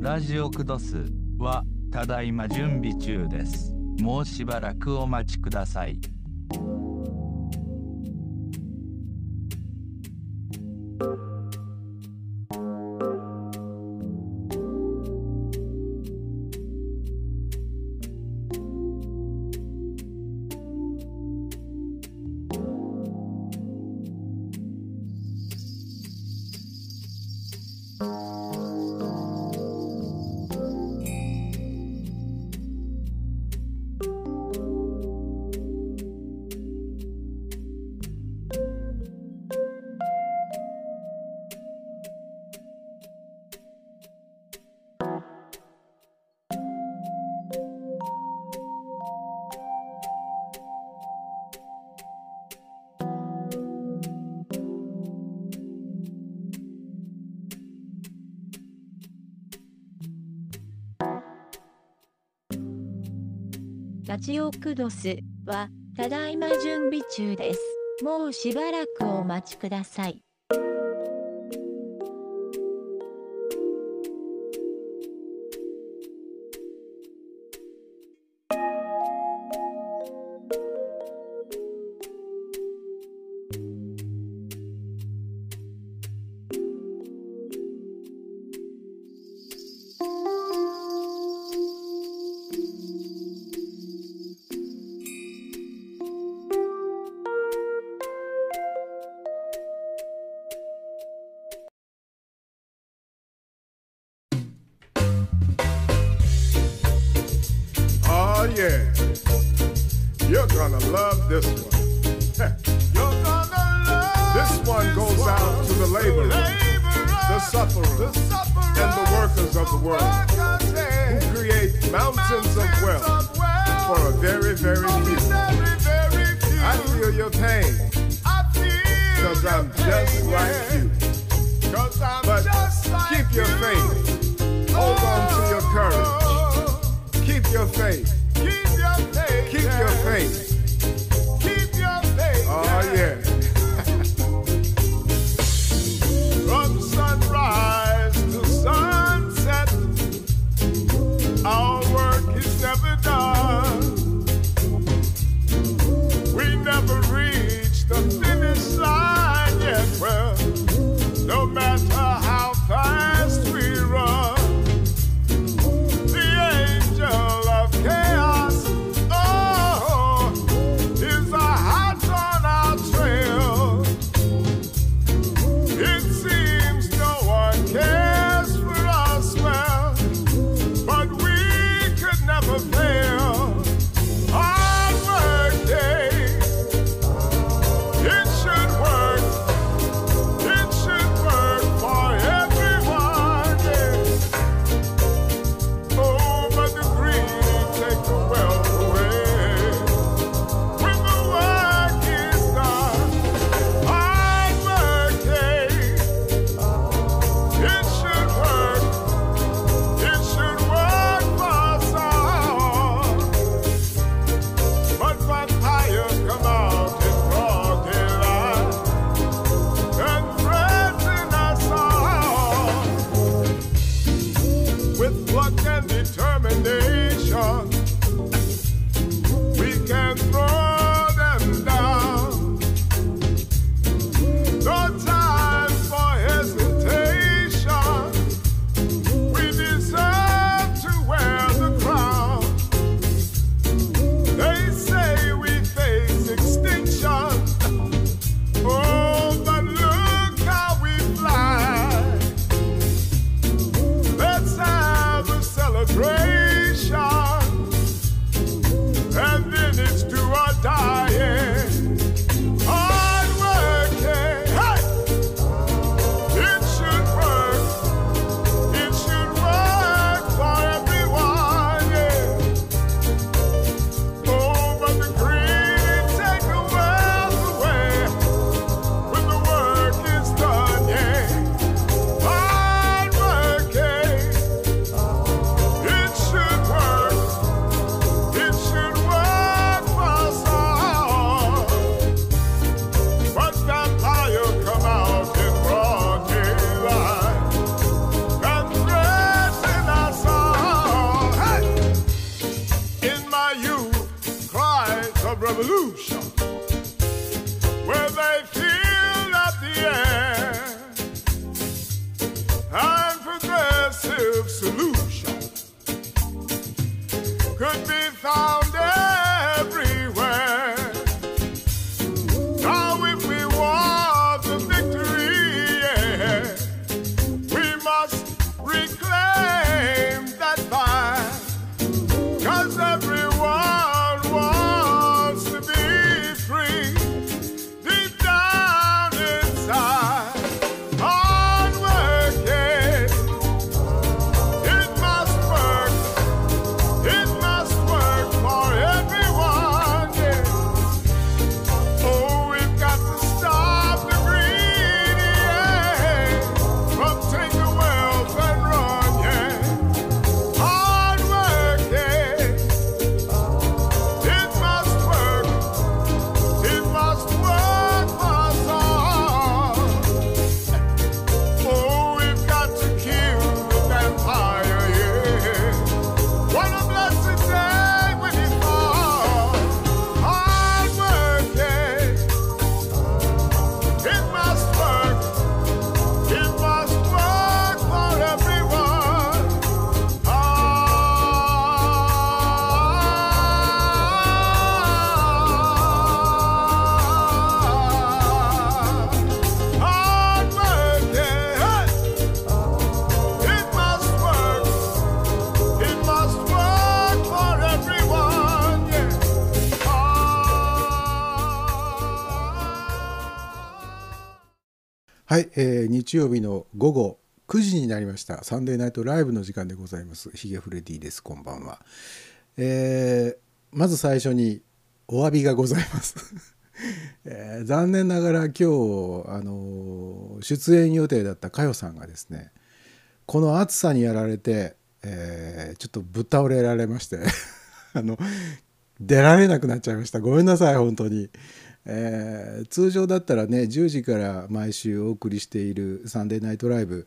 ラジオクドスはただいま準備中ですもうしばらくお待ちくださいラジオクドスはただいま準備中です。もうしばらくお待ちください。 Oh yeah. You're gonna love this one. You're gonna love this one goes out to the laborers, the sufferers, and the workers of the world who create mountains of wealth for a very, very few. I feel your pain. Cause I'm just like you. But keep your faith. Hold on to your courage. Keep your faith. Keep your faith. Keep your faith. Keep your faith. Oh yeah. From sunrise to sunset, our work is never done. We never reach the finish line yet. Well, no matter how fast we run the angel of chaos. oh, Oh, Oh, of revolution, where they feel that the air and progressive solution could be found everywhere. Now, if we want the victory, yeah, we must reclaim that fight. Cause everyone wants to be free deep down inside. Hard working, it must work, it must work for everyone. yeah. Oh, we've got to stop the greed, yeah. From take the wealth and run, yeah. Hard work, yeah. It must work. It must work for us all. Oh, we've got to kill the vampire, yeah. What a blessed day when it falls. Hard work, yeah. It must work. It must work for everyone. Ah. It must work. It must work for everyone. Yeah. はい、えー日曜日の午後9時になりましたサンデーナイトライブの時間でございますヒゲフレディですこんばんは、えーまず最初にお詫びがございます、 えー残念ながら今日あのー出演予定だった佳代さんがですねこの暑さにやられて、えーちょっとぶっ倒れられまして あの出られなくなっちゃいましたごめんなさい本当に、えー通常だったらね10時から毎週お送りしている「サンデーナイトライブ」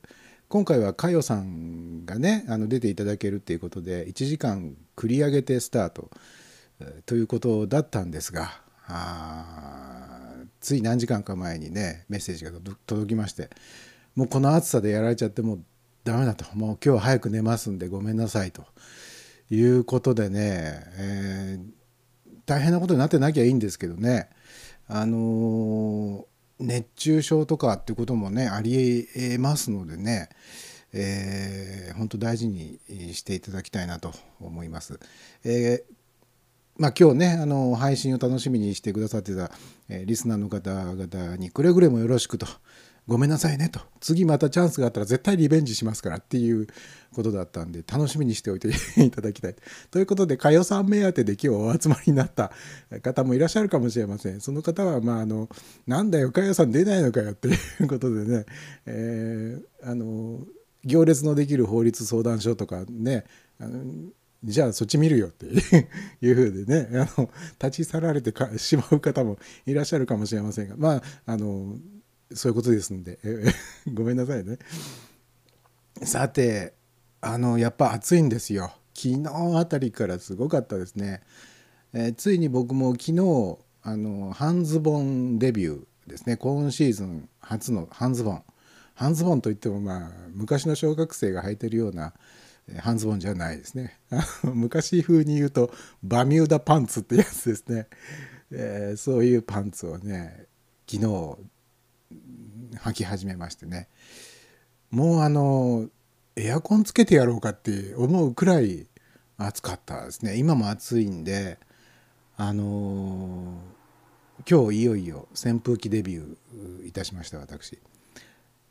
今回は佳代さんがねあの出ていただけるっていうことで1時間繰り上げてスタート、えーということだったんですがあーつい何時間か前にねメッセージが届届きましてもうこの暑さでやられちゃってもうダメだともう今日は早く寝ますんでごめんなさいということでね、えー大変なことになってなきゃいいんですけどねあのー熱中症とかってこともねありえますのでねえー、本当大事にしていただきたいなと思います。えーまあ、今日ねあの配信を楽しみにしてくださってた、えーリスナーの方々にくれぐれもよろしくとごめんなさいねと次またチャンスがあったら絶対リベンジしますからっていうことだったんで楽しみにしておいていただきたい ということで佳代さん目当てで今日お集まりになった方もいらっしゃるかもしれませんその方はまああのなんだよ佳代さん出ないのかよっていうことでね、えーあの行列のできる法律相談所とかねあのじゃあそっち見るよって いうふうでねあの立ち去られてかしまう方もいらっしゃるかもしれませんがまああのそういうことですんでえ ごめんなさいね。さてあのやっぱ暑いんですよ昨日あたりからすごかったですね、えーついに僕も昨日あの半ズボンデビューですね今シーズン初の半ズボン半ズボンといってもまあ昔の小学生が履いてるようなえー半ズボンじゃないですね あの昔風に言うとバミューダパンツってやつですね、えーそういうパンツをね昨日履き始めましてねもうあのエアコンつけてやろうかって思うくらい暑かったですね今も暑いんであのー今日いよいよ扇風機デビューいたしました私、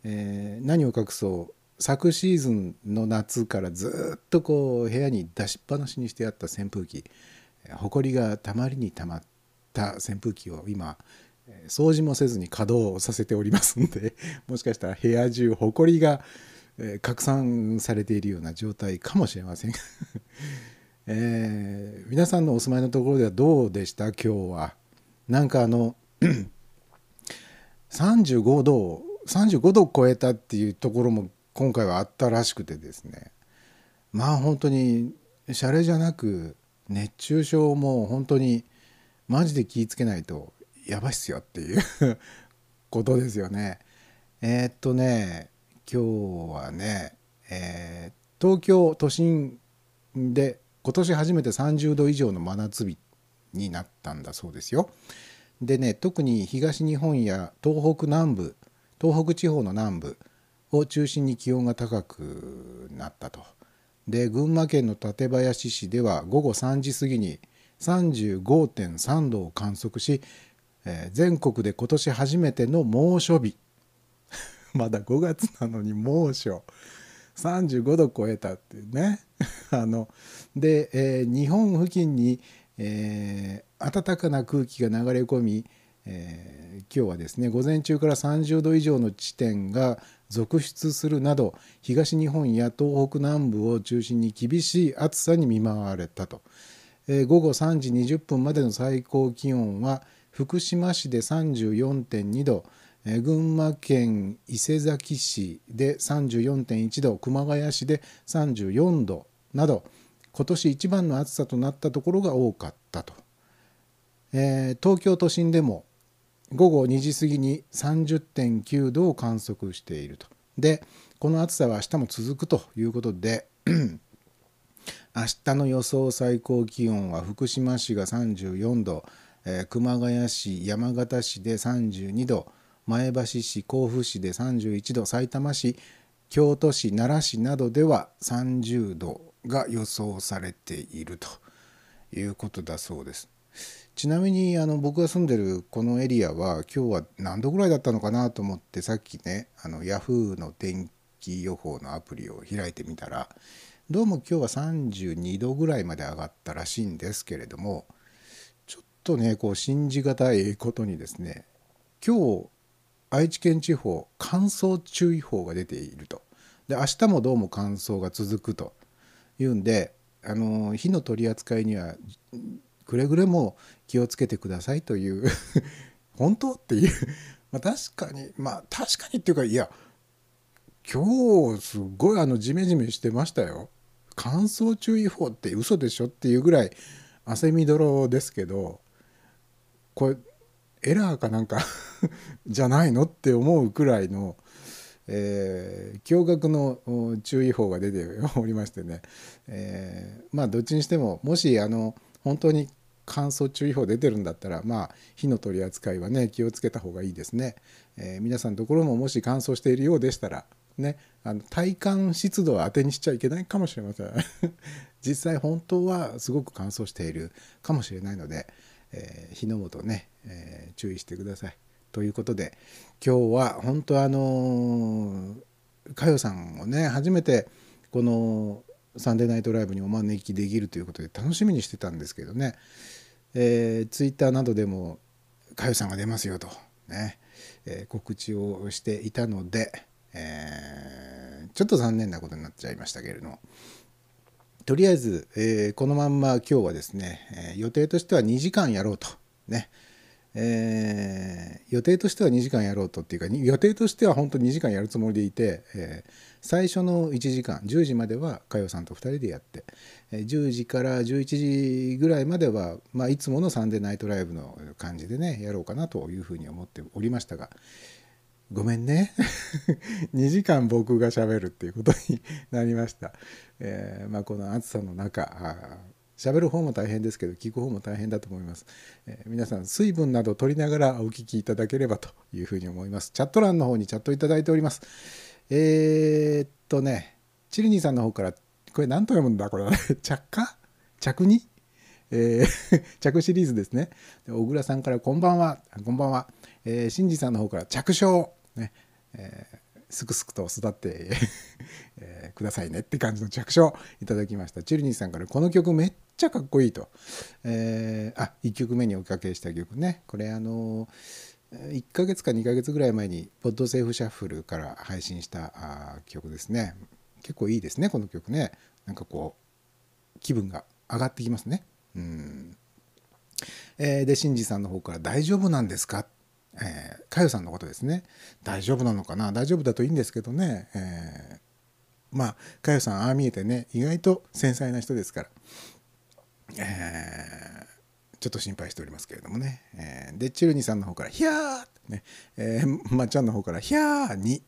えー何を隠そう昨シーズンの夏からずっとこう部屋に出しっぱなしにしてあった扇風機えー埃がたまりにたまった扇風機を今えー掃除もせずに稼働させておりますんでもしかしたら部屋中埃がえー拡散されているような状態かもしれません、 えー皆さんのお住まいのところではどうでした今日はなんかあの35度を35度を超えたっていうところも今回はあったらしくてですねまあ本当にシャレじゃなく熱中症も本当にマジで気ぃつけないとやばいっすよっていうことですよね。えーっとね今日はね、えー東京都心で今年初めて30度以上の真夏日になったんだそうですよ。でね特に東日本や東北南部東北地方の南部を中心に気温が高くなったと。で群馬県の館林市では午後3時過ぎに35.3度を観測し、えー全国で今年初めての猛暑日 まだ5月なのに猛暑35度超えたっていうね あので、えー日本付近に、えー暖かな空気が流れ込み、えー今日はですね午前中から30度以上の地点が続出するなど東日本や東北南部を中心に厳しい暑さに見舞われたと。えー午後3時20分までの最高気温は福島市で34.2度、えー群馬県伊勢崎市で34.1度熊谷市で34度など今年一番の暑さとなったところが多かったと、えー東京都心でも午後2時過ぎに30.9度を観測しているとでこの暑さは明日も続くということで明日の予想最高気温は福島市が34度、えー熊谷市山形市で32度前橋市甲府市で31度さいたま市京都市奈良市などでは30度が予想されているということだそうです。ちなみにあの僕が住んでるこのエリアは今日は何度ぐらいだったのかなと思ってさっきねあの Yahoo の天気予報のアプリを開いてみたらどうも今日は32度ぐらいまで上がったらしいんですけれどもちょっとねこう信じがたいことにですね今日愛知県地方乾燥注意報が出ているとで明日もどうも乾燥が続くというんであの火の取り扱いにはくれぐれも気をつけてくださいという 本当っていう まあ確かにまあ確かにっていうかいや今日すごいあのジメジメしてましたよ乾燥注意報って嘘でしょっていうぐらい汗みどろですけどこれエラーかなんか じゃないのって思うくらいの、えー驚愕のお注意報が出ておりましてね、えーまあどっちにしてももしあの本当に乾燥注意報出てるんだったら、まあ、火の取り扱いはね気をつけた方がいいですね、えー皆さんのところももし乾燥しているようでしたら、ね、あの体感湿度は当てにしちゃいけないかもしれません 実際本当はすごく乾燥しているかもしれないので、えー火の元ね、えー注意してくださいということで今日は本当あのーかよさんをね初めてこの「サンデーナイトライブ」にお招きできるということで楽しみにしてたんですけどね、えー、ツイッターなどでも「かよさんが出ますよと」ねえー告知をしていたので、えーちょっと残念なことになっちゃいましたけれども。とりあえず、えーこのまんま今日はですね、えー予定としては2時間やろうとね、えー予定としては2時間やろうとっていうかに予定としては本当に2時間やるつもりでいて、えー最初の1時間10時までは佳代さんと2人でやって、えー10時から11時ぐらいまでは、まあ、いつもの「サンデーナイトライブ」の感じでねやろうかなというふうに思っておりましたがごめんね 2時間僕が喋るっていうことになりました、えーまあ、この暑さの中あー喋る方も大変ですけど聞く方も大変だと思います、えー皆さん水分など取りながらお聞きいただければというふうに思いますチャット欄の方にチャットいただいておりますえーっとねチリニーさんの方からこれ何と読むんだこれ着火着にえー 着シリーズですね。で小倉さんからこんばんは、あこんばんは。えー、新次さんの方から着床、ねえーすくすくと育って、 えーくださいねって感じの着床いただきました。チュルニーさんからこの曲めっちゃかっこいいと。えーあ、1曲目におかけした曲ね。これあのー1ヶ月か2ヶ月ぐらい前に、ポッドセーフシャッフルから配信したあー曲ですね。結構いいですね、この曲ね。なんかこう、気分が上がってきますね。うんえーで、新次さんの方から「大丈夫なんですか?」えー、かよさんのことですね「大丈夫なのかな大丈夫だといいんですけどね」えーまあかよさんああ見えてね意外と繊細な人ですから、えーちょっと心配しておりますけれどもね、えーでチルニさんの方から「ひゃー!」ねえーまっちゃんの方から「ひゃーに」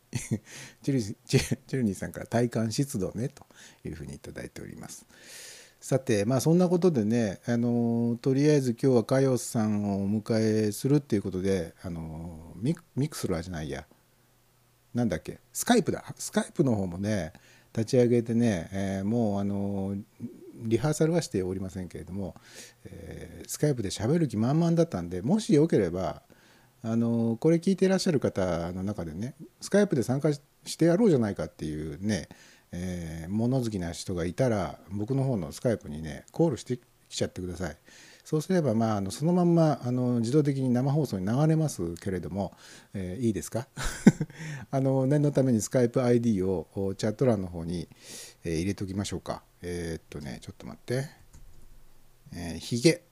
チルニチルチルニさんから「体感湿度ね」というふうにいただいておりますさてまあそんなことでね、あのーとりあえず今日は佳代さんをお迎えするっていうことで、あのーミクミクスロアじゃないやなんだっけスカイプだスカイプの方もね立ち上げてね、えーもうあのーリハーサルはしておりませんけれども、えースカイプで喋る気満々だったんでもしよければあのーこれ聞いていらっしゃる方の中でねスカイプで参加ししてやろうじゃないかっていうね、えー物好きな人がいたら僕の方のスカイプにねコールしてきちゃってください。そうすれば、まあ、あのそのまんまあの自動的に生放送に流れますけれども、えーいいですか あの念のためにスカイプ ID をおチャット欄の方に、えー入れときましょうか。えーっとね、ちょっと待って。えー、ヒゲ、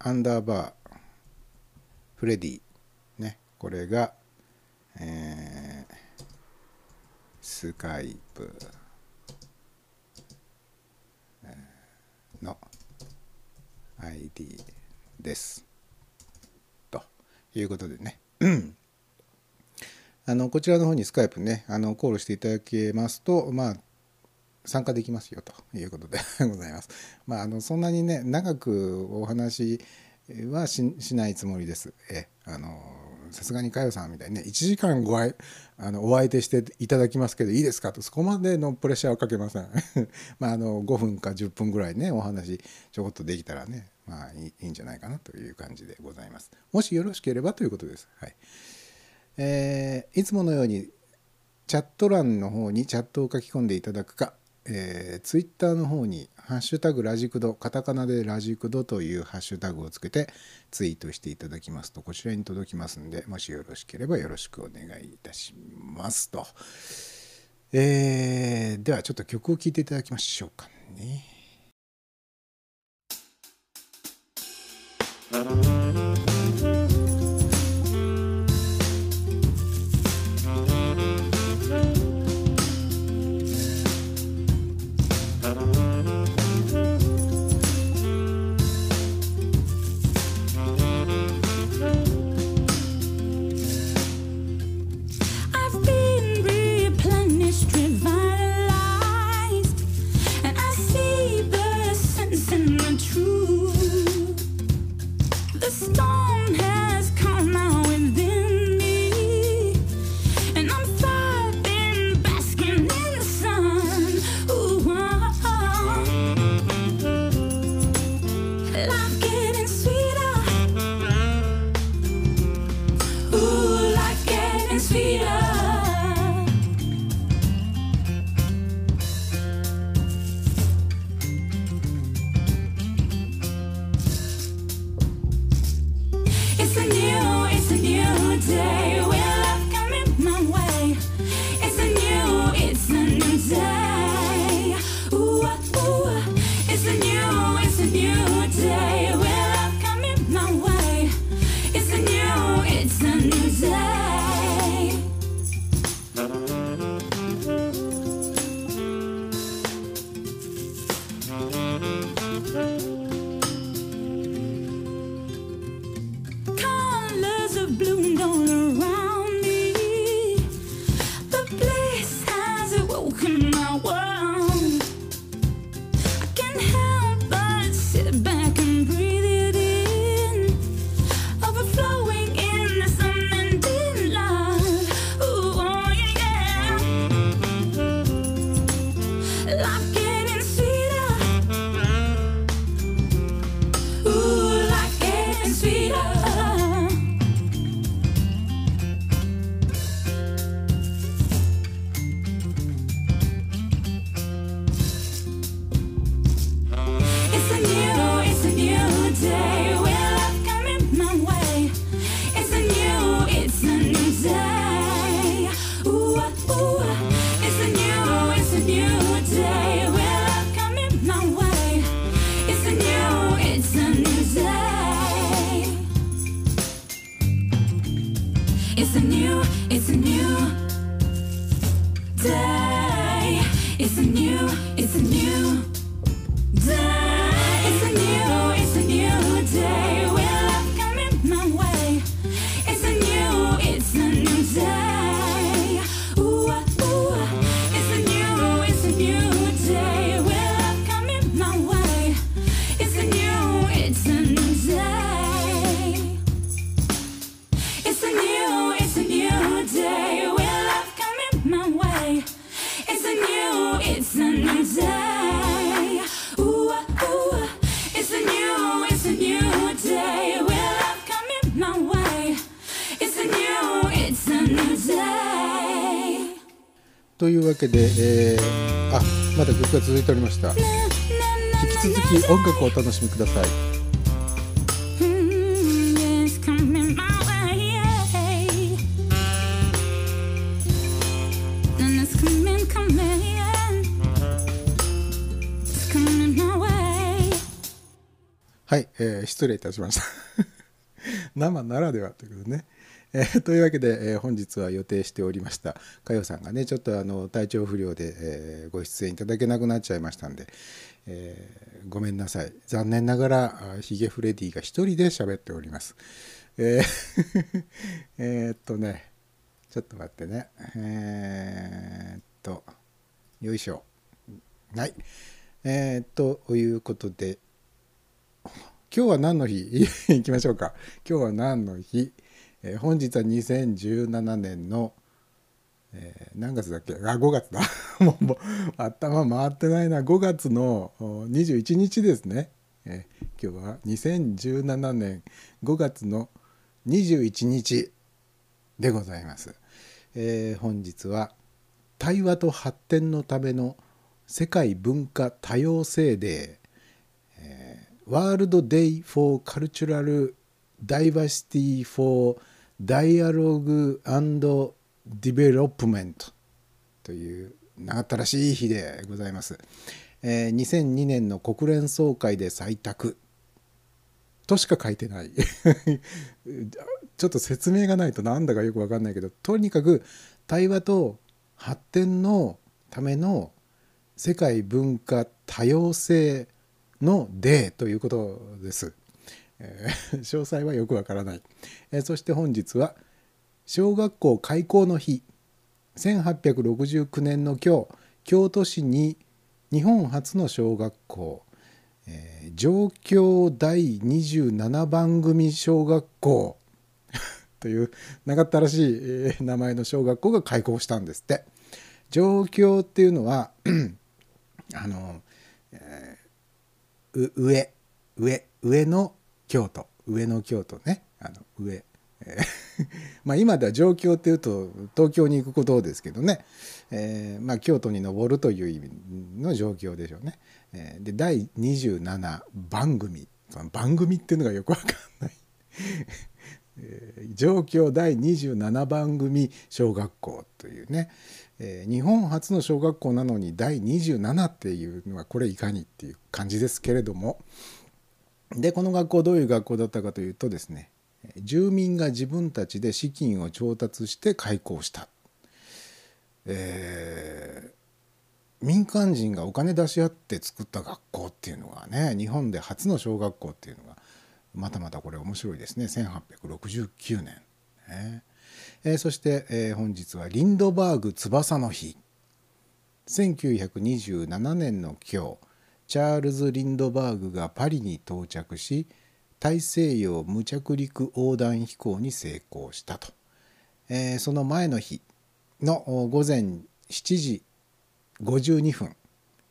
アンダーバー、フレディ。ね、これが、えースカイプえーの ID です。ということでね。 あのこちらの方にスカイプねあのコールしていただけますと、まあ、参加できますよということで ございます。まあ、あのそんなにね長くお話はししないつもりです。えあのさすがに佳代さんみたいにね1時間ごあいあのお相手していただきますけどいいですかとそこまでのプレッシャーはかけません まああの5分か10分ぐらいねお話ちょこっとできたらねまあいいいいんじゃないかなという感じでございますもしよろしければということですはいえーいつものようにチャット欄の方にチャットを書き込んでいただくか、えー、ツイッターの方に「ハッシュタグラジクド」カタカナでラジクドというハッシュタグをつけてツイートしていただきますとこちらに届きますんでもしよろしければよろしくお願いいたしますと、えーではちょっと曲を聴いていただきましょうかね。 I've been replenished, revitalized, and I see the sense in the truth. The storm has come out within me, and I'm thriving, basking in the sun. ah. Ooh, life getting sweeter. Ooh, life getting sweeter. It's a new, it's a new day. Will love coming my way? It's a new, it's a new day. Ooh, ooh. It's a new, it's a new day. Will love coming my way? It's a new, it's a new day. Colors have bloomed all around me. The place has awoken my world. I can't help but sit back and breathe it in. Overflowing in this unending love. Ooh, oh, yeah, yeah. Life getting sweeter. Ooh, life getting sweeter. It's a new, it's a new day. Will love coming my way? It's a new, it's a new day. Ooh, ooh. It's a new, it's a new day. Will love coming my way? It's a new, it's a new day. It's a new, it's a new day. It's a new, it's a new. It's a new, it's a new day. というわけで、えーあまだ曲が続いておりました引き続き音楽をお楽しみください Mm, It's coming my way. And it's coming, coming. It's coming my way. はい、えー失礼いたしました 生ならではということでね、えーというわけで、えー本日は予定しておりました佳代さんがねちょっとあの体調不良で、えーご出演いただけなくなっちゃいましたんで、えーごめんなさい残念ながらあヒゲフレディが一人で喋っておりますえー えーっとねちょっと待ってねえーっとよいしょはいえーっとということで今日は何の日 行きましょうか今日は何の日、えー本日は2017年の、えー何月だっけあ5月だ もうもう頭回ってないな5月のお21日ですね、えー今日は2017年5月の21日でございます、えー本日は対話と発展のための世界文化多様性デーワールドデイ for Cultural Diversity for Dialogue and Development という長ったらしい日でございます。えー2002年の国連総会で採択としか書いてない。 ちょっと説明がないとなんだかよく分かんないけどとにかく対話と発展のための世界文化多様性のデーということです。えー 詳細はよくわからない、えーそして本日は小学校開校の日1869年の今日京都市に日本初の小学校、えー上京第27番組小学校 という長ったらしい、えー名前の小学校が開校したんですって。上京っていうのはあのう上上上の京都上の京都ねあの上、えー まあ今では上京っていうと東京に行くことですけどね、えーまあ、京都に上るという意味の上京でしょうね、えーで第27番組この番組っていうのがよくわかんない上京第27番組小学校というね、えー日本初の小学校なのに第27っていうのはこれいかにっていう感じですけれどもでこの学校どういう学校だったかというとですねえー住民が自分たちで資金を調達して開校した、えー民間人がお金出し合って作った学校っていうのがね日本で初の小学校っていうのがまたまたこれ面白いですね1869年、ねえーそして、えー本日はリンドバーグ翼の日1927年の今日チャールズ・リンドバーグがパリに到着し大西洋無着陸横断飛行に成功したと、えーその前の日のお午前7時52分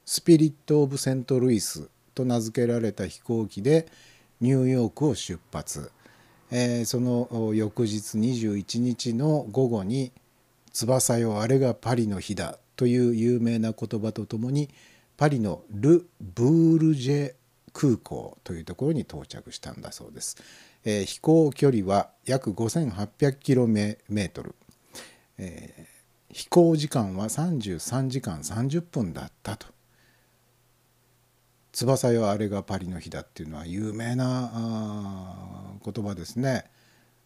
スピリット・オブ・セント・ルイスと名付けられた飛行機でニューヨークを出発、えーそのお翌日21日の午後に「翼よあれがパリの日だ」という有名な言葉とともにパリのル・ブールジェ空港というところに到着したんだそうです、えー飛行距離は約 5800km 飛行時間は33時間30分だったと翼よあれがパリの日だっていうのは有名なあー言葉ですね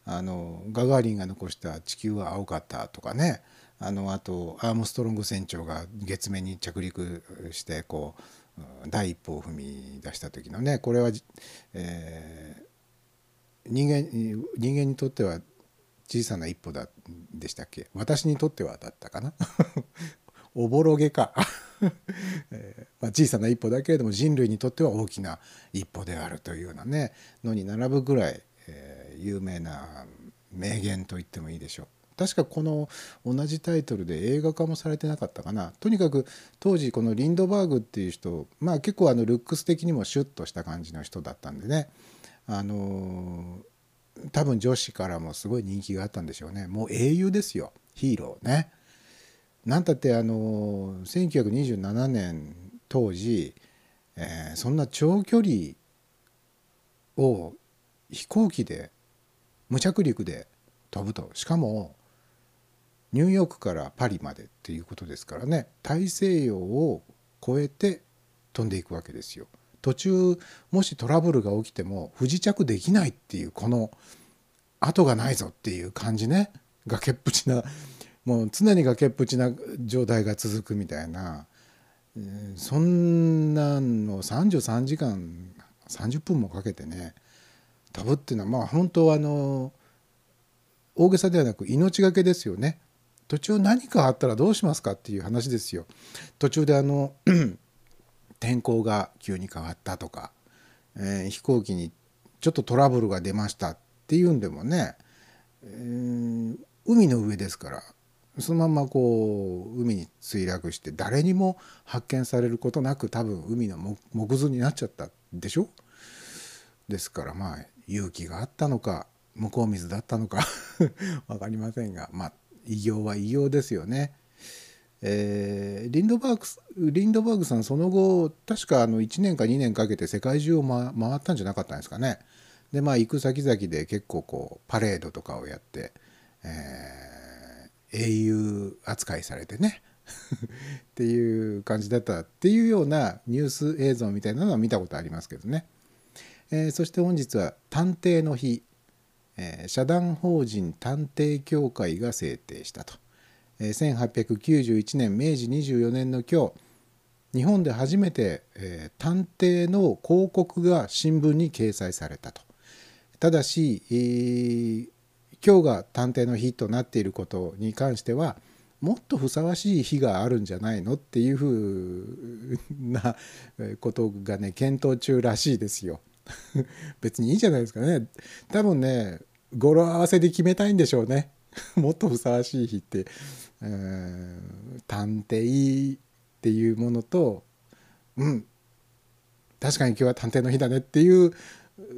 あのガガーリンが残した「地球は青かった」とかねあのあとアームストロング船長が月面に着陸してこううん第一歩を踏み出した時のねこれはじ、えー人間人間にとっては小さな一歩だでしたっけ私にとってはだったかな おぼろげか、 えーまあ、小さな一歩だけれども人類にとっては大きな一歩であるというようなねのに並ぶぐらい、えー有名な名言と言ってもいいでしょう。確かこの同じタイトルで映画化もされてなかったかなとにかく当時このリンドバーグっていう人まあ結構あのルックス的にもシュッとした感じの人だったんでねあのー多分女子からもすごい人気があったんでしょうねもう英雄ですよヒーローねなんたってあの1927年当時、えーそんな長距離を飛行機で無着陸で飛ぶとしかもニューヨークからパリまでっていうことですからね大西洋を越えて飛んでいくわけですよ。途中もしトラブルが起きても不時着できないっていうこの後がないぞっていう感じね崖っぷちなもう常に崖っぷちな状態が続くみたいな、えーそんなの33時間30分もかけてね飛ぶっていうのはまあ本当あの大げさではなく命がけですよね途中何かあったらどうしますかっていう話ですよ途中であの 天候が急に変わったとか、えー飛行機にちょっとトラブルが出ましたっていうんでもね、えー海の上ですからそのままこう海に墜落して誰にも発見されることなく多分海のも木図になっちゃったでしょですからまあ勇気があったのか向こう水だったのか わかりませんがまあ偉業は偉業ですよね。えーリンドバーグスリンドバーグさんその後確かあの1年か2年かけて世界中を、ま、回ったんじゃなかったんですかね。でまあ行く先々で結構こうパレードとかをやって、えー英雄扱いされてね っていう感じだったっていうようなニュース映像みたいなのは見たことありますけどね。えーそして本日は「探偵の日」えー社団法人探偵協会が制定したと、えー1891年明治24年の今日日本で初めて、えー探偵の広告が新聞に掲載されたとただし、えー今日が探偵の日となっていることに関してはもっとふさわしい日があるんじゃないのっていうふうなえーことがね検討中らしいですよ。 別にいいじゃないですかね多分ね語呂合わせで決めたいんでしょうね もっとふさわしい日ってうーん探偵っていうものとうん確かに今日は探偵の日だねっていう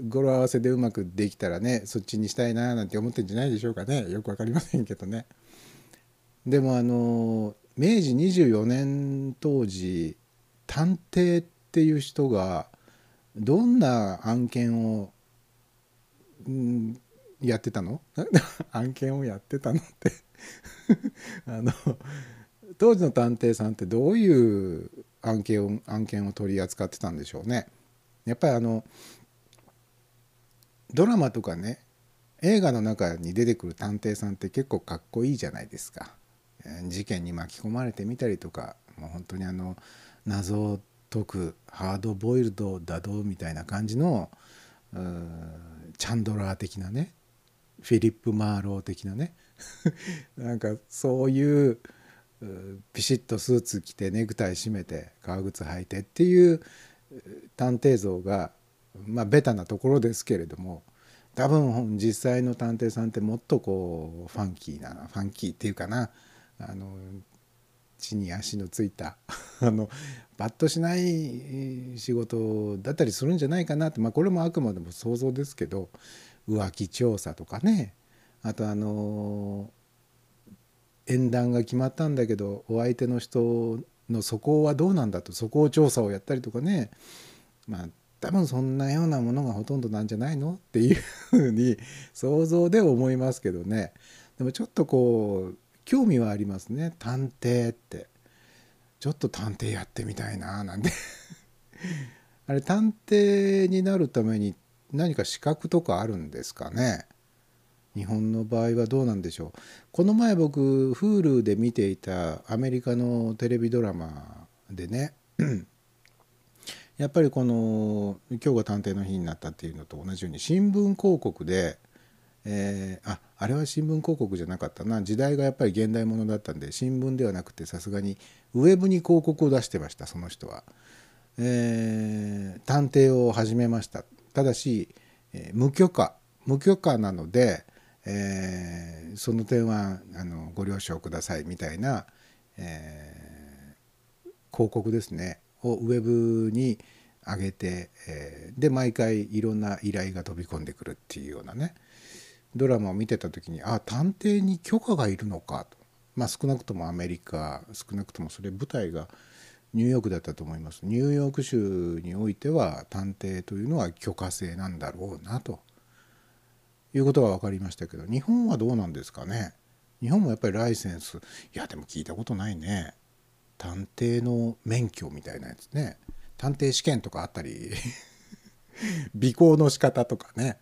語呂合わせでうまくできたらねそっちにしたいななんて思ってんじゃないでしょうかねよくわかりませんけどねでもあの明治24年当時探偵っていう人がどんな案件を、うん、やってたの 案件をやってたのって あの当時の探偵さんってどういう案件を案件を取り扱ってたんでしょうね。やっぱりあのドラマとかね映画の中に出てくる探偵さんって結構かっこいいじゃないですか。えー事件に巻き込まれてみたりとかもう本当にあの謎を解くハードボイルドだどうみたいな感じのうーんチャンドラー的なねフィリップ・マーロー的なね なんかそういううーピシッとスーツ着てネクタイ締めて革靴履いてっていう探偵像がまあベタなところですけれども多分実際の探偵さんってもっとこうファンキーなファンキーっていうかなあの地に足のついた あのパッとしないえー仕事だったりするんじゃないかなって、まあ、これもあくまでも想像ですけど浮気調査とかねあとあの縁談が決まったんだけどお相手の人の素行はどうなんだと素行調査をやったりとかねまあ多分そんなようなものがほとんどなんじゃないのっていうふうに想像で思いますけどねでもちょっとこう興味はありますね探偵ってちょっと探偵やってみたいななんて あれ探偵になるために何か資格とかあるんですかね日本の場合はどうなんでしょうこの前僕 Hulu で見ていたアメリカのテレビドラマでねやっぱりこの「今日が探偵の日」になったっていうのと同じように新聞広告で、えーああれは新聞広告じゃなかったな時代がやっぱり現代ものだったんで新聞ではなくてさすがにウェブに広告を出してましたその人は、えー探偵を始めましたただし、えー無許可無許可なので、えーその点はあのご了承くださいみたいな、えー広告ですねをウェブに上げて、えーで毎回いろんな依頼が飛び込んでくるっていうようなねドラマを見てた時にあ探偵に許可がいるのかと、まあ、少なくともアメリカ少なくともそれ舞台がニューヨークだったと思いますニューヨーク州においては探偵というのは許可制なんだろうなということは分かりましたけど日本はどうなんですかね日本もやっぱりライセンスいやでも聞いたことないね探偵の免許みたいなやつね探偵試験とかあったり 尾行の仕方とかね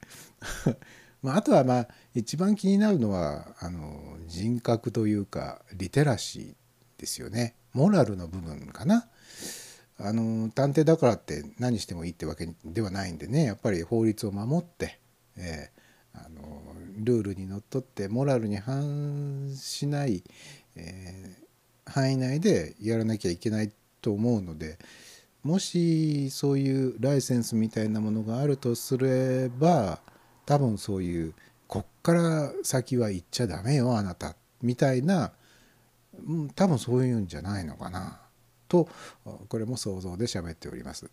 まああとはまあ一番気になるのはあの人格というかリテラシーですよねモラルの部分かなあの探偵だからって何してもいいってわけではないんでねやっぱり法律を守って、えーあのルールにのっとってモラルに反しない、えー範囲内でやらなきゃいけないと思うのでもしそういうライセンスみたいなものがあるとすれば多分そういうこっから先は行っちゃダメよあなたみたいなうん多分そういうんじゃないのかなとこれも想像で喋っております。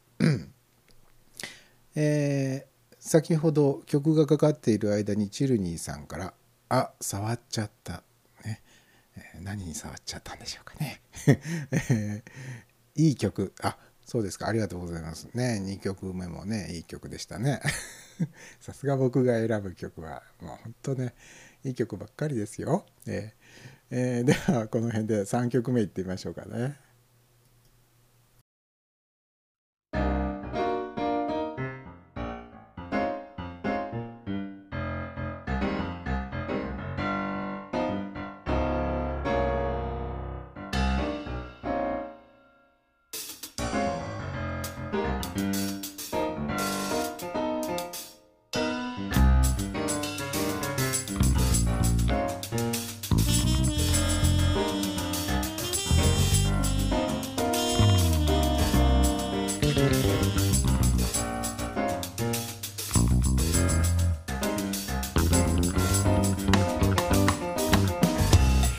えー先ほど曲がかかっている間にチルニーさんから「あ触っちゃった」ね、えー何に触っちゃったんでしょうかね。えー いい曲あそうですかありがとうございますね2曲目もねいい曲でしたね。 さすが僕が選ぶ曲はもうほんとねいい曲ばっかりですよ。えーえーではこの辺で3曲目いってみましょうかね。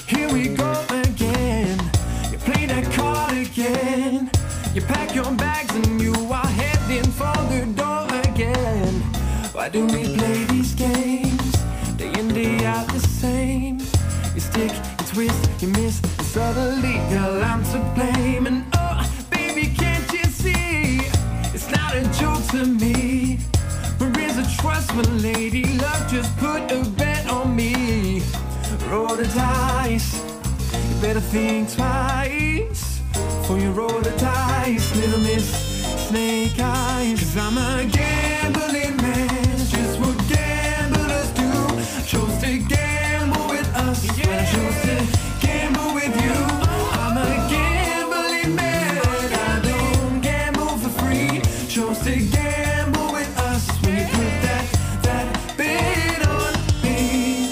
Here we go again. You play that card again. You pack your bags and you are heading for the door again. Why do we play these games? Day in, day out the same. You stick, you twist, you miss, and suddenly girl, I'm to blame. And oh, baby, can't you see? It's not a joke to me. There is a trust, my lady. Love just put a bet on me. Roll the dice. You better think twice before you roll the dice, little miss Snake Eyes. Cause I'm a gambling man, it's just what gamblers do. I chose to gamble with us when I chose to gamble with you. I'm a gambling man, I don't gamble for free. Chose to gamble with us when you put that, that bid on me.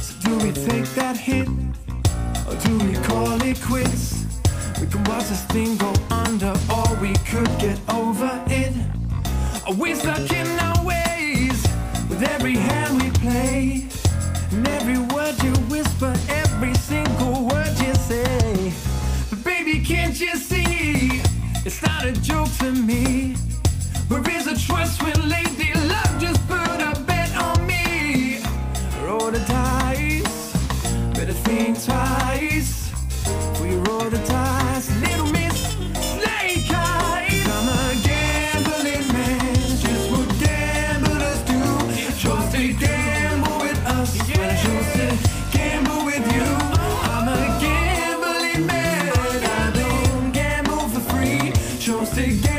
So do we take that hit or do we call it quits? We can watch this thing go under or we could get over it. Are we stuck in our ways with every hand we play? And every word you whisper, every single word you say. But baby, can't you see? It's not a joke to me. Where is a trust when lady love just put a bet on me? Roll the dice, better think twice. Before you roll the dice, little miss Snake Eyes. I'm a gambling man, it's just what gamblers do. Chose to gamble with us when I chose to gamble with you. I'm a gambling man, I don't gamble for free. Chose to gamble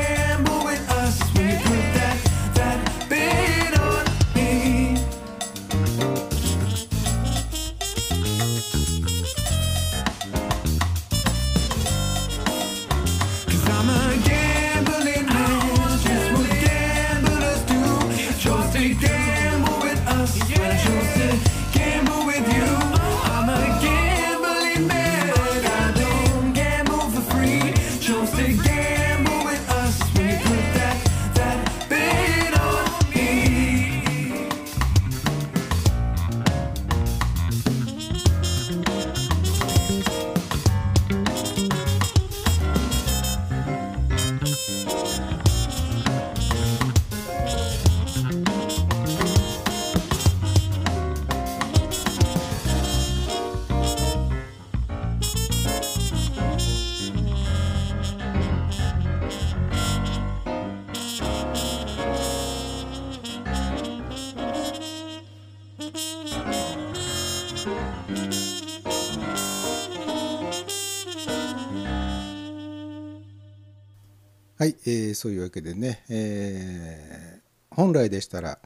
はい、えーそういうわけでね、えー本来でしたら、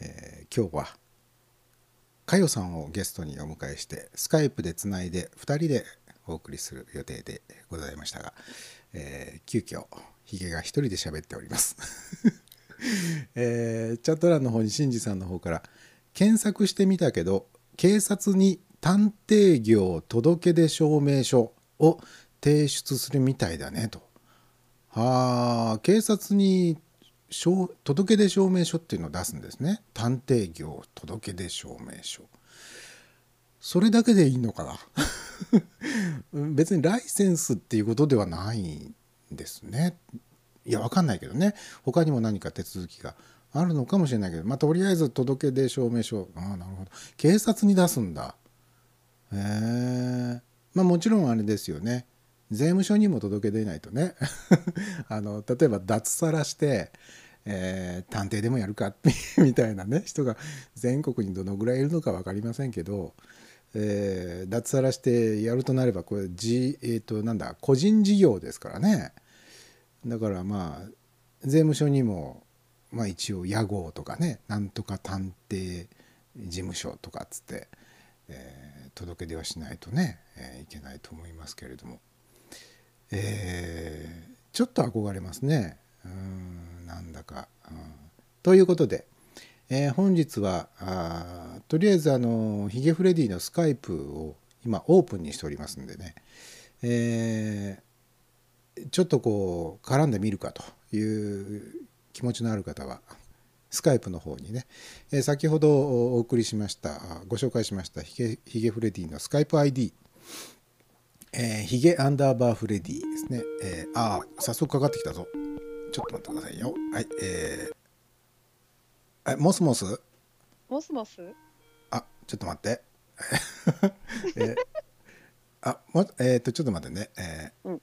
えー今日はかよさんをゲストにお迎えしてスカイプでつないで2人でお送りする予定でございましたが、えー急遽ヒゲが1人で喋っております、 えーチャット欄の方にしんじさんの方から検索してみたけど警察に探偵業届出証明書を提出するみたいだねと。はあ警察に証届出証明書っていうのを出すんですね探偵業届出証明書それだけでいいのかな 別にライセンスっていうことではないんですねいやわかんないけどね他にも何か手続きがあるのかもしれないけどまあとりあえず届出証明書ああなるほど警察に出すんだへえまあもちろんあれですよね税務署にも届け出ないとね あの例えば脱サラして、えー探偵でもやるか みたいなね人が全国にどのぐらいいるのか分かりませんけど、えー脱サラしてやるとなればこれじ、えー、となんだ個人事業ですからねだからまあ税務署にも、まあ、一応屋号とかねなんとか探偵事務所とかっつって、えー届け出はしないとね、えーいけないと思いますけれども、えーちょっと憧れますねうーんなんだか、うんということで、えー本日はあーとりあえずあのヒゲフレディのスカイプを今オープンにしておりますんでね、えーちょっとこう絡んでみるかという気持ちのある方はスカイプの方にね、えー先ほどお送りしましたあご紹介しましたヒゲヒゲフレディのスカイプ ID、えー、ヒゲアンダーバーフレディですね、えーああ早速かかってきたぞちょっと待ってくださいよはいえーあモスモスモスモスあちょっと待って。 えーあもえっ、とちょっと待ってね、えーうん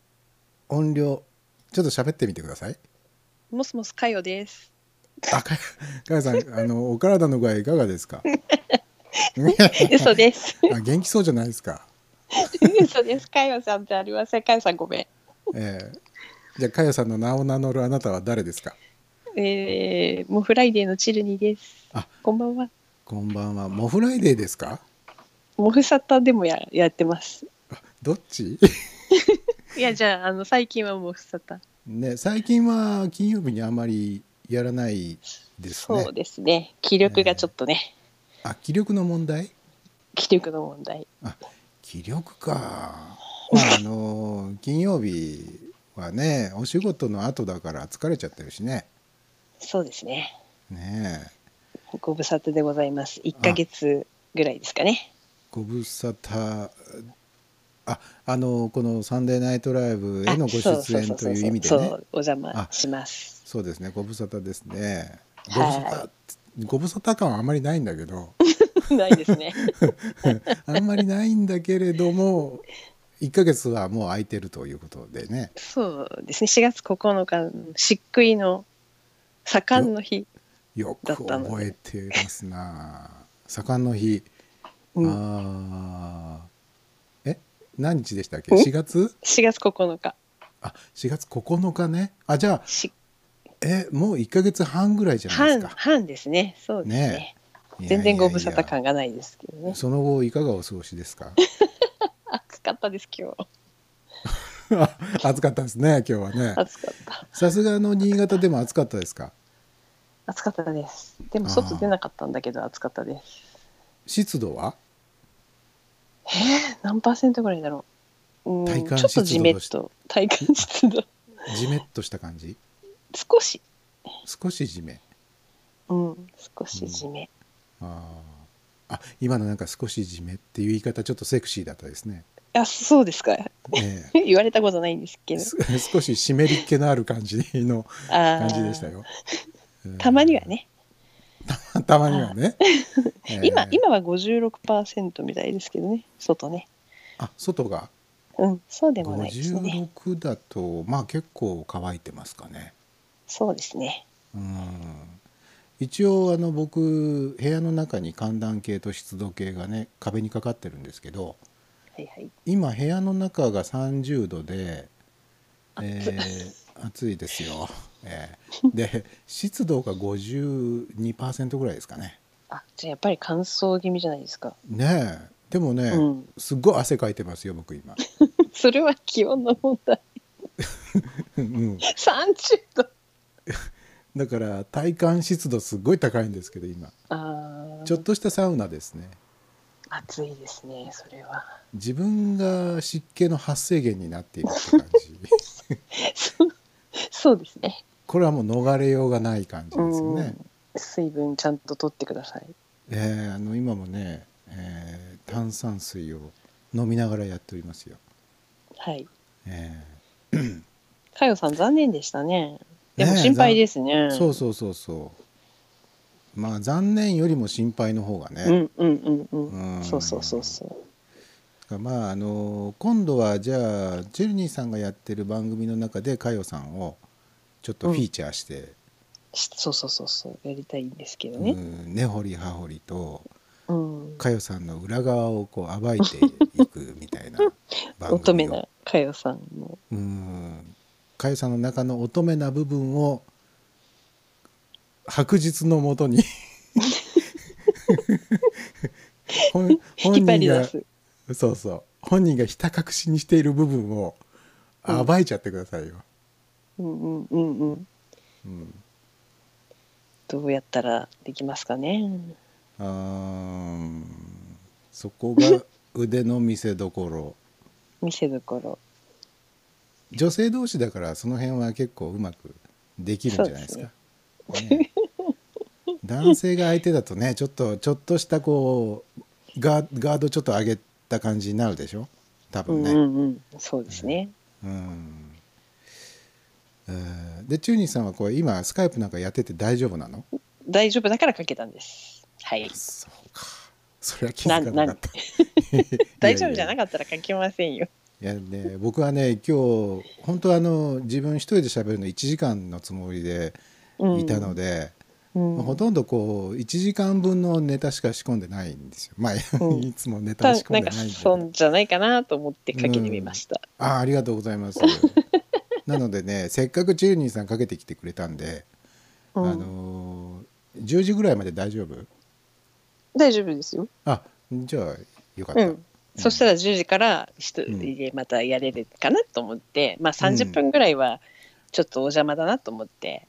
音量ちょっと喋ってみてください。モスモスかよです。あかかやさんあのお体の具合いかがです か。嘘です。 あ元気そうじゃないですか。 嘘です。かよさんじゃありません。かよさんごめえーじゃあかやさんの名を名乗るあなたは誰ですか。ん。えー、もうフライデーのチルニーです。あこんばんは。こんばんはモフライデーですか。モフサタでもややってます。どっち？ いや、じゃあ、あの、最近はモフサタ。ね最近は金曜日にあまりやらないですねそう。ですね。気力がちょっとね、あ気力の問題？気力の問題。気力か、まあ、あの 金曜日はねお仕事の後だから疲れちゃってるしねそうですね。ねえご無沙汰でございます。1ヶ月ぐらいですかね。ご無沙汰ああのこの「サンデーナイトライブ」へのご出あそうそ演うとそうそういう意味でそうねお邪あ魔します。そうですねご無沙汰ですねご無はい沙汰ってご無沙汰感はあんまりないんだけど ないですね。あんまりないんだけれども1ヶ月はもう空いてるということでねそうですね。4月9日、漆喰の盛んの日。よだくったので覚えてますな盛んの日うんあーえ何日でしたっけうん4月4月9日あ4月9日ねあじゃあしえもう1ヶ月半ぐらいじゃない半ですか半ですねそうですねね全然ご無沙汰いやい感がないですけどやねその後いかがお過ごしです か暑かったです今日あ暑かったですね今日はね暑かったさすがの新潟でも暑かったですか暑かったですでもあ外ー出なかったんだけど暑かったです湿度は何パーセントぐらいだろううん体感ちょっとじめっ湿と体感湿度じめっとした感じ少し少しじめうん少しじめ、あーあ今のなんか少しじめっていう言い方ちょっとセクシーだったですねあそうですか ええ言われたことないんですけどす 少し湿り気のある感じのあ感ーじでしたよ。うんたまには。ね、 たまにはね。え今ー今は56%みたいですけどね外ねあ外がうんそうでもないですね56だとまあ結構乾いてますかね。そうですねうん一応あの僕部屋の中に寒暖計と湿度計がね壁にかかってるんですけどはいはい今部屋の中が30度で、えー暑いですよ、 ええで湿度が52%ぐらいですかねあ、じゃあやっぱり乾燥気味じゃないですか。 ねえでもね、うんすっごい汗かいてますよ僕今 それは気温の問題。うん30度。だから体感湿度すっごい高いんですけど今ああ、ちょっとしたサウナですね暑いですね、それは。 自分が湿気の発生源になっているって感じ そうそうですね。これはもう逃れようがない感じですよね、うん水分ちゃんと取ってください。えーあの今もね、えー炭酸水を飲みながらやっておりますよ、はい。えかよさん、残念でしたね。でもねえ心配ですね。ーそうそうそうそうまあ残念よりも心配の方がね、うんうんうんううんん。そうそうそうそう。まああの今度はじゃあジェルニーさんがやってる番組の中で佳代さんをちょっとフィーチャーしてしそうそうそうそう。やりたいんですけどうんね。根掘、り葉掘りとうん。佳代さんの裏側をこう暴いていくみたいな番 乙組女をなかよさんの。うん佳代さんの中の乙女な部分を白日のも とに本引本っ張り人出がす。そうそう本人がひた隠しにしている部分を暴いちゃってくださいよ、うんうんうんうん。うんどうやったらできますかね。あーそこが腕の見せどころ見せどころ。女性同士だからその辺は結構うまくできるんじゃないですか。ね男性が相手だとねちょっとちょっとしたこうガーガードちょっと上げた感じになるでしょ多う分んね。うんうん。そうですね。うんえーでチューニーさんはこれ今スカイプなんかやってて大丈夫なの大丈夫だからかけたんです。はい。そうかそれは気づかな かった。大丈夫じゃいやいやなかったら書きませんよ。いやね、僕はね今日本当はあの自分一人で喋るの1時間のつもりでいたので、うんほとんどこう1時間分のネタしか仕込んでないんですよまあ、うんいつもネタたはだ仕込なんんでかないんで損じゃないかなと思ってかけてみました。ああありがとうございます なのでねせっかくチェルニーさんかけてきてくれたんで、うんあのー10時ぐらいまで大丈夫大丈夫ですよ。あじゃあよかった、うん。そしたら10時から一人でまたやれるかなと思って、まあ30分ぐらいはちょっとお邪魔だなと思って、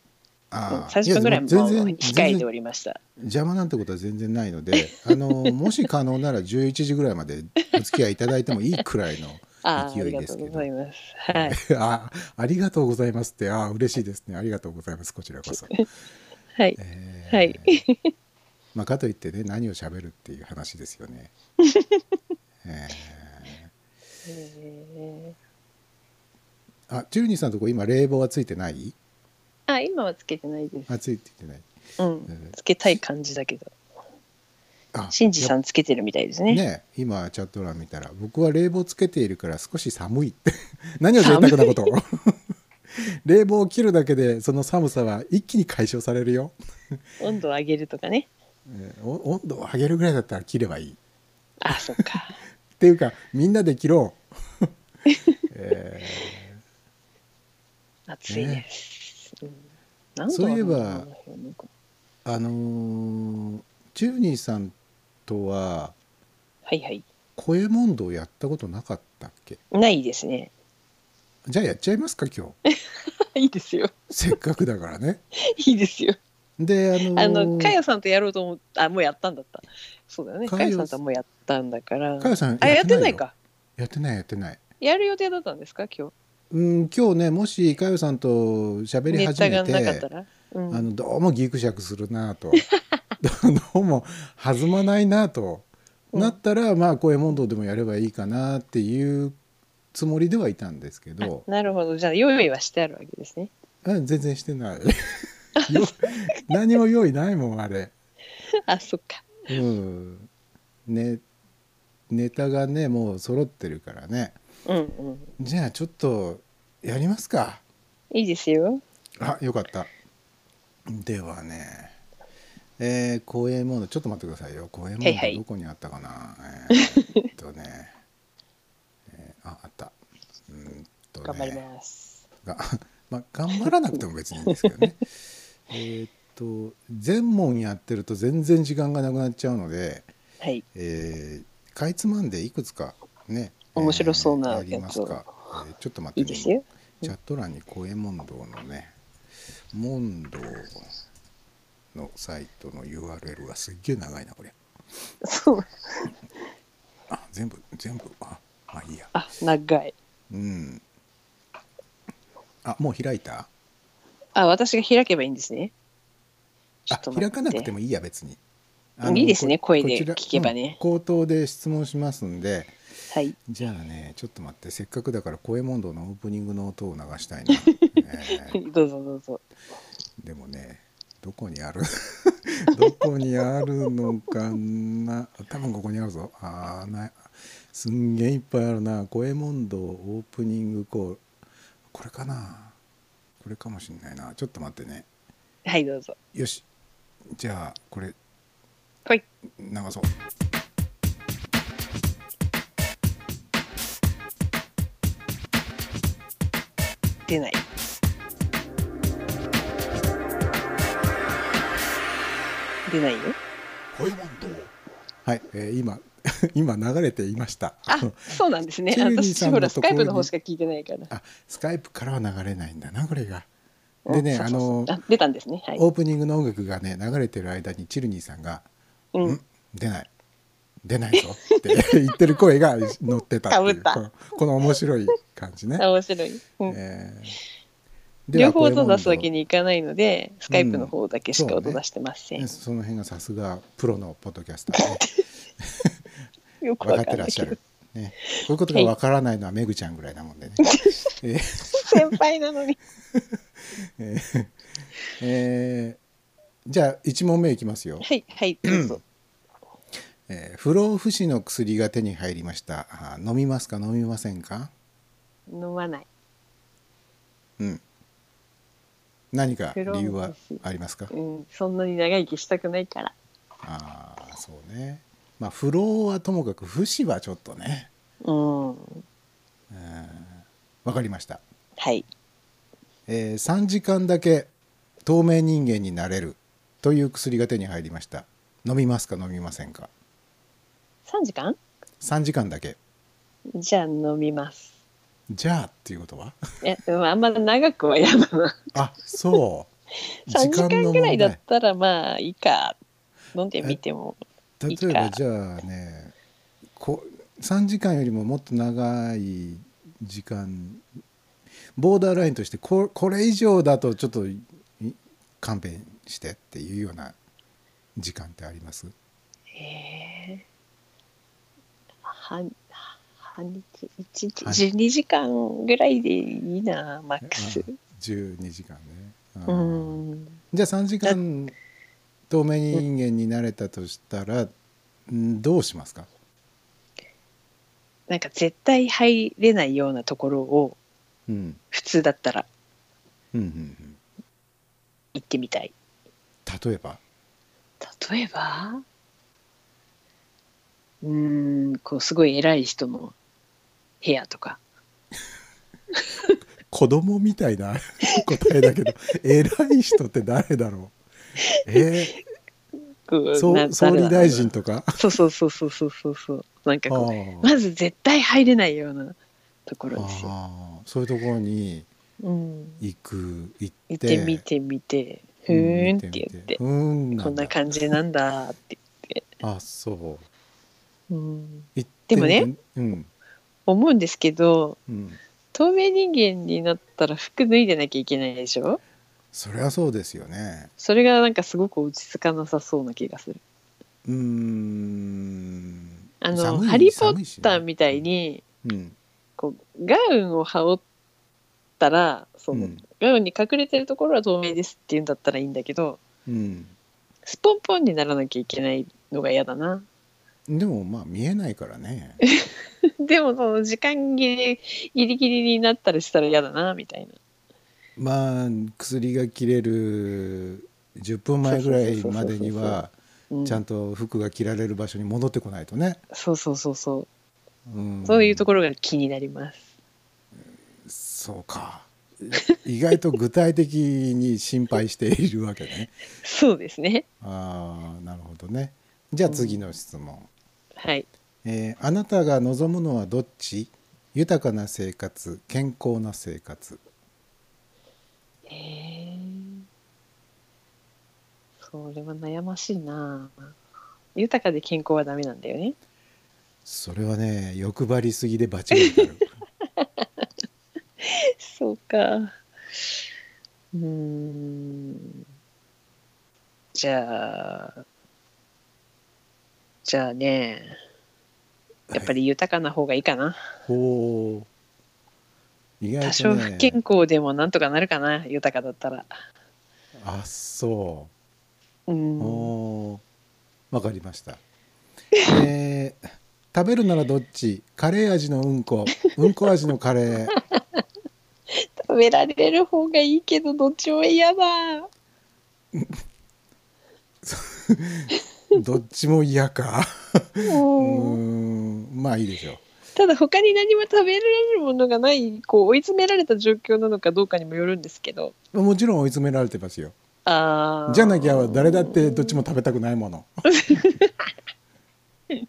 うんあー30分ぐらいもやでも全然控え全て然おりました。邪魔なんてことは全然ないのであの もし可能なら11時ぐらいまでお付き合いいただいてもいいくらいの ああ、あ勢りいがでとすけうごどざいます。はい。 あありがとうございますってああ嬉しいですねありがとうございますこちら こそ、はい。えーはい。まあ、かといってね何をしゃべるっていう話ですよ ね、ええーあジュニーさんのとこ今冷房はついてないー あ、今はつけてないです。あついてないうん。つけたい感じだけど。あシンジさんつけてるみたいですね。ね今チャット欄見たら僕は冷房つけているから少し寒いって 何を贅沢なこと 冷房を切るだけでその寒さは一気に解消されるよ、温度を上げるとかね。えーお温度を上げるぐらいだったら切ればいいあ、そっ か。っていうかみんなで切ろう、え暑いです。うん何度そういえばあるのかなーあのージュニーさんとははいはい。声問答やったことなかったっけないですね。じゃあやっちゃいますか今日いいですよ。せっかくだからね いいですよ。であのーあの、かやさんとやろうと思った。あ、もうやったんだった。そうだよね。かかややさんとはもうやったんだから。かやさんあ、やってよないか。やってないやってないやる予定だったんですか、今うん今日ねもし佳代さんと喋日。りネ始タめがてなかったら。うあん。のどうもギクシャクするなと どうも弾まないなと、なったらまあ声問答でもやればいいかなっていうつもりではいたんですけどなるほど。じゃあ、用意はしてあるわけですね。 うん全然してない よ何も用意ないもんあれ。あ、そっか。うんねネタがねもう揃ってるからねうんうん。じゃあちょっとやりますかいいですよ。あよかったではねえー、公演モードちょっと待ってくださいよ公演モはいーはいドどこにあったかな、えーっとね、えーああったうーんとね頑張ります。が まあ、頑張らなくても別にいいんですけ どねえーっと全問やってると全然時間がなくなっちゃうので、はい。えーかいつまんでいくつかね面白そうなえーありますやか、えーちょっと待っていいですよ。チャット欄に五右衛門堂のね問答のサイトの URL がすっげえ長いなこれそう。あ全部全部あまあいいやあ、長い。うんあもう開いたあ、私が開けばいいんですね。ちょあっと待開ってかなくてもいいや別にいいですねこ声でこちら聞けばねうん口頭で質問しますんではい。じゃあねちょっと待ってせっかくだから声問答のオープニングの音を流したい な、えーどうぞどうぞ。でもねどこにある どこにあるのかな多分ここにあるぞあーないすんげえいっぱいあるな声問答オープニングコールこれかなこれかもしんないなちょっと待ってねはい、どうぞ。よしじゃあこれはい。流そう出ない。出ないよ。はい、えー今 今流れていましたあ、そうなんですね。チェリーさん私、のほところにら、スカイプの方しか聞いてないから。 あスカイプからは流れないんだなこれがでねそうあそうそのうあ出たんですね。はい。オープニングの音楽がね流れてる間にチルニーさんがうんん出ない出ないぞって 言ってる声が乗ってたってい被うったこのこの面白い感じね。面白い。うんえーでは両方音これ出すわけにいかないので、スカイプの方だけしかうんそう音ね出してません。ねその辺がさすがプロのポッドキャスターねよく分 わかっかてんならっいしゃけどる。。ね、こういうことがわからないのはめぐちゃんぐらいなもん でね。えー先輩なのに。えーえーじゃあ1問目いきますよ。はい、はい、どうぞ。えー不老不死の薬が手に入りました。あー飲みますか飲みませんか飲まない。うん。何か理由不は老不死ありますかうん、そんなに長生きしたくないから。ああそうねまあ不老はともかく不死はちょっとねうん。うんわかりました、はい。えー3時間だけ透明人間になれるという薬が手に入りました飲みますか飲みませんか3時間3時間だけじゃあ飲みます。じゃあっていうことは え、うんあんま長くは嫌だな。あそう3時間ぐらいだっ時たらまあいいか。飲んでみても。間の問題例えばじゃあねこ3時間よりももっと長い時間ボーダーラインとしてここれ以上だとちょっとい勘弁してっていうような時間ってあり ますえー、半半日一日はい12時間ぐらいでいいなマックスうん12時間ね、ううんんじゃあ3時間透明人間になれたとしたら、うんどうしますかなんか絶対入れないようなところをうん普通だったらうんうんうん行ってみたい例えば例えばうーんこうすごい偉い人の部屋とか子供みたいな 答えだけど偉い人って誰だろうえこう ー、そなう総理大臣なんだとかろうそうそうそうそうそうそうそうなんかあこうーまず絶対入れないようなところですよ、あーそういうところにうん、行く行って行ってみてみてふうんーん見ってみ言ってうーんこんな感じなんだって言って、じあそううん、行ってみてでもねうん思うんですけどうん透明人間になったら服脱いでなきゃいけないでしょそりゃそうですよねそれがなんかすごく落ち着かなさそうな気がするうーんあの「寒いハリー・ポッタ寒ー」いしねみたいにうんこうガウンを羽織ったらその、うんガウンに隠れてるところは透明ですって言うんだったらいいんだけどうんスポンポンにならなきゃいけないのが嫌だな でもまあ見えないからねでもその時間切れギリギリになったりしたら嫌だなみたいなまあ薬が切れる10分前ぐらいまでにはうちゃんと服が着られる場所に戻ってこないとね、そうそうそうそう、うんそういうところが気になりますそうか意外と具体的に心配しているわけね。 そうですね。ああなるほどね。じゃあ次の質問。はい。えーあなたが望むのはどっち豊かな生活健康な生活えーそれは悩ましいな豊かで健康はダメなんだよね。それはね欲張りすぎでバチバチにな るそうか。うーん。じゃあ、じゃあね、やっぱり豊かな方がいいかな。ほう意多外と少不ね健康でもなんとかなるかな、豊かだったら。あそうう、ん。おーわかりました、えー食べるならどっちカレー味のうんこうんこ味のカレー食べられる方がいいけど、どっちも嫌だ。どっちも嫌かうーもうんまあいいでしょうただ他に何も食べられるものがない、こう追い詰められた状況なのかどうかにもよるんですけど。もちろん追い詰められてますよあーじゃなきゃ誰だってどっちも食べたくないものじ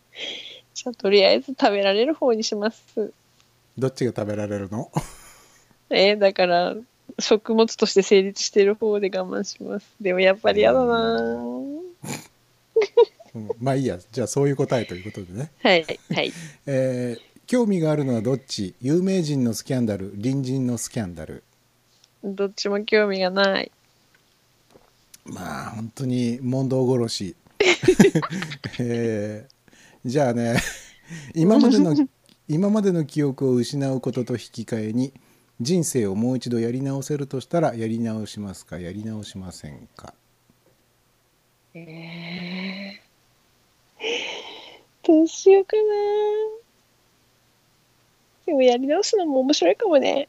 ゃあとりあえず食べられる方にします。どっちが食べられるのえーだから食物として成立してる方で我慢しますでもやっぱり嫌だなうんまあいいやじゃあそういう答えということでね、はいはいえー興味があるのはどっち有名人のスキャンダル隣人のスキャンダルどっちも興味がないまあ本当に問答殺 し、えーじゃあ ね今までの今までの記憶を失うことと引き換えに人生をもう一度やり直せるとしたらやり直しますかやり直しませんかどうしようかなでもやり直すのも面白いかもね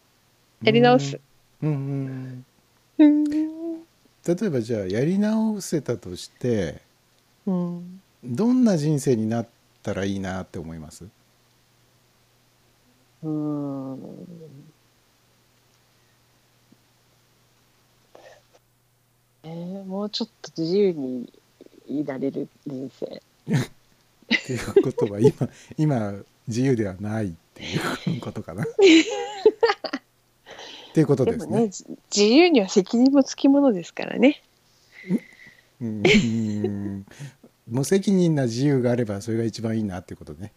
やり直すうんうんうん例えばじゃあやり直せたとしてうんどんな人生になったらいいなって思いますうんえーもうちょっと自由にいられる人生っていうことは 今今自由ではないっていうこと かな。っていうことででもすねね。じ自由には責任もつきものですからね うんうん無責任な自由があればそれが一番いいなっていうことね。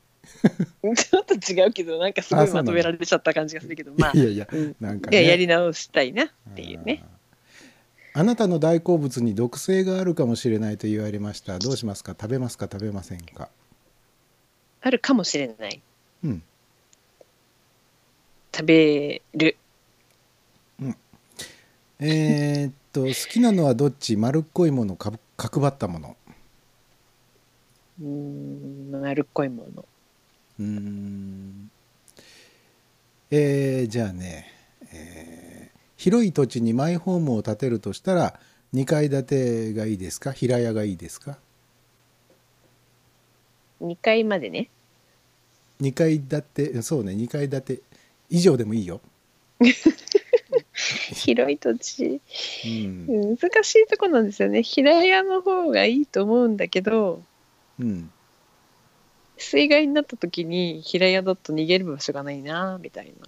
ちょっと違うけどなんかすごあいそうなまんだとめられちゃった感じがするけどまあいやいやうんなんかいややね。り直したいなっていうねあーあなたの大好物に毒性があるかもしれないと言われました。どうしますか食べますか食べませんかあるかもしれないうん。食べるえーっと好きなのはどっち丸っこいものかぶ角張ったものうーん丸っこいものうーんえーじゃあね、えー広い土地にマイホームを建てるとしたら2階建てがいいですか平屋がいいですか2階ま でね2階建てそうね2階建て以上でもいいよ、広い土地うん難しいとこなんですよね平屋の方がいいと思うんだけどうん、水害になった時に平屋だと逃げる場所がないなみたいな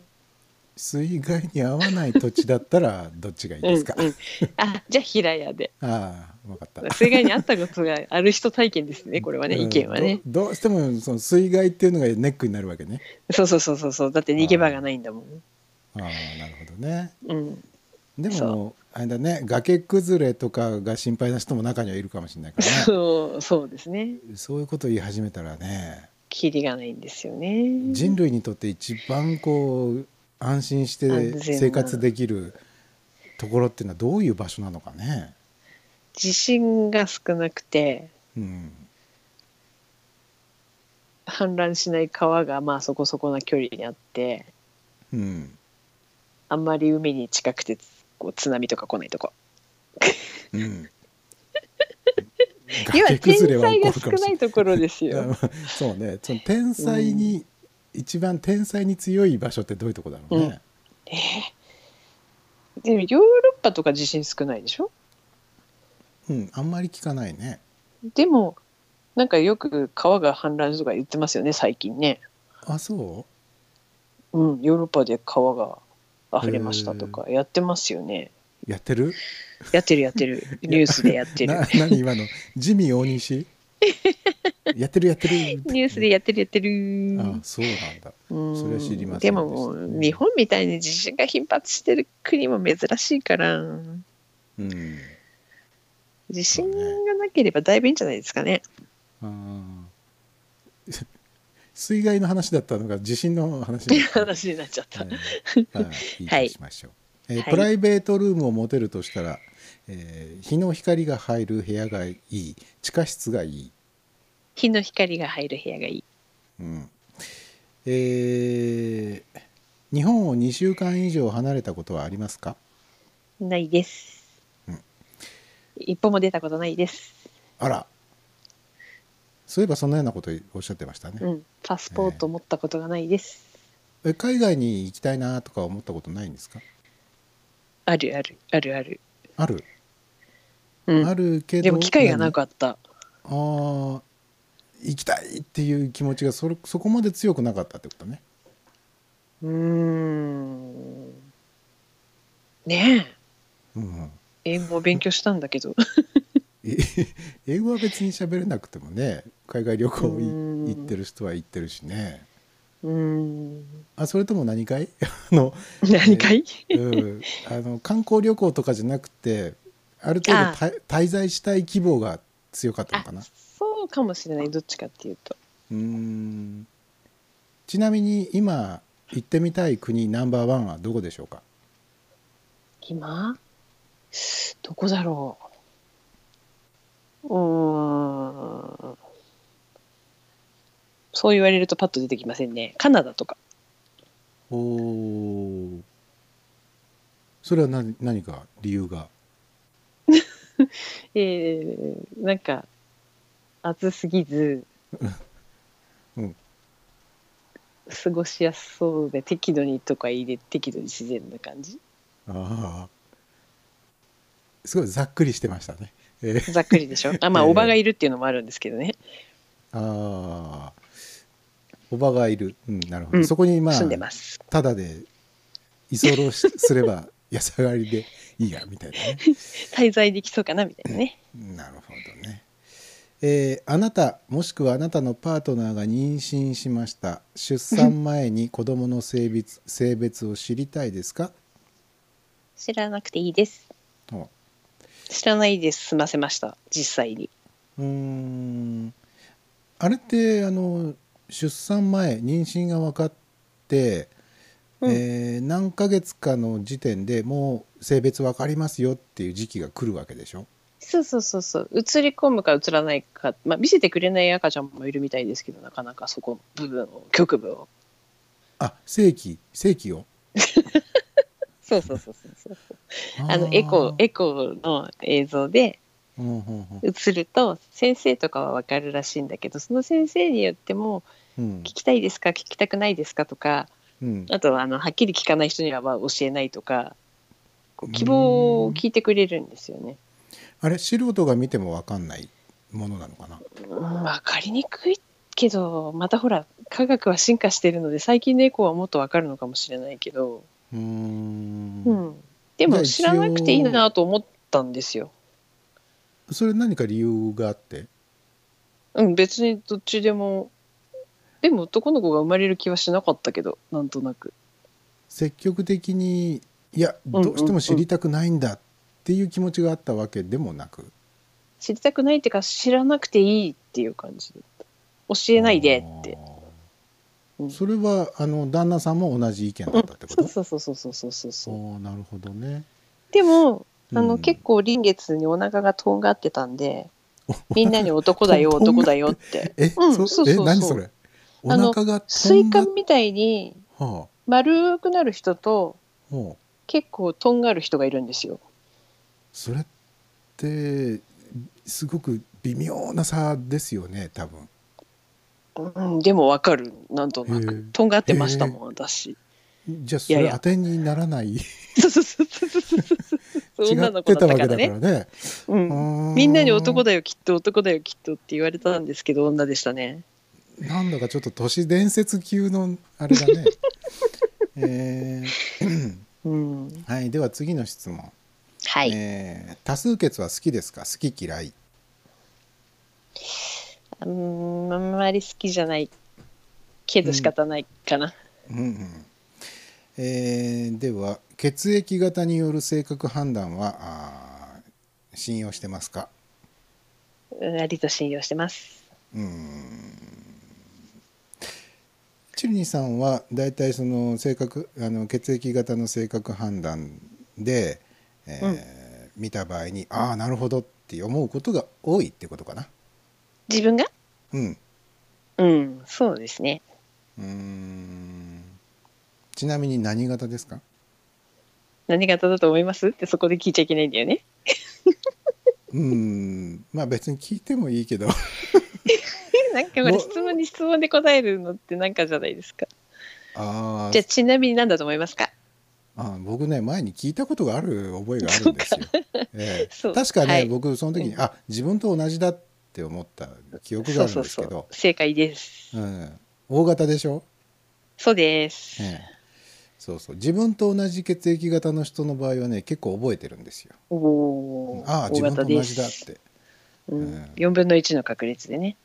水害に合わない土地だった らどっちがいいですか、うんうん あじゃあ平屋でああ分かった水害にあったことがある人体験ですね、これはね、うん意見はね。どどうしてもその水害っていうのがネックになるわけねそうそうそうそうそう、だって逃げ場がないんだもん。ああなるほどねうん、でもそあれだね崖崩れとかが心配な人も中にはいるかもしれないからねそう、そうですね。そういうことを言い始めたらねキリがないんですよね。人類にとって一番こう安心して安全な生活できるところっていうのはどういう場所なのかね。地震が少なくて、うん、氾濫しない川がまあそこそこな距離にあって、うん、あんまり海に近くて、こう津波とか来ないとこ。うん。 要は崖天崩れは災起こがる少かもしなれいところですなよ。い。そうね、その天才に、一番天才に強い場所ってどういうとこだろうね。でもヨーロッパとか地震少ないでしょうんあんまり聞かないねでもなんかよく川が氾濫とか言ってますよね最近ねあそうんヨーロッパで川が溢れましたとかやってますよねうやってるやってるやってるニュースでやってるな何今のジミー大西やってるやってるニュースでやってるやってるあそうなんだうんそれは知りませんでしたでももう日本みたいに地震が頻発してる国も珍しいからうん地震がなければだいぶいいんじゃないですかねあー 水害の話だったのが地震の話になった話になっちゃった、はいはいいいとしましょう、えーはいプライベートルームを持てるとしたら、えー日の光が入る部屋がいい地下室がいい、 日の光が入る部屋がいいうんえー日本を2週間以上離れたことはありますかないです、うん一歩も出たことないですあらそういえばそんなようなことおっしゃってましたね、うんパスポート持ったことがないです、え海外に行きたいなとか思ったことないんですかあるあるあるある、ある、うんあるけどでも機会がなかったあー行きたいっていう気持ちがそれそこまで強くなかったってことねうーんねうんうんえ英語を勉強したんだけどえ 英語は別に喋れなくてもね海外旅行いうん行ってる人は行ってるしね うーんあそれとも何かい あの、 何かい、うん、あの観光旅行とかじゃなくてある程あ度た滞在したい希望が強かったのかなあそうかもしれないどっちかっていうとうーんちなみに今行ってみたい国ナンバーワンはどこでしょうか今どこだろううーんそう言われるとパッと出てきませんねカナダとかおーそれは何何か理由がえー、なんか暑すぎず、うん過ごしやすそうで適度にとか入れ適度に自然な感じああすごいざっくりしてましたね、えーざっくり でしょあまあ、ええおばがいるっていうのもあるんですけどねああおばがいる、うん、なるほど、うんそこにまあ住んでますただで居候しすれ ば安上がりでいいやみたいなね滞在できそうかなみたいなねなるほどね。えーあなたもしくはあなたのパートナーが妊娠しました出産前に子供の性別性別を知りたいですか知らなくていいですと知らないです済ませました実際にうーんあれってあの出産前妊娠が分かって、うんえー何ヶ月かの時点でもう性別分かりますよっていう時期が来るわけでしょそうそうそうそう映り込むか映らないか、まあ、見せてくれない赤ちゃんもいるみたいですけどなかなかそこ部分を局部をあ正規正規をそうそうそうそうそうああのエコーエコーの映像でーうんうん映ると先生とかは分かるらしいんだけどその先生によってもうん聞きたいですか聞きたくないですかとかうんあとはあのはっきり聞かない人にはまあ教えないとかこう希望を聞いてくれるんですよね。あれ素人が見ても分かんないものなのかなうん分かりにくいけどまたほら科学は進化してるので最近のエコーはもっと分かるのかもしれないけど、うーんうん、じでゃもあ知らなくていいなと思ったんですよ。それ何か理由があってうん、別にどっちでも。でも男の子が生まれる気はしなかったけど、なんとなく。積極的にいやんうんどうしても知りたくないんだっていう気持ちがあったわけでもなく、知りたくないっていうか、知らなくていいっていう感じだった。教えないでって。あーうんそれはあの旦那さんも同じ意見だったってこと、そうそうそうそうそうそうそう。おーなるほどねでも、あうの、ん結構臨月にお腹がとんがってたんで、みんなに男だよ、とんとんが男ってだよって。え、うんそそうそうそうえ何それおあの腹がスとんイがカっみたいには丸くなる人と、あ、はあ、結構とんがる人がいるんですよ。それってすごく微妙な差ですよね多分うん、でもわかる、なんとなへえく。とんがってましたもん、私。 じゃあそいやいれや当てにならないそうそうそうそう。 女違のっ子てだたっわたけかだらからね。ね。う。うんーみんなに男だよきっと男だよきっとって言われたんですけど女でしたね。なんだかちょっと都市伝説級のあれだ ね。えーうん。はい、では次の質問、はい。えー多数決は好きですか好き嫌いうーんあんまり好きじゃないけど仕方ないかな。うんうんえーでは血液型による性格判断はあー信用してますかうん、ありと信用してます。うーんチルニーさんはだいたいその性格あの血液型の性格判断で、えー見た場合にああなるほどって思うことが多いってことかな。自分がうん、うん、そうですね。うーんちなみに何型ですか何型だと思いますってそこで聞いちゃいけないんだよね。うーんまあ別に聞いてもいい けどなんかこれも質問に質問で答えるのってなんかじゃないですか。あじゃあーちなみに何だと思いますかあー僕ね前に聞いたことがある覚えがあるんですよ。ええ そう確かね、はい僕その時に、あ自分と同じだって思った記憶がそあうるんそうですそけうど。正解です。うん大型でしょ、そうです。ええそうそう自分と同じ血液型の人の場合はね結構覚えてるんですよ。おおー。ああ大自分型と同でじだっす。て。ううんん、4分の1の確率でね。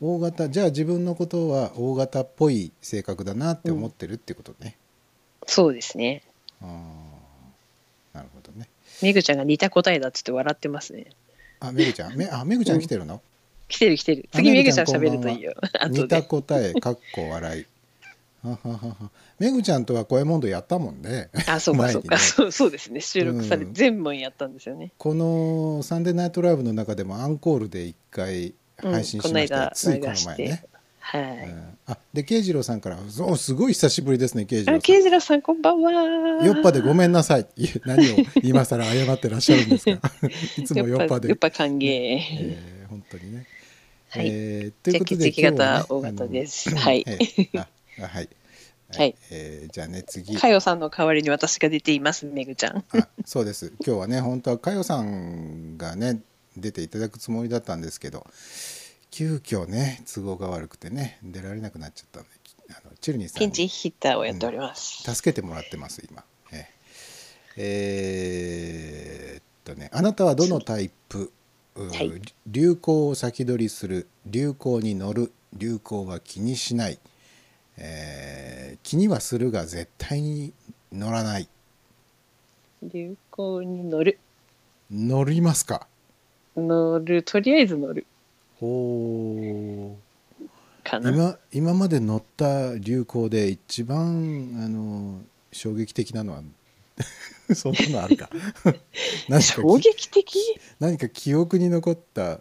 大型じゃあ自分のことは大型っぽい性格だなって思ってるってことね。そうですね。ああなるほどね。めぐちゃんが似た答えだっつって笑ってますね。あめぐちゃんめあめぐちゃん来てるの、来てる来てる。あ次めめぐぐちちゃゃんん喋るといいよ。 あと似たで。答えかっこ笑い。ははははめぐちゃんとは声モンドやったもんね。あ、そうか前にねそうか。そうそうですね。収録されうてん全問やったんですよね。この「サンデーナイトライブ」の中でもアンコールで一回配信しましたよ、うんこの間ついこの前ね。はうい。んあで慶次郎さんから「おすごい久しぶりですね慶次郎あ、さんケイジラさんこんばんは。」 「よっぱでごめんなさい」いえ何を今更謝ってらっしゃるんです かいつもよっぱでやっぱ歓迎。えー本当にね。はいえーということじでゃあ血液今日はね型大型ですあのはいえーああはい。はいえーじゃあね次。かよさんの代わりに私が出ています、めぐちゃん。あそうです今日はね本当は佳代さんがね出ていただくつもりだったんですけど急遽ね都合が悪くてね出られなくなっちゃったのできあのチルニーさんピンにチヒッターをやっております。助けてもらってます今。えーえーっとねあなたはどのタイプ、うーはい流行を先取りする流行に乗る流行は気にしない、えー気にはするが絶対に乗らない流行に乗る。乗りますか乗る。とりあえず乗る。ほかな。今今まで乗った流行で一番あの衝撃的なのは そんなのあ るか何かき衝撃的何か記憶に残った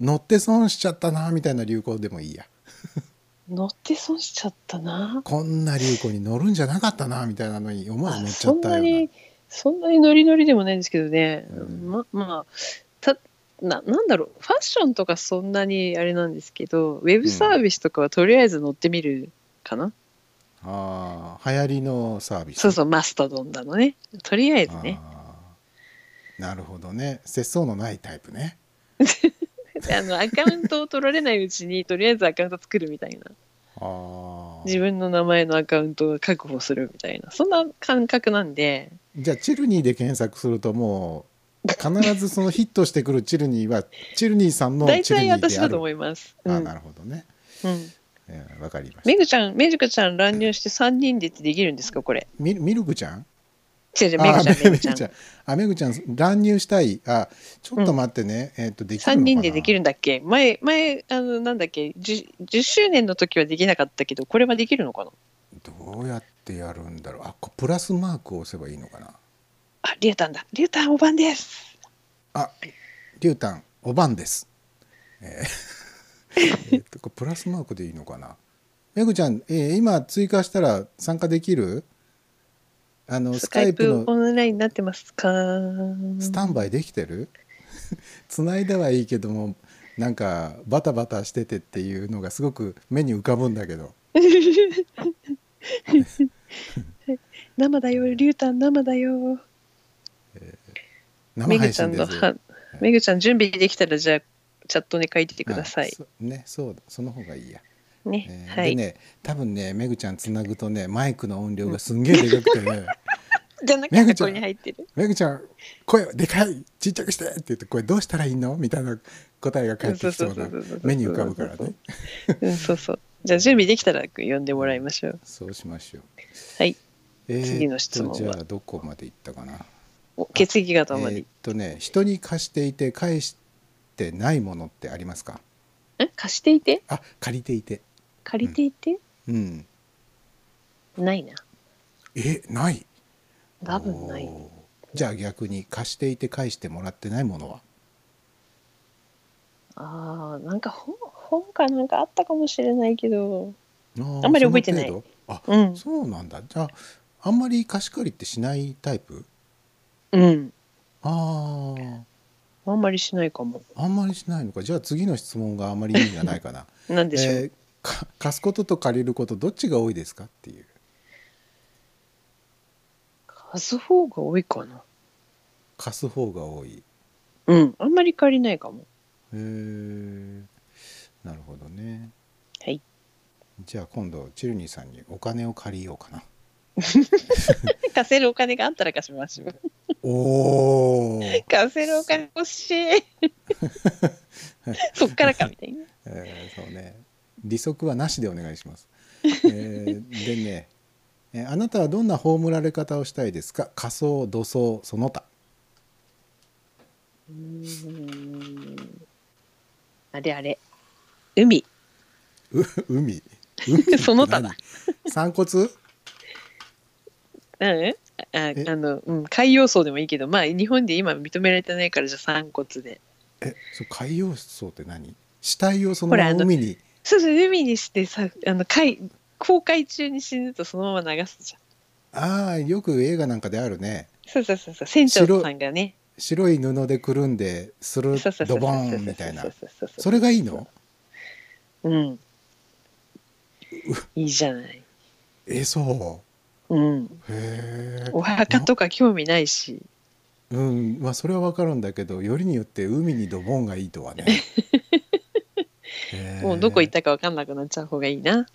乗って損しちゃったなみたいな流行でもいいや乗って損しちゃったな。こんな流行に乗るんじゃなかったなみたいなのに思わず乗っちゃそっんたなようなにそんなにノリノリでもないんですけどね、うんままあたななんだろうファッションとかそんなにあれなんですけどウェブサービスとかはとりあえず乗ってみるかな、あー流行りのサービスそうそうマストドンだのねとりあえずねあーなるほどね節操のないタイプねあのアカウントを取られないうちにとりあえずアカウント作るみたいなあ自ー分の名前のアカウントを確保するみたいなそんな感覚なんでじゃあチルニーで検索するともう必ずそのヒットしてくるチルニーはチルニーさんの大チルニ体ーで私あだとる思います、うあんなるほどねうん、えーわ、かりましめたぐちゃんめぐちゃん乱入して3人でってできるんですかこれミルミルクちゃん違う違うめぐあちゃんめぐちゃめぐんちゃんあめぐちゃん乱入したいあちょっと待ってね、えっ、とできるのかな3人でできるんだっけ前、前、あの、なんだっけ10、10周年の時はできなかったけど、これはできるのかなどうやってやるんだろうあこプラスマークを押せばいいのかなあ、リュウタンだ。リュウタンおばんです。ありゅうたんおばんですえ ーえっとこれプラスマークでいいのかなめぐちゃん、えー今追加したら参加できるあのススカカイイププオのンラインになってますかスタンバイできてる 繋いだはいいけどもなんかバタバタしててっていうのがすごく目に浮かぶんだけど生だよ、リュウタン生だよ。生めぐ配ちゃ信んでのすはめぐちゃん準備できたらじゃあチャットに書いててくださはいい、そねそうだその方がいいや、ねえーはでい、ね多分ねめぐちゃんつなぐとねマイクの音量がすんげえでかくて ねじゃあなんめかぐこちゃんこに入ってるめぐちゃん声でかいちっちゃくしてって言ってこれどうしたらいいのみたいな答えが返ってきそうなそうそうそうそう目に浮かぶからねうんそうそうじゃあ準備できたら呼んでもらいましょうそうしましょう、はいえーっと次の質問はじゃあどこまで行ったかなお血液型まえでーっとね人に貸していて返してないものってありますかん貸していてあ借りていて借りていて、うんないなえない多分ないおーじゃあ逆に貸していて返してもらってないものはあーなんか本本かなんかあったかもしれないけどあーあんまり覚えてないその程度あ、うんそうなんだじゃああんまり貸し借りってしないタイプうんあああんまりしないかもあんまりしないのかじゃあ次の質問があんまり意味がないかな なんでしょう、えーか貸すことと借りることどっちが多いですかっていう貸す方が多いかな貸す方が多いうんあんまり借りないかもへーなるほどねはいじゃあ今度チルニーさんにお金を借りよう かな 貸せるお金があったら貸しましょうおお、え貸せるお金欲しい そっからかみたいなーそうね利息はなしでお願いします、えーでね、えーあなたはどんな葬られ方をしたいですか仮想土葬その他うーんあれあれ海う海海って何 その他だ散骨うんああの、うん、海洋層でもいいけどまあ日本で今認められてないからじゃあ散骨でえそう海洋葬って何死体をそのほまらあまの海にそうそう海にしてさあの海航海中に死ぬとそのまま流すじゃんああよく映画なんかであるねそうそうそうそう船長さんがね白い布でくるんでするそうそうそドうボそうーンみたいなそうそそうれがいいのうんいいじゃないえそうんうへえお墓とか興味ないしうんまあそれはわかるんだけどよりによって海にドボンがいいとはねへー もうどこ行ったか分かんなくなっちゃう方がいいな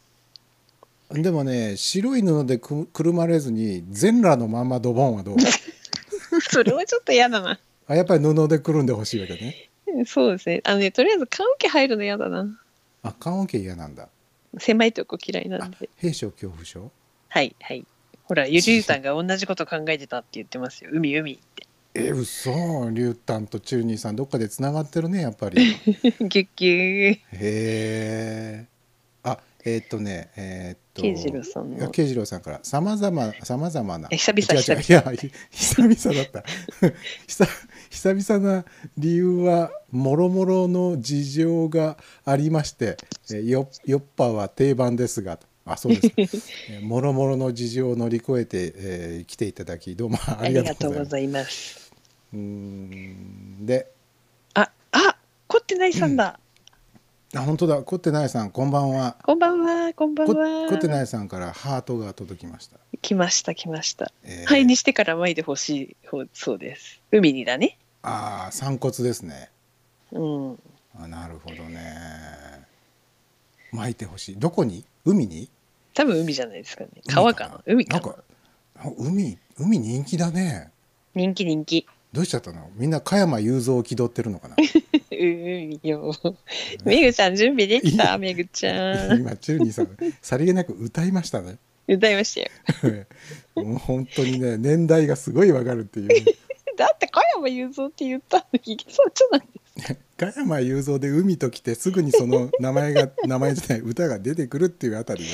でもね白い布でくくるまれずに全裸のままドボンは どうそれはちょっと嫌だな あやっぱり布でくるんでほしいわけねそうですねあのねとりあえず棺桶入るの嫌だな あ棺桶嫌なんだ狭いとこ嫌いなあんで兵所恐怖症はいはいほらゆりゆりさんが同じこと考えてたって言ってますよ海 海ってえ嘘リュウタンとチュルニーさんどっかでつながってるねやっぱ りへぎゅっぎゅーえあえーっとねえーっと慶次郎さんのいや慶次郎さんからさまざまさまざまなえ久々違う違う久いやひ久々だった 久久々な理由はもろもろの事情がありましてえーよよっぱは定番ですがあそう ですかえーもろもろの事情を乗り越えて、えー来ていただきどうもあありりががととううございごますざいます。うーんであ、あ、こってないさんだ。あ本当だコッテナイさんこんばんはこんばんは、こんばんコは。コッテナイさんからハートが届きました、来ました、来ました。えー灰にしてからまいてほしい方、そうです。海にだね。ああ散骨ですねうん。あなるほどね巻いてほしいどこに海に多分海じゃないですかね。川かな、海かな。んかあ海海人気だね人気人 気。どうしちゃったのみんな加山雄三を気取ってるのかな海よ。めぐちゃん準備できた、めぐち ゃん。今チュルニーさんさりげなく歌いましたね歌いましたよ。もう本当にね年代がすごいわかるっていうね、だって加山雄三って言ったの、ヒゲさんじゃない。加山雄三で海と来てすぐにその名前が名前じゃない歌が出てくるっていうあたりが、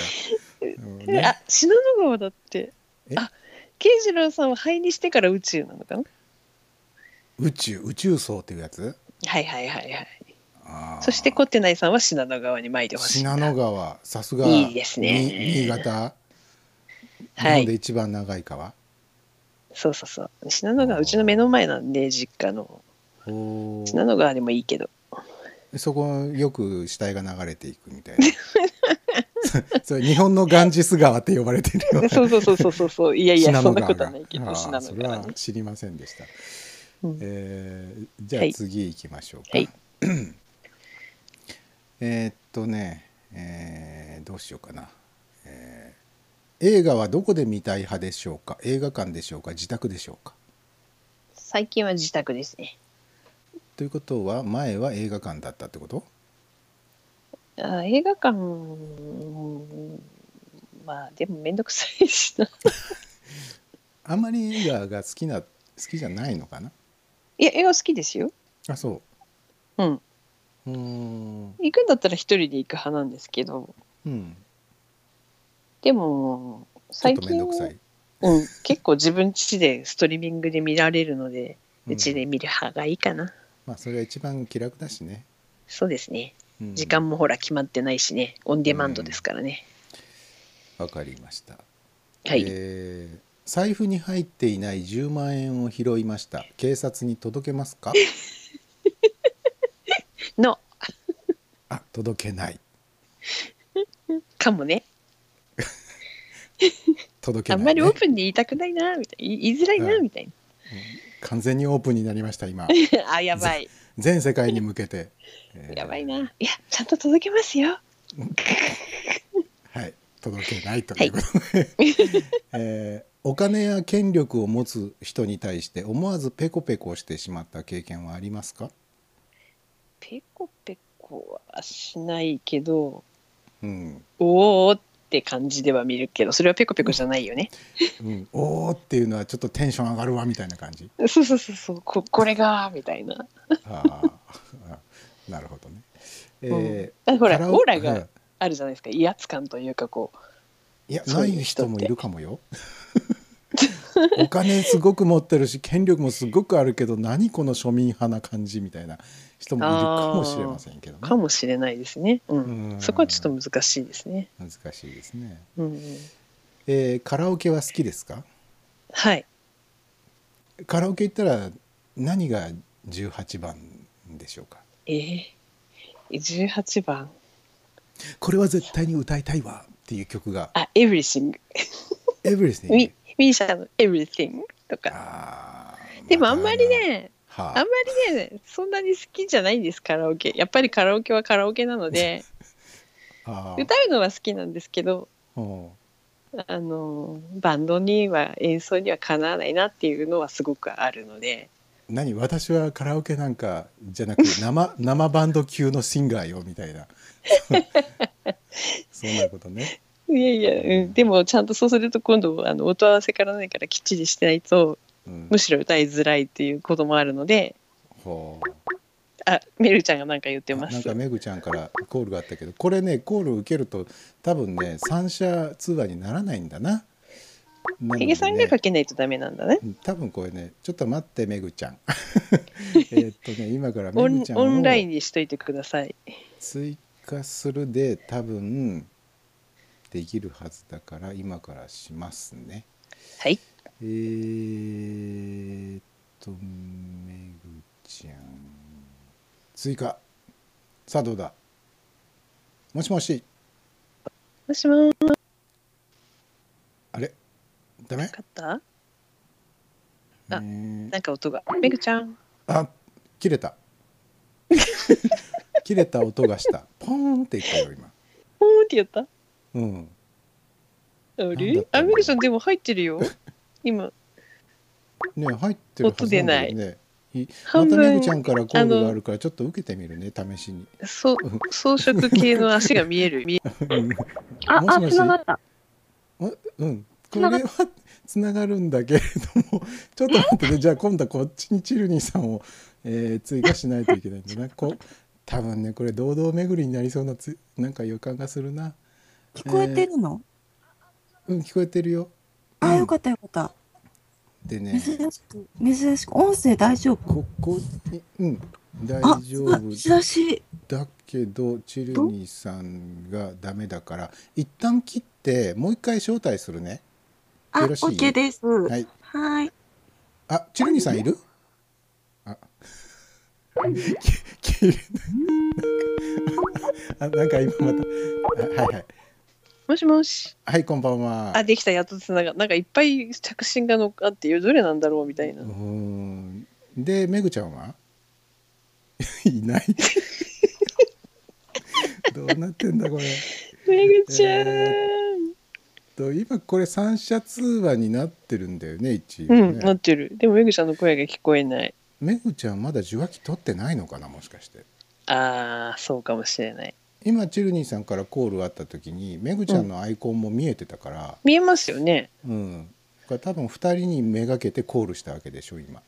うんねあ、信濃川だってえ。あ、慶次郎さんは灰にしてから宇宙なのかな。宇宙宇宙層っていうやつはいはいはいはい。あーそしてコッテナイさんは信濃川に巻いてほしい信な。濃川さすがいいですねに新潟日は本でい。一番長い川、そうそうそう。信濃川うちの目の前なんで実家のお信濃川でもいいけど。そこよく死体が流れていくみ たいなそそれ日本のガンジス川って呼ばれてるようなそうそうそうそうそうそう。いやいや信濃そんな川ことがはないけあどー信濃それ川はね。知りませんでしたうんえーじゃあはい次行きましょうか、はい えーっとね、えーどうしようかな、えー映画はどこで見たい派でしょうか映画館でしょうか自宅でしょうか最近は自宅ですね。ということは前は映画館だったってことあ映画館、うんまあでもめんどくさいし な。あんまり映画が好きな好きじゃないのかないや、映画好きですよ。あそうん。ううーん行くんだったら一人で行く派なんですけど、うんでも、ちょっ最と面近倒くさいうん、結構自分家でストリーミングで見られるので、うんうちで見る派がいいかな。まあそれが一番気楽だしね、そうですね。うん時間もほら決まってないしね、オンデマンドですからね。わかりましたはい。えー財布に入っていない10万円を拾いました警察に届けます かの、あ届けないかもね。届けあない、んね、まりオープンに言いたくないな、みたいな。言いづらいな、うんみたいな。完全にオープンになりました 今あ、やばい。全世界に向けて、えーやばいな。いや、ちゃんと届けますよ。はい届けないということで、 えーお金や権力を持つ人に対して思わずペコペコしてしまった経験はありますかペコペコはしないけど、うん、おーって感じでは見るけど、それはペコペコじゃないよね。うん、おーっていうのはちょっとテンション上がるわみたいな感じそうそうそうそう、ここれが、みたいな。あー あなるほどね、えーうんあほらカラオーラがうんあるじゃないですか、威圧感というか、こいやそうないいう人人ってもいるかもよ お金すごく持ってるし権力もすごくあるけど何この庶民派な感じみたいな人もいるかもしれませんけどう、かねもしれないですね。う。うんんそこはちょっと難しいですね。難しいですね、うんうん。えーカラオケは好きですかはい。カラオケ行ったら何が18番でしょうかえー、18番。これは絶対に歌いたいわっていう曲があ、Everything。 「エブリスにミミーシャの Everything とか。あーでもあたんまりね、はあんまりね、そんなに好きじゃないんです、カラオケ。やっぱりカラオケはカラオケなので、あー歌うのは好きなんですけど、うんあの、バンドには演奏にはかなわないなっていうのはすごくあるので、何私はカラオケなんかじゃ なく生生バンド級のシンガーよみたいなそんなことねいやいや、うん、でもちゃんとそうすると今度あの音合わせからないからきっちりしてないとうんむしろ歌いづらいっていうこともあるのでほあメルちゃんが何か言ってうまなんすかめぐちゃんからコールがあったけどこれねコール受けると多分ね三者通話にならないんだななのでねヒゲさんがかけないとダメなんだねうん多分これねちょっと待ってめぐ ちゃんえっとね今からオめンぐちゃんオンラインをにしといてください追加するで多分できるはずだから今からしますねはいえーっと、めぐちゃん。追加。さあ、どうだ。もしもし。もしもしあれ。ダメ分。かったえあーなんか音がメグちゃんあ、切れ た。切れた音がした。ポーンって言ったよ、今。ポーンってやったうん。あなんだっれたあのメグちゃんでも入ってるよ今ね、入ってるはずなんだけどね。いま半た分めぐちゃんからコールがあるからちょっと受けてみるね試しに。そう装飾系の足が見え る見えあもしもしあ、繋がった。おうん、これはつながるんだけれども ちょっと待ってねじゃあ今度はこっちにチルニーさんを、えー追加しないといけないんだ なこう多分ねこれ堂々巡りになりそうなつなんか予感がするな聞こえてるうの、ん聞こえてるよあ、よかったよかった。でね珍しく、珍しく、音声大丈夫ここにうん大あ、丈あ夫珍しい。だけどチルニーさんがダメだから一旦切ってもう一回招待するねあ、よオろしいッケーです。は。はいいはい。あ、チルニさんいる？あ、 き切れない。あ、なんか今また、あはいはい、もしもしはいこんばんは。あできたやっとつながなんかいっぱい着信が乗っかっているどれなんだろうみたいなうーん、でめぐちゃんは いない どうなってんだこれめぐちゃん、と今これ三者通話になってるんだよね一応うね、ん、なってる。でもめぐちゃんの声が聞こえない。めぐちゃんまだ受話器取ってないのかなもしかしてああ、そうかもしれない。今チルニーさんからコールあった時にめぐちゃんのアイコンも見えてたから見えますよね。うん、だから多分2人にめがけてコールしたわけでしょ今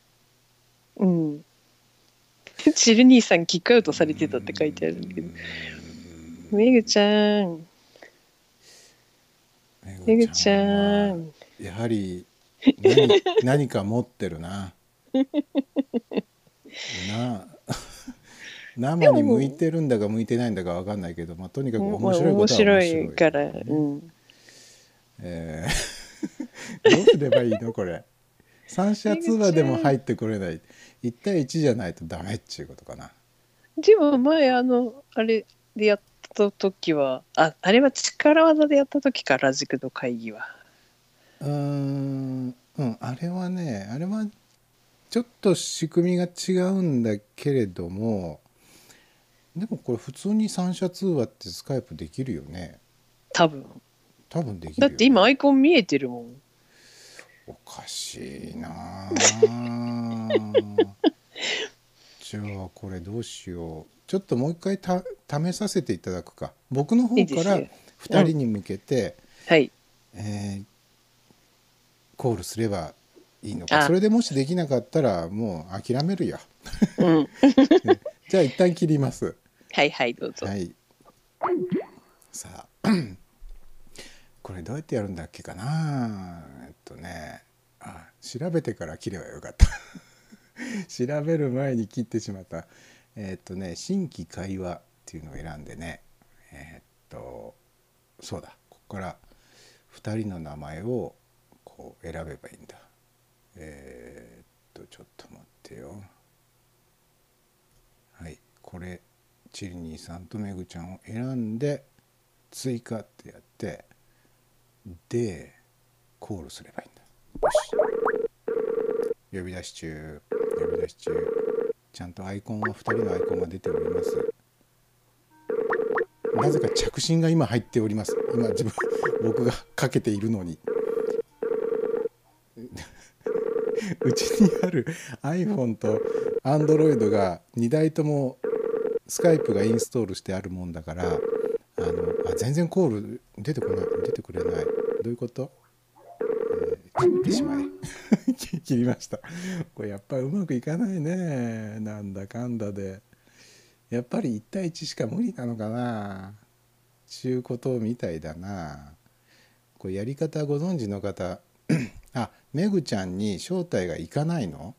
うん。チルニーさん、キックアウトされてたって書いてあるんだけど。めぐちゃん、めぐちゃん。やはり 何何か持ってるなな生に向いてるんだか向いてないんだかわかんないけど、まあ、とにかく面白いことは面面白白いいから、うん。えー どうすればいいのこれ三者通話でも入ってこれない1対1じゃないとダメっちゅうことかなでも前、あの、あれでやった時は、あ、あれは力技でやった時か、ラジクド会議は。うーんうんあれはねあれはちょっと仕組みが違うんだけれどもでもこれ普通に三者通話ってスカイプできるよね多分。多分できるだよっ、て今、アイコン見えてるもん。おかしい なあじゃあこれどうしようちょっともう一回た試させていただくか僕の方いいでかすらよ2人に向けて、はい。えーコールすればいいのかあそれでもしできなかったらもう諦めるようん。 じゃあ一旦切りますはいはい、どうぞ。はいさあこれどうやってやるんだっけかなえっとねあ調べてから切ればよかった 調べる前に切ってしまったえっとね新規会話っていうのを選んでねえっとそうだここから2人の名前をこう選べばいいんだえっとちょっと待ってよはい、これチリニーさんとメグちゃんを選んで追加ってやってでコールすればいいんだよし呼び出し中呼び出し中ちゃんとアイコンは2人のアイコンが出ておりますなぜか着信が今入っております今自分僕がかけているのに うちにある iPhone と Android が2台とも Skype がインストールしてあるもんだからあのあ全然コール出てこない出てくれないどういうこと、えー切ってしまえ 切切りましたこれやっぱうまくいかないねなんだかんだでやっぱり1対1しか無理なのかなちゅうことみたいだなこれやり方ご存知の方あめぐちゃんに招待がいかないの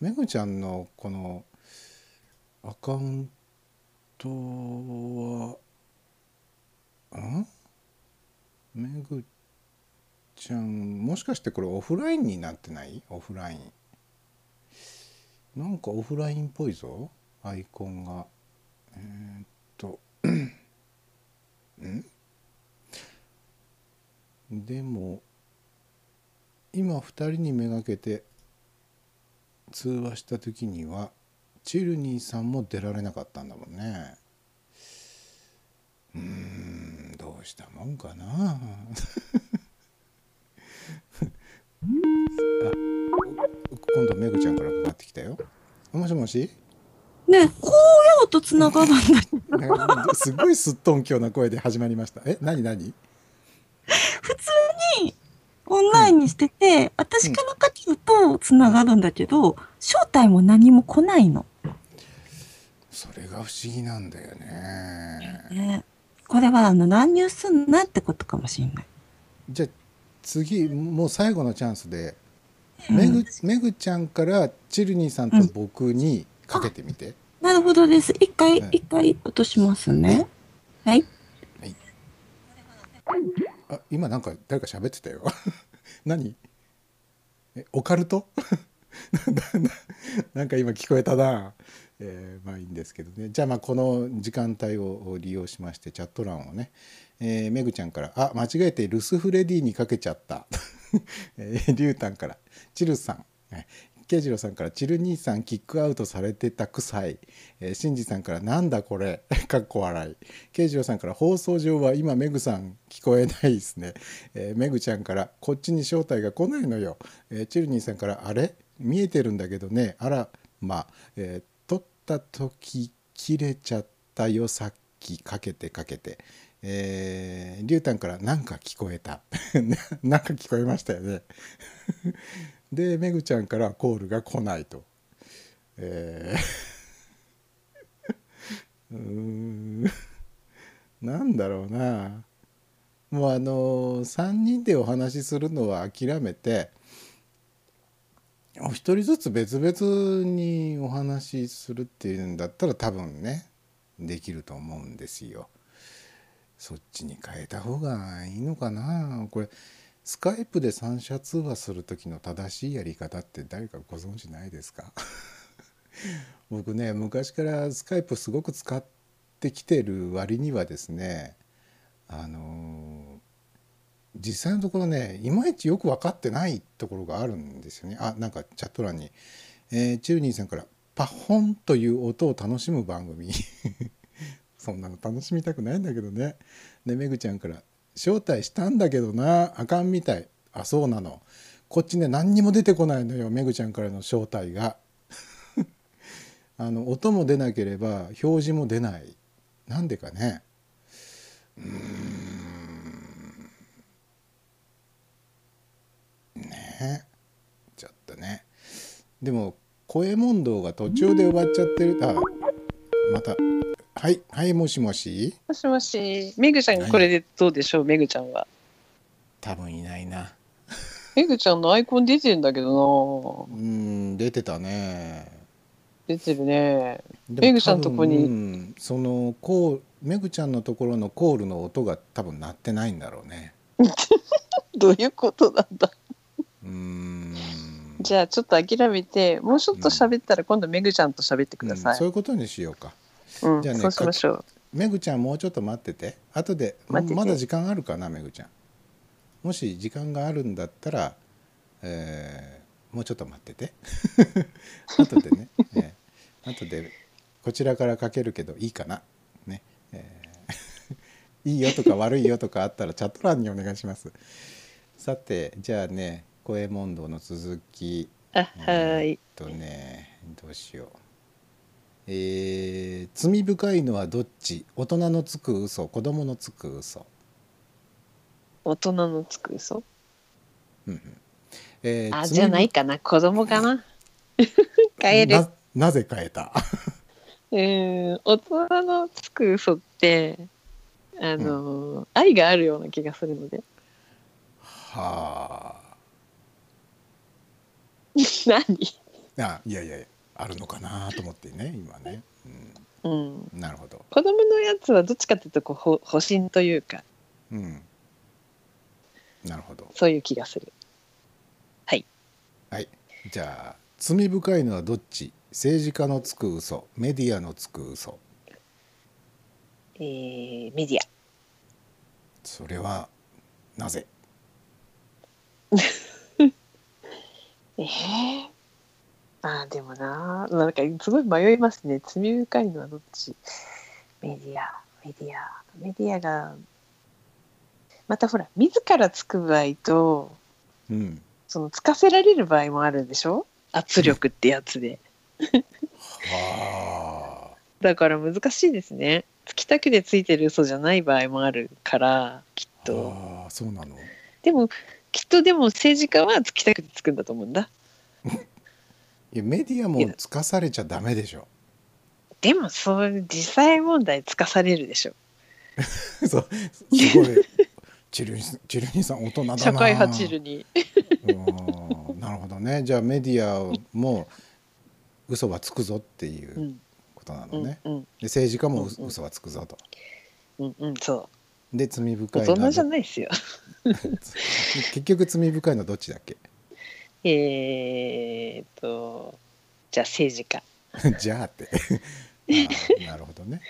めぐちゃんのこのアカウントはんめぐちゃんもしかしてこれオフラインになってないオフラインなんかオフラインっぽいぞアイコンがえーっとんでも今2人にめがけて通話した時にはチルニーさんも出られなかったんだもんねうーんどうしたもんかな あ今度めぐちゃんからかかってきたよもしもし ねえこうやると繋がらない。なんかすごいすっとんきょうな声で始まりましたえ何何普通にオンラインにしてて、私からかけると繋がるんだけど、招待も何も来ないの。それが不思議なんだよねね、これはあの乱入すんなってことかもしれない。じゃあ次もう最後のチャンスでめぐめぐちゃんからチルニーさんと僕にかけてみて、なるほどです。一回、はい一回落としますね。はい。あ今なんか誰か喋ってたよ 何えオカルト なななんか今聞こえたな、えーまあいいんですけどねじゃあまあこの時間帯を利用しましてチャット欄をね、えーめぐちゃんから「あ間違えてル スフレディにかけちゃった」えー、リュウタンから「チルさんえー慶次郎さんから「チル兄さんキックアウトされてたくさい」えー、新次さんから「なんだこれ」 かっこ笑い慶次郎さんから「放送上は今メグさん聞こえないですね」えー、メグちゃんから「こっちに正体が来ないのよ」えー、チル兄さんから「あれ見えてるんだけどねあらまあ、えー、撮った時切れちゃったよさっきかけてかけて」えー、リュウタンから「なんか聞こえた」 「なんか聞こえましたよね」でめぐちゃんからコールが来ないと。えー うーんなんだろうなもうあの3人でお話しするのは諦めてお一人ずつ別々にお話しするっていうんだったら多分ねできると思うんですよ。そっちに変えた方がいいのかなこれスカイプで三者通話する時の正しいやり方って誰かご存知ないですか 僕ね昔からスカイプすごく使ってきてる割にはですねあのー実際のところねいまいちよく分かってないところがあるんですよねあなんかチャット欄に、えーチューニーさんから「パホン」という音を楽しむ番組そんなの楽しみたくないんだけどねでめぐちゃんから「招待したんだけどなあかんみたいあそうなのこっちね何にも出てこないのよめぐちゃんからの招待が あの音も出なければ表示も出ないなんでかねうーんねえちょっとねでも声問答が途中で終わっちゃってるあまたはいはいもしもしもしもし、めぐちゃん、これでどうでしょう、めぐちゃんは。多分いないなめぐちゃんのアイコン出てんだけどうーん出てたねな。出てるね。でもメグちゃんのとこに多分そのコールメグちゃんのところのコールの音が多分鳴ってないんだろうねどういうことなんだ。うーんじゃあ、ちょっと諦めて、もうちょっと喋ったら、今度めぐちゃんと喋ってくださうんいそう。いうことにしようかうん、じゃあねそうしましょう。メグちゃんもうちょっと待ってて後で待っててまだ時間あるかなメグちゃんもし時間があるんだったら、えーもうちょっと待ってて 後でね、えー後でこちらからかけるけどいいかなね、えー いいよとか悪いよとかあったらチャット欄にお願いしますさてじゃあね声問答の続きあ、はい。えーっとねどうしようえー罪深いのはどっち大人のつく嘘子供のつく嘘大人のつく嘘。えーあ、罪じゃないかな。子供かな。 帰る。ななぜ変えたうん、大人のつく嘘って、あの、愛があるような気がするので。 は何ああいやいやいやあるのかなと思ってね今ね、ううん。ん、なるほど、子供のやつはどっちかっていうとこうほ保身というかうん、なるほどそういう気がするはいじゃあ罪深いのはどっち政治家のつく嘘メディアのつく嘘えー、メディアそれはなぜえー、あーでもななんかすごい迷いますね罪深いのはどっちメディアメディアメディアがまたほら自らつく場合とうんそのつかせられる場合もあるんでしょ圧力ってやつではあだから難しいですねつきたくでついてる嘘じゃない場合もあるからきっと。ああそうなのでもきっとでも政治家はつきたくてつくんだと思うんだいやメディアいもやつかされちゃダメでし ょでもそういう実際問題つかされるでしょそうすごいチルニチルニさん大人だな社会派チルにうんなるほどねじゃあメディアも嘘はつくぞっていううんことなうのんね、うんで政治家もううんうん嘘はつくぞとうんうんそで罪う深大いの人はじゃどないですよ 結局罪深いのはどっちだっけえーっと じゃあ政治家 じゃあってあーなるほどね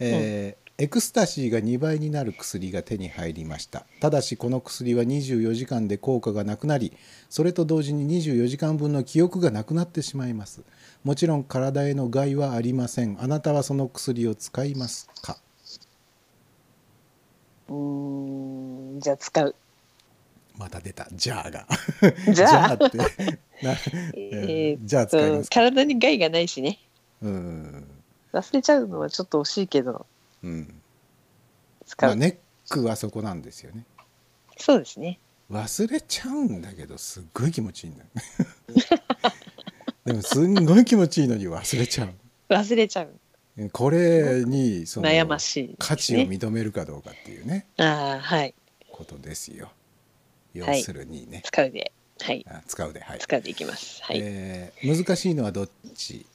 えーエクスタシーが2倍になる薬が手に入りましたただしこの薬は24時間で効果がなくなりそれと同時に24時間分の記憶がなくなってしまいますもちろん体への害はありませんあなたはその薬を使いますかうーん、じゃあ使う。また出たじゃあが じゃあ、ってな、えーじゃあ使いますか体に害がないしね。うん忘れちゃうのはちょっと惜しいけど、うん使う。まあネックはそこなんですよねそうですね。忘れちゃうんだけどすっごい気持ちいいんだよ でもすんごい気持ちいいのに忘れちゃ忘れちゃう。うこれにその悩ましいですね価値を認めるかどうかっていうねああ、はい。ことですよ要はいするにね、使うで。はい。あ使うではい使うでいきます。はい。えー難しいのはどっち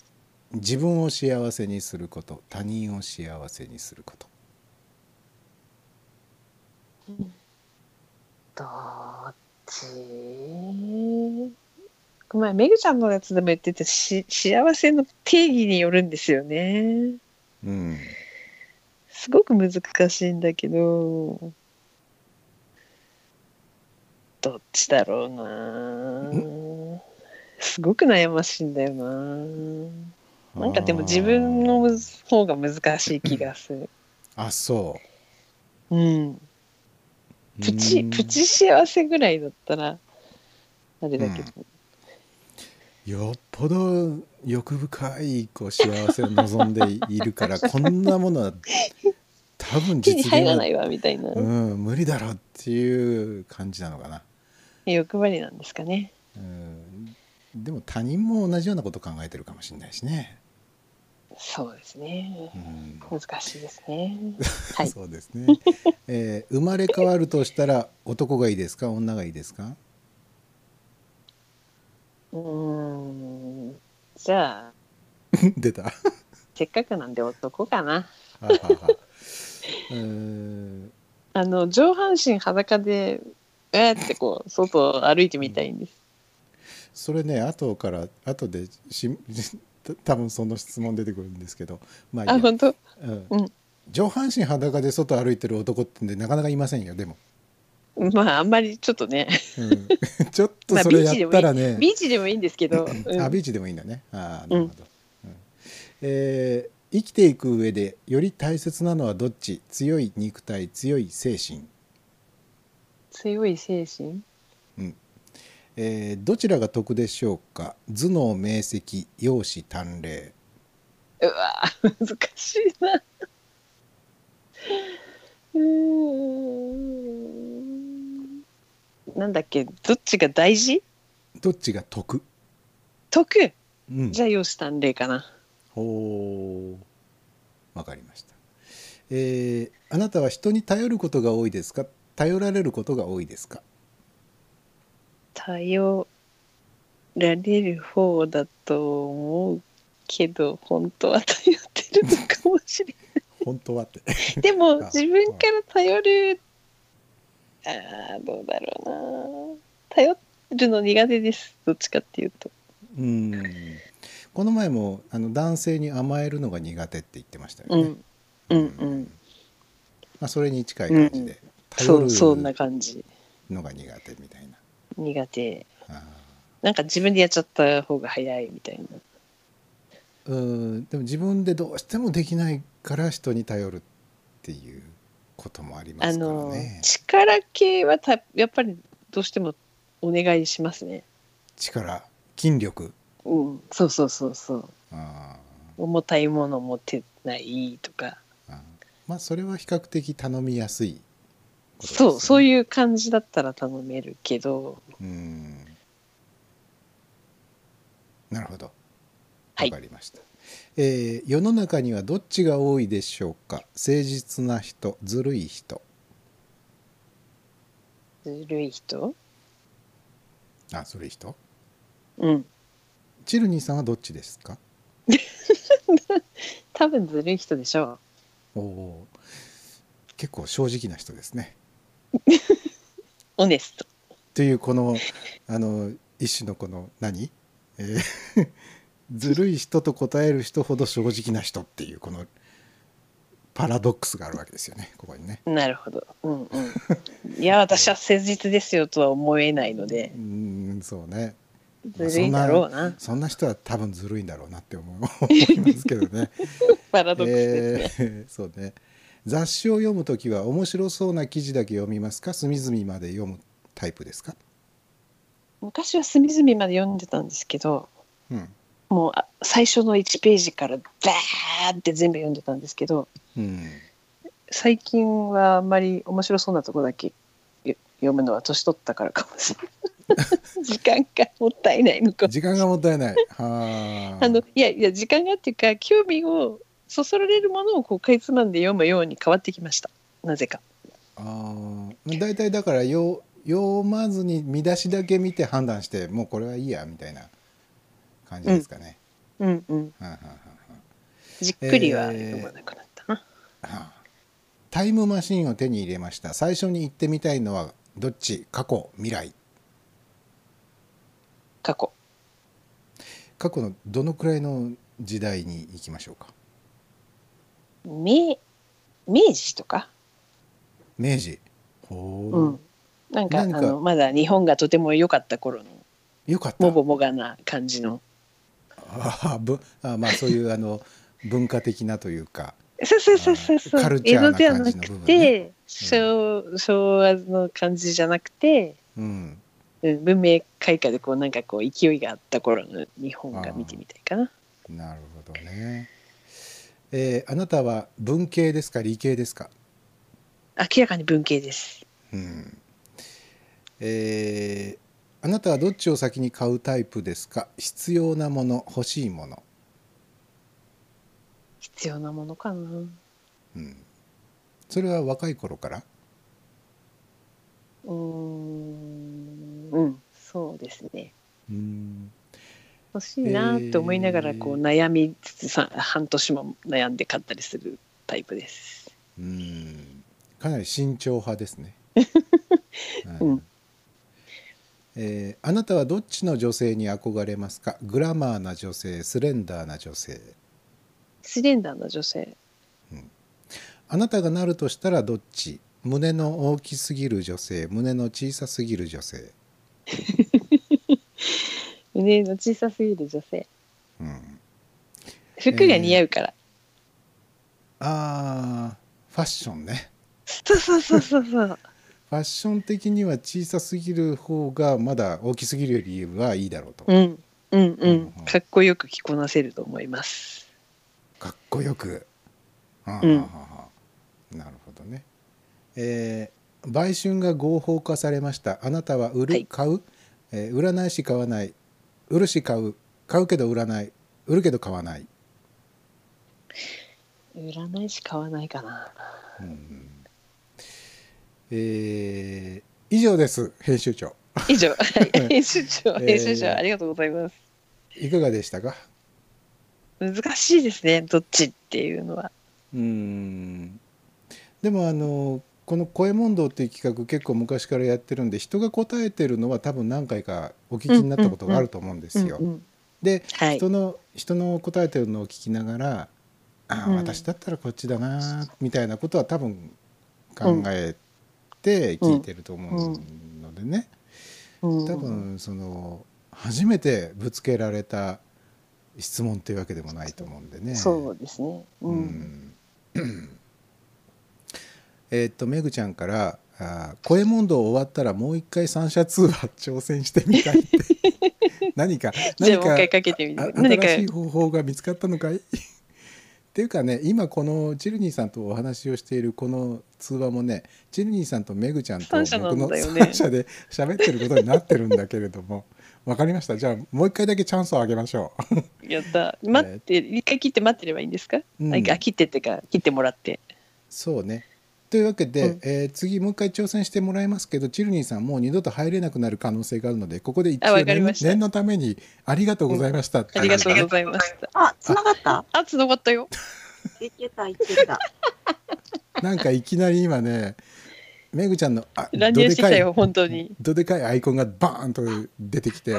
自分を幸せにすること他人を幸せにすることどっち前めぐちゃんのやつでも言ってたし幸せの定義によるんですよねうんすごく難しいんだけどどっちだろうなすごく悩ましいんだよななんかでも自分のむず方が難しい気がするあそうんうプチうんプチ幸せぐらいだったらあれだけど、よっぽど欲深いこう幸せを望んでいる からこんなものは多分手に実入らな現いわみたいな、うん無理だろうっていう感じなのかな、欲張りなんですかねうん、でも他人も同じようなこと考えてるかもしれないしね、そうですねうん難しいですねはいそうですね、えー生まれ変わるとしたら男がいいですか女がいいですか うーんじゃあ出た。はせっかくなんで男かなはは うーんあの上半身裸でえーってこう外を歩いてみたいんですそれね後から後でし 多分その質問出てくるんですけどまあいあいや本当うんうん上半身裸で外歩いてる男ってねなかなかいませんよでも、 まああんまりちょっとねうんちょっとまあそれやったらね、ビーチでもいいんですけど、うんあビーチでもいいんだねあーなるほど、うんえー生きていく上でより大切なのはどっち強い肉体強い精神、強い精神えーどちらが得でしょうか頭脳明晰容姿端麗うわ難しいなうーんなんだっけどっちが大事どっちが得、得うんじゃあ容姿端麗かなほうわかりました、えーあなたは人に頼ることが多いですか頼られることが多いですか頼られる方だと思うけど本当は頼ってるのかもしれな本当はって いでもあ自分から頼るあーどうだろうな頼るの苦手ですどっちかっていうとうんこの前もあの男性に甘えるのが苦手って言ってましたようね、んうんうんまあ、それに近い感じで、そ頼うそんなる感じのが苦手みたいな苦手あなんか自分でやっちゃった方が早いみたいなーうんでも自分でどうしてもできないから人に頼るっていうこともありまあすからのね力系はたやっぱりどうしてもお願いしますね力筋力うんそうそうそうそうあー重たいもの持てないとか、あまあそれは比較的頼みやすいことですよね、そうそういう感じだったら頼めるけどうんなるほどはいわかりました、えー世の中にはどっちが多いでしょうか誠実な人ずるい人ずるい人あずるい人うん チルニーさんはどっちですか多分ずるい人でしょおおー結構正直な人ですねうオネストというこのあの一種のこの何、え ーずるい人と答える人ほど正直な人っていうこのパラドックスがあるわけですよねここにね。なるほど。うんうん。いや、私は誠実ですよとは思えないのでう、ーんそうねずるいだろうな。そんな人は多分ずるいんだろうなって思う思いますけどね。 パラドックスですね。えーそうね雑誌を読むときは面白そうな記事だけ読みますか隅々まで読むタイプですか、昔は隅々まで読んでたんですけど、うんもうあ最初の1ページからバーって全部読んでたんですけど、うん、最近はあんまり面白そうなとこだけよ読むのは年取ったからかもしれ ない。時間がもったいないのかも時間がもったいない。はーあのいやいや時間がっていうか興味をそそられるものをこうかいつまんで読むように変わってきましたなぜかあーだいたいだからよ読まずに見出しだけ見て判断してもうこれはいいやみたいな感じですかね。うんうんはんはんはんはじっくりは読まなくなったな、んはあタイムマシンを手に入れました最初に行ってみたいのはどっち過去未来過去過去のどのくらいの時代に行きましょうか明明治とか、明治ほう、うん、なんか何かあのまだ日本がとても良かった頃のよかったもぼもがな感じのあーぶあまあそういうあの文化的なというかそうそうそうそうそうカルチ江ャー戸な感ではなじのく部分ねて、昭昭和の感じじゃなくて、うんうん、文明開化でこうなんかこう勢いがあった頃の日本が見てみたいかななるほどねえーあなたは文系ですか理系ですか明らかに文系ですうんえーあなたはどっちを先に買うタイプですか必要なもの欲しいもの、必要なものかなうん、それは若い頃からうーんうんそうですねうん欲しいなって思いながらこうえー悩みつつさ半年も悩んで買ったりするタイプですうんかなり慎重派ですね。うんはいえーあなたはどっちの女性に憧れますかグラマーな女性スレンダーな女性スレンダーな女性あなたがなるとしたらどっち胸の大きすぎる女性胸の小さすぎる女性、胸の小さすぎる女性うん、服が似合うから、あーファッションねそうそうそうそうそうファッション的には小さすぎる方がまだ大きすぎるよりはいいだろうと、うんうんううんんかっこよく着こなせると思いますかっこよく、はあうんはあはあなるほどねえー売春が合法化されましたあなたは売る、はい買う、えー売らないし買わない売るし買う買うけど売らない売るけど買わない、売らないし買わないかなうんえー以上です編集長以 上はい編集長えー編集長ありがとうございますいかがでしたか難しいですねどっちっていうのはうんでもあのこの「声問答」っていう企画結構昔からやってるんで人が答えてるのは多分何回かお聞きになったことがあると思うんですよ。うんうんで、はい人の人の答えてるのを聞きながら「ああ、うん私だったらこっちだな」みたいなことは多分考えて聞いてると思うのでね、うん多分その初めてぶつけられた質問っていうわけでもないと思うんでね。そうですね。う。うんんえーっとめぐちゃんから「あー声問答終わったらもう一回三者通話挑戦してみたい」って 何かじゃ何あもう一か回かけてみあて。何か新しい方法が見つかったのかい っていうかね今このチルニーさんとお話をしているこの通話もねチルニーさんとメグちゃんと三者な僕んのだよね3者で喋ってることになってるんだけれどもわかりましたじゃあもう一回だけチャンスをあげましょうやった。待って、一回切って待ってればいいんですか。うんあ切ってってか切ってもらって。そうねというわけで、うんえー次もう一回挑戦してもらいますけどチルニーさんもう二度と入れなくなる可能性があるのでここで一あ応わかり念ました念のために「ありがとうございました」ってあいりがとうごうざいました。あ、繋がった。あ繋がったよ。いけた、いけた。なんかいきなり今ねメグちゃんのあ乱入してきどたでかいよ本当に。どでかいアイコン がバーンと出てきて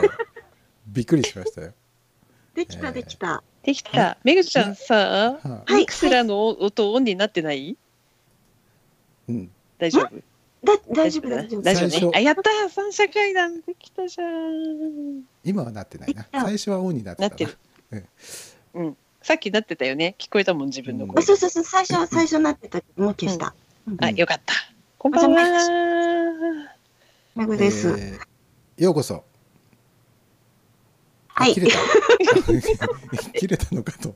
びっくりしましたよ。できた、できた。できた。めぐちゃんさ、ははいミクスラの音オンになってないいうん、大丈夫だ大丈夫だ大丈夫。大丈最夫ね初。あ、やったー三者会談できたじゃん。今はなってないなあ最初はオンになってなったてなる。うん。さっきなってたよね。聞こえたもん、自分のうあ声ん。そうそうそう最初は最初になってたけどもう消した。あ、よかった。こんばんは。めぐです。えーようこそはい切。れた切れた のかと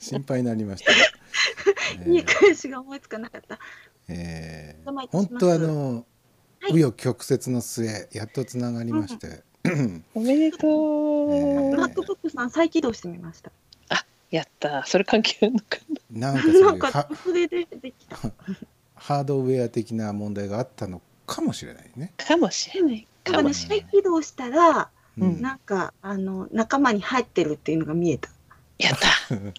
心配になりま した、えーいい返しが思いつかなかった。えお邪魔いー、たしま本す当あのはい紆余曲折の末やっとつながりまして、おめでとえうー。ブラックボックスさん再起動してみました。やったー。それ関係あるのかなな。んかそういなうんかハそれでできた。 ハードウェア的な問題があったのかもしれないね。かもしれない。だかからもねしれ再ない。起動したらう、うんんなんかあの仲間に入ってるっていうのが見えた。やった。なる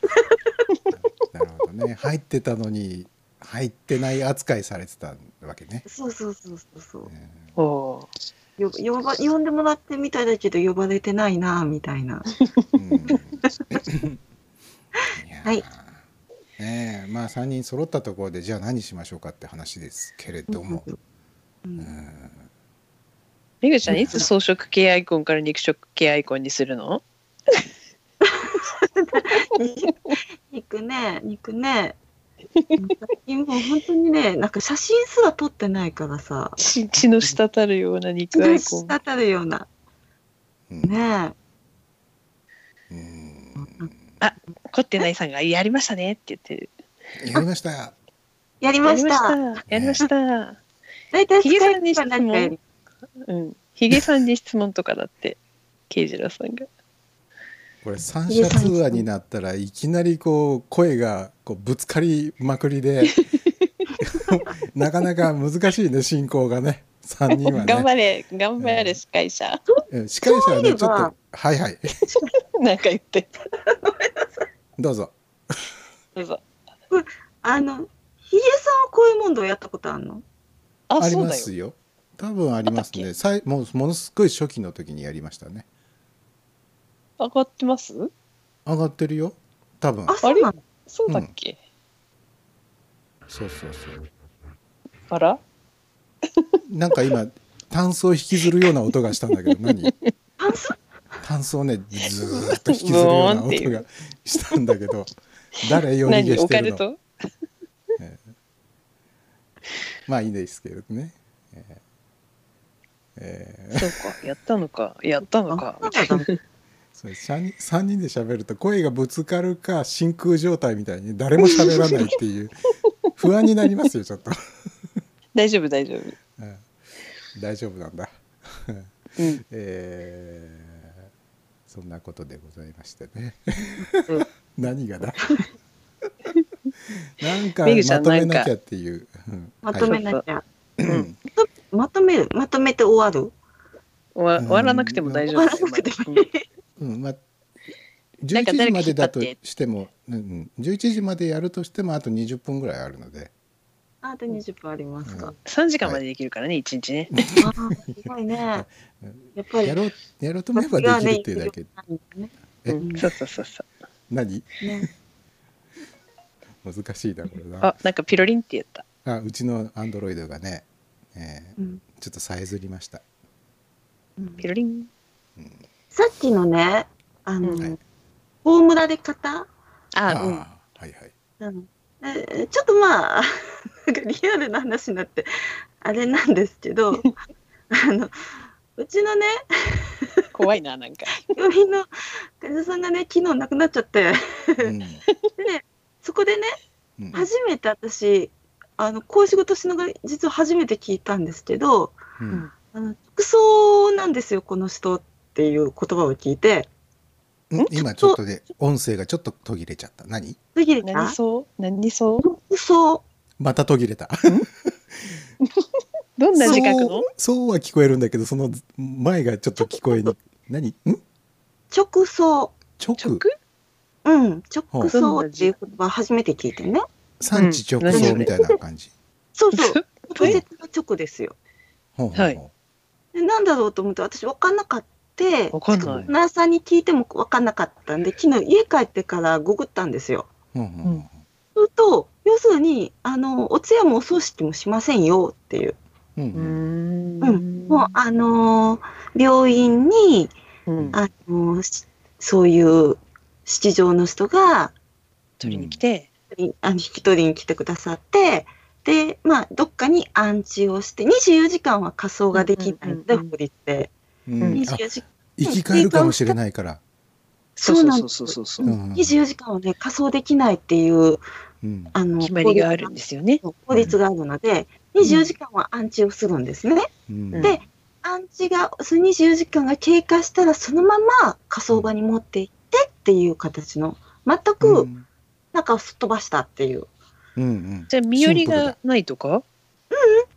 ほどね。入ってたのに入ってない扱いされてたわけね。そうそうそうそうそう。えおおー。よ呼ば呼んでもらってみたいだけど呼ばれてないなみたいな。ーうんいやーはいねえまあ3人揃ったところでじゃあ何しましょうかって話ですけれども、うんめぐちゃん、いつ装飾系アイコンから肉食系アイコンにするの肉ね肉ね今もう本当にねなんか写真すら撮ってないからさ血血の滴るような肉アイコン。滴るようなうんねうん凝ってないさんが、やりましたねって言ってる。やりましたやりやまりしましたた。やりました。大体ヒゲさんにスカイプかなんかよりうん。ヒゲさんに質問とかだって、 ケイジラさんが。これ三者通話になったらいきなりこう声がこうぶつかりまくり でなかなか難しいね進行がね3人は頑ね張れ、頑張れ、司会者。うん司会者はねちょっとそういえばはいはい なんか言って、どうぞどうぞ。あのヒゲさんはこういう問答やったことあるのあ、ありそうまだよす。よ多分ありますあったねさいもうものすごい初期の時にやりましたね上がってます上がってるよ多分あそうなのそうだっけ、そうそうそうあらなんか今炭素を引きずるような音がしたんだけど 何あそう炭素をねずーっと引きずるような音がしたんだけど誰よりげ何しオてカるルのトまあいいですけどねえーえーそうか、やったのか、やったのか。みたいなそれ3人 ,3 人で喋ると声がぶつかるか真空状態みたいに誰も喋らないっていう不安になりますよちょっと、 大丈夫、大丈夫。うん大丈夫なんだうん、 えーそんなことでございましてねうん 何が だなんかまめぐちゃんとめなきゃっていう、うんまとめなきゃ、うんまとめるまとめて終わる終わ終わらなくても大丈夫ですよ。終わらなくてまだうんまあ、なん11か時誰かまでだと引っ張ってしても、うんうん、11時までやるとしてもあと20分ぐらいあるので、あと20分ありますか、 3時間までできるからね、1日ね。あーすごいねやっぱりやろうやろうと思えばできるっていうだけ、ねえうんそうそうそうそう。何ね難しいなこれなあ、なんかピロリンって言った。あうちのアンドロイドがね、えーうんちょっとさえずりましたうんピロリン。さっきのね、あの、うんはい大村で方、ああ、うん。ーはいはいうんえちょっとまあ、 なんかリアルな話になって、あれなんですけど、 あの、うちのね、怖いな、なんか。病院の患者さんがね、昨日亡くなっちゃ って、うんで、そこでね、うん初めて私、あの、こういう仕事しのが、実は初めて聞いたんですけど、うんあの、服装なんですよ、この人っていう言葉を聞いて、 うん今ちょっとで音声がちょっと途切れちゃった何次に、何あそう何そう服装、また途切れ たどんな字書くそのうそうは聞こえるんだけどその前がちょっと聞こえ に何ん直装、直直うん、ほう直送っていう言葉初めて聞いてね。産地直送みたいな感じ。そうそう。え直接の直ですよ。ほうほうほうはいでなんだろうと思って私分かんなかって、 わかんない。ナーさんに聞いても分かんなかったんで、昨日家帰ってからググったんですよ。うんうんすると、要するに、あの、お通夜もお葬式もしませんよっていう。うんうんうーうんんうん。もう、あのー病院に、うんあのーしそういう七条の人が、取りに来て、あの引き取りに来てくださって、で、まあ、どっかに安置をして、24時間は火葬ができないので、うんうんうんうん法律で。うんあ24時生き返るかもしれないから、そうそうなそんうですそうそうそうう。んうん24時間はね、火葬できないっていう、うんあの、決まりがあるんですよね。法律があるので、24時間は安置をするんですね。うんでで、安置が、その24時間が経過したら、そのまま火葬場に持って行ってっていう形の、全うくん中をすっ飛ばしたっていう。うんうんじゃあ、身寄りがないとか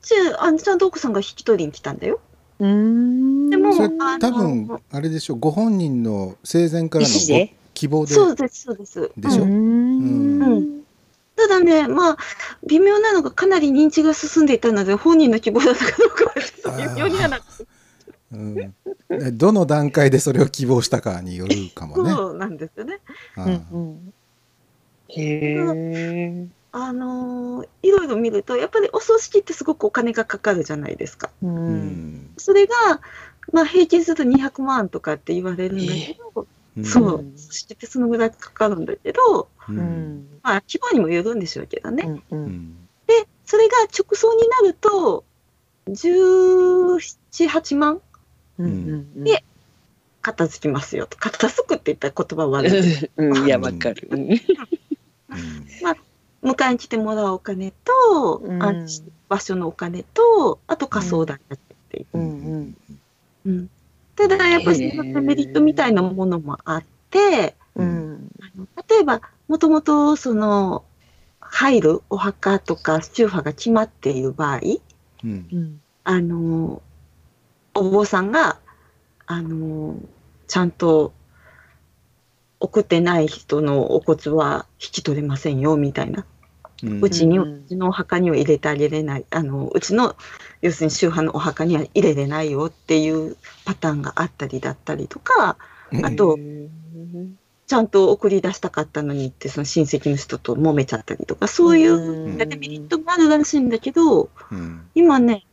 ちゅあのちゃんと奥さんが引き取りに来たんだよ。うーん。でもそれあの多分あれでしょうご本人の生前からの意思でご希望でそうです、そうです。でしょうんうんうんただね、まあ、微妙なのがかなり認知が進んでいたので、本人の希望だったかどうかはちょっと微妙にはなってうんえどの段階でそれを希望したかによるかもね。そうなんですよね。あうんーうんへえ。あのーいろいろ見ると、やっぱりお葬式ってすごくお金がかかるじゃないですか。う。、うんんそれが、まあ、平均すると200万とかって言われるんだけど、うんそううん葬式ってそのぐらいかかるんだけど、ううんん。まあ、規模にもよるんでしょうけどね。うんううんんで、それが直葬になると、17、8万うんうん。で片付きますよと。片付くって言ったら言葉悪い。うん、いや、わかる。うんうん迎えに来てもらうお金と、うん安置してる場所のお金と、あと仮想代だけっていう。うんうんうんただ、やっぱりそのメリットみたいなものもあって、うんあの例えば、もともとその、入るお墓とか宗派が決まっている場合、うんうんあの、お坊さんが、あの、ちゃんと送ってない人のお骨は引き取れませんよ、みたいな。うんうちに、ううんちのお墓には入れてあげれない。あの、うちの、要するに宗派のお墓には入れれないよっていうパターンがあったりだったりとか、あと、ちゃんと送り出したかったのにって、その親戚の人と揉めちゃったりとか、そういう、デメリットがあるらしいんだけど、うん今ね、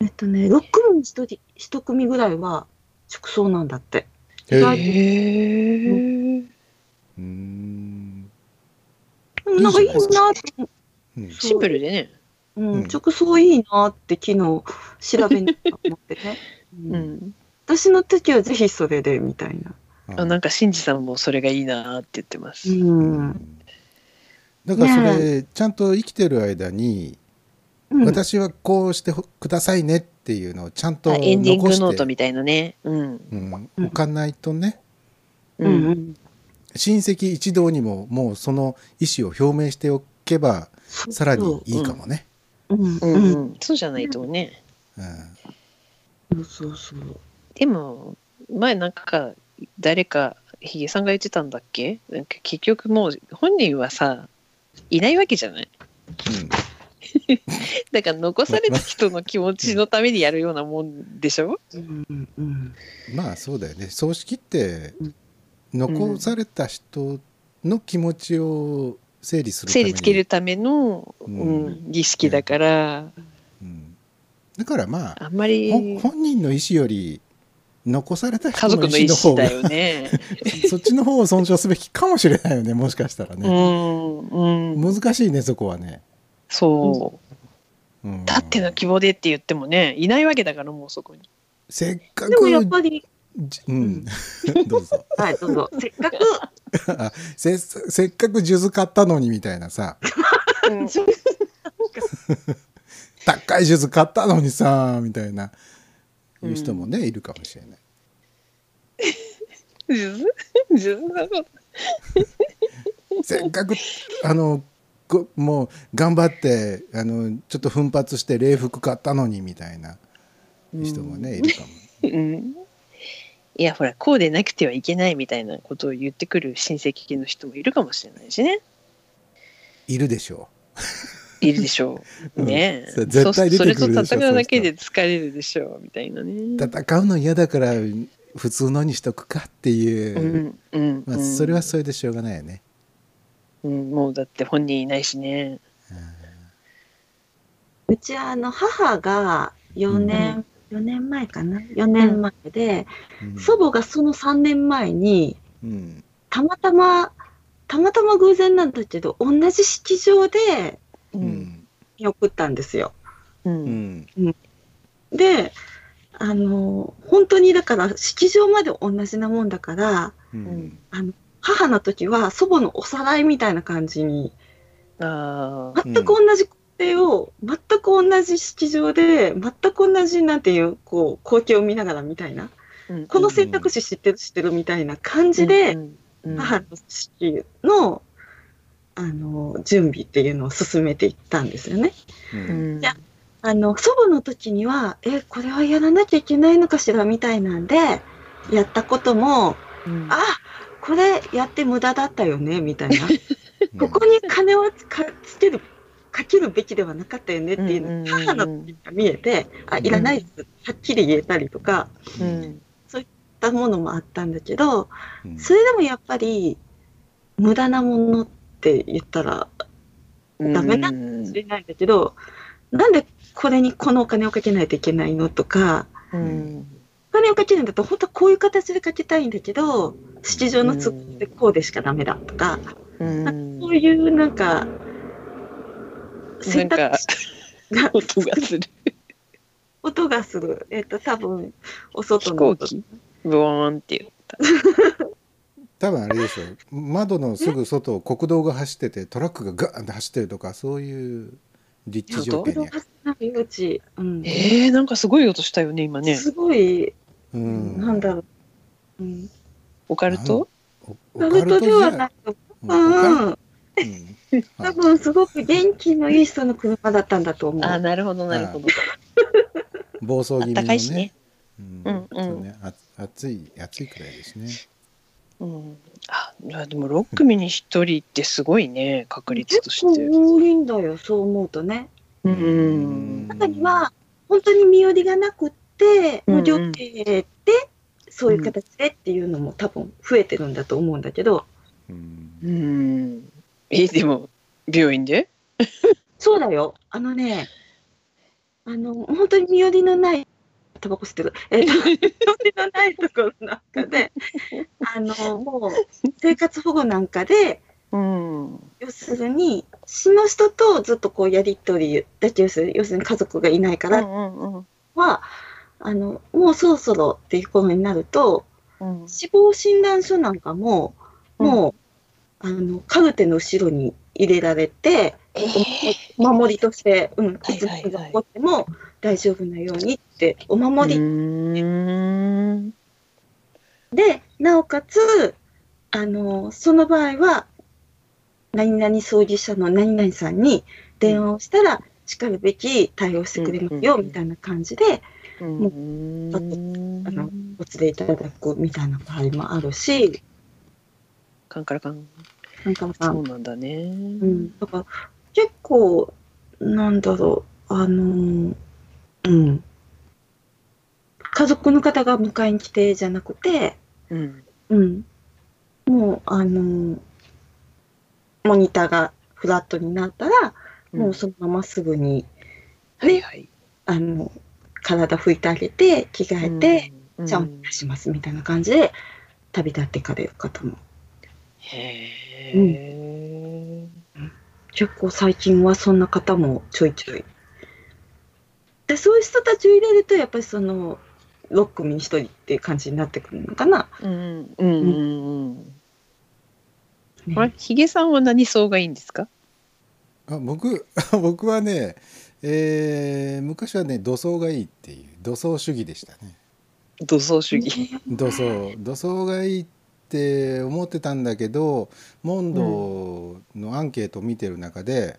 えっとね、6組に 1, 人一組ぐらいは直葬なんだって。へへーえ。うんでもなんかいいいいじゃなって、うんシンプルでね。うんうん直葬いいなって昨日調べに行ったと思ってね。ううんん。私の時はぜひそれでみたいな。あなんか、シンジさんもそれがいいなって言ってます。うん。だからそれちゃんと生きてる間にうん、私はこうしてほくださいねっていうのをちゃんとあエンディング残ノートしてみたいなね。うん。うん置かないとねううん。うんん親戚一同にももうその意思を表明しておけばそうさらにいいかもね。うんううんん。そうじゃないとね。うんそうそうそう。でも、前なんか、誰か、ヒゲさんが言ってたんだっけなんか結局もう、本人はさ、いないわけじゃないだから残された人の気持ちのためにやるようなもんでしょうんうんうんまあそうだよね葬式って残された人の気持ちを整理するため整に理つけるための、ううんん、儀式だから、うんだからまああんまほりん本人の意思より残された人家族のの意意思思のだ方よがね。 そっちの方を尊重すべきかもしれないよねもしかしたらうね、ん、うん、難しいねそこはね、そう。うんだっての希望でって言ってもね、いないわけだからもうそこに。せっかくでもやっぱり、じうん どうぞはい、どうぞ。せっかく、 あせせっかく数珠買ったのにみたいなさ 高い数珠買ったのにさみたいないう人もね、いるかもしれない自分のこと。せっかくあのこもう頑張ってあのちょっと奮発して礼服買ったのにみたいな人もね、いるかも。うん。いや、ほら、こうでなくてはいけないみたいなことを言ってくる親戚の人もいるかもしれないしね。いるでしょいるでしょ う。うんねえそ。う絶対出てくるでしょそそれと戦そうういうだ人けで疲れるでしょうみたいなね。う戦うの嫌だから普通のにしとくかっていうう、んうんまあ、それはそれでしょうがないよね。うんもうだって本人いないしねうちあの母が4年、4年前かな4年前で、うん祖母がその3年前にうんたまたまたまたま偶然なんだけど同じ式場でううんん見送ったんですよ。ううんんであの本当にだから式場まで同じなもんだからうん母の時は祖母のおさらいみたいな感じにああ全く同じ工程を、全く同じ式場で全く同じなんていうこう光景を見ながらみたいなうんこの選択肢知ってる知ってるみたいな感じで、うんうん母の式のあの準備っていうのを進めていったんですよね。うんじゃあの祖母の時にはえこれはやらなきゃいけないのかしらみたいなんでやったこともうんあこれやって無駄だったよねみたい なうんここに金をつかつけるかけるべきではなかったよねっていううんのうんうんうん母の時が見えてあいらないですはっきり言えたりとかうんしたものもあったんだけどうんそれでもやっぱり無駄なものって言ったらダメなうん知れないんだけどなんでこれにこのお金をかけないといけないのとかうんお金をかけるんだと本当はこういう形でかけたいんだけど式場の都合でこうでしかダメだとか、うんそういうなんか選択肢が音がする音がする、えっと多分お外飛の行音機ブオーンっていう多分あれでしょう窓のすぐ外を国道が走っててトラックがガーンって走ってるとかそういう立地条件音やが、するうち、うんえー、なんかすごい音したよね今ねすごい、うん、なんだろう、うん、オカルトおオタルトではないとうん思う、オカルうん、トうん多分すごく元気のいい人の車だったんだと思う。あーなるほどなるほど暴走気味の暖かいしねねうんうんうんそうねあ暑い暑いくらいですねうんあいやでも6組に1人ってすごいね確率と結して構多いんだよ、そう思うとね。うん中には、本当に身寄りがなくって、うんう無ん料契約で、そういう形でっていうのも多分増えてるんだと思うんだけど、うんうんえでも病院でそうだよ、あのね、あの、本当に身寄りのない、タバコ吸ってる、 えっと、身寄りのないところの中で、あの、もう、生活保護なんかで、うん要するに市の人とずっとこうやり取りだけをする要するに家族がいないかうらんうんは、あのもうそろそろっていうことになるとうん死亡診断書なんかももう、あのカルテの後ろに入れられてえお守りとして、うん、は骨いはいはい折が起こっても大丈夫なようにってお守りうんでなおかつあのその場合は何々葬儀社の何々さんに電話をしたらしかるべき対応してくれますようんみたいな感じでうんあのお連れいただくみたいな場合もあるしカンカラカンなんかまあそうなんだねううんだから結構なんだろうあのうん家族の方が迎えに来てじゃなくてうんうん。もう、あのモニターがフラットになったら、もうそのまますぐに、はいはいあの、体拭いてあげて、着替えて、うんじゃあお願いしますみたいな感じで、旅立っていかれる方も。へえ結構最近はそんな方もちょいちょい。で、そういう人たちを入れると、やっぱりその、6組に1人っていう感じになってくるのかな。うんうんうんうんねあれヒゲさんは何層がいいんですかあ僕 僕はね、えー昔はね土葬がいいっていう土葬主義でしたね土層主義土葬土葬がいいって思ってたんだけど問答のアンケートを見てる中で、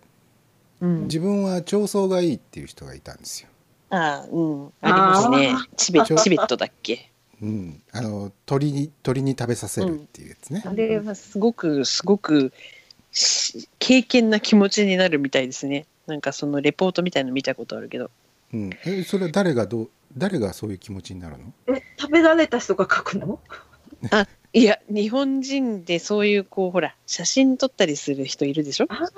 うん自分は長僧がいいっていう人がいたんですよ。ああうんありますねチベあーチベットだっけうん、あの鳥に鳥に食べさせるっていうやつね。あれはすごくすごくし敬虔な気持ちになるみたいですねなんかそのレポートみたいの見たことあるけどうん、えそれは誰がどう誰がそういう気持ちになるのえ食べられた人が書くのいや、日本人でそういう、こう、ほら、写真撮ったりする人いるでしょあう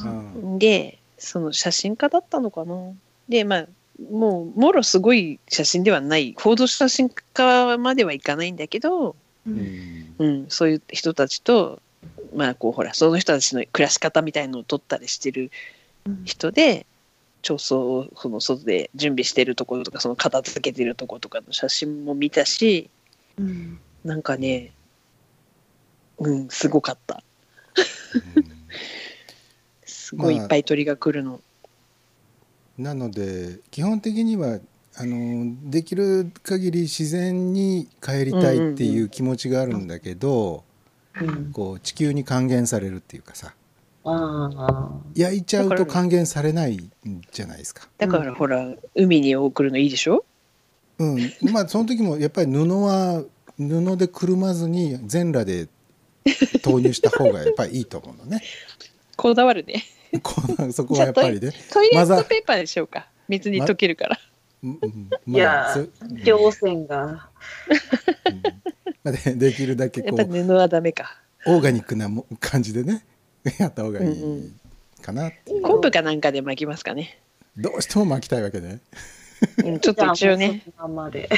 あ、んで、その写真家だったのかなで、まあ、もう、もろすごい写真ではない、報道写真家まではいかないんだけど、うんうん、そういう人たちと、まあ、こう、ほら、その人たちの暮らし方みたいのを撮ったりしてる人で、調査をその外で準備してるところとか、その片付けてるところとかの写真も見たし、うん、なんかね、うん、すごかった。すごいいっぱい鳥が来るの。なので基本的にはあのできる限り自然に帰りたいっていう気持ちがあるんだけど、うんこう地球に還元されるっていうかさあ焼いちゃうだかとら還元されないんじゃないですか。だからほら、海に送るのいいでしょうん、まあその時もやっぱり布は布でくるまずに全裸で投入した方がやっぱりいいと思うのね。こだわるね。こうそこはやっぱりね。 トイレマッザートペーパーでしょうか。水に溶けるから。うんうんいやーそうんあ、稜線が、まあでできるだけやこっぱう布はダメか。オーガニックなも感じでねやった方がいうんういかなっていう、昆布かなんかで巻きますかね。どうしても巻きたいわけね。うん、ちょっと一応ね、じゃあ。もうそのままで。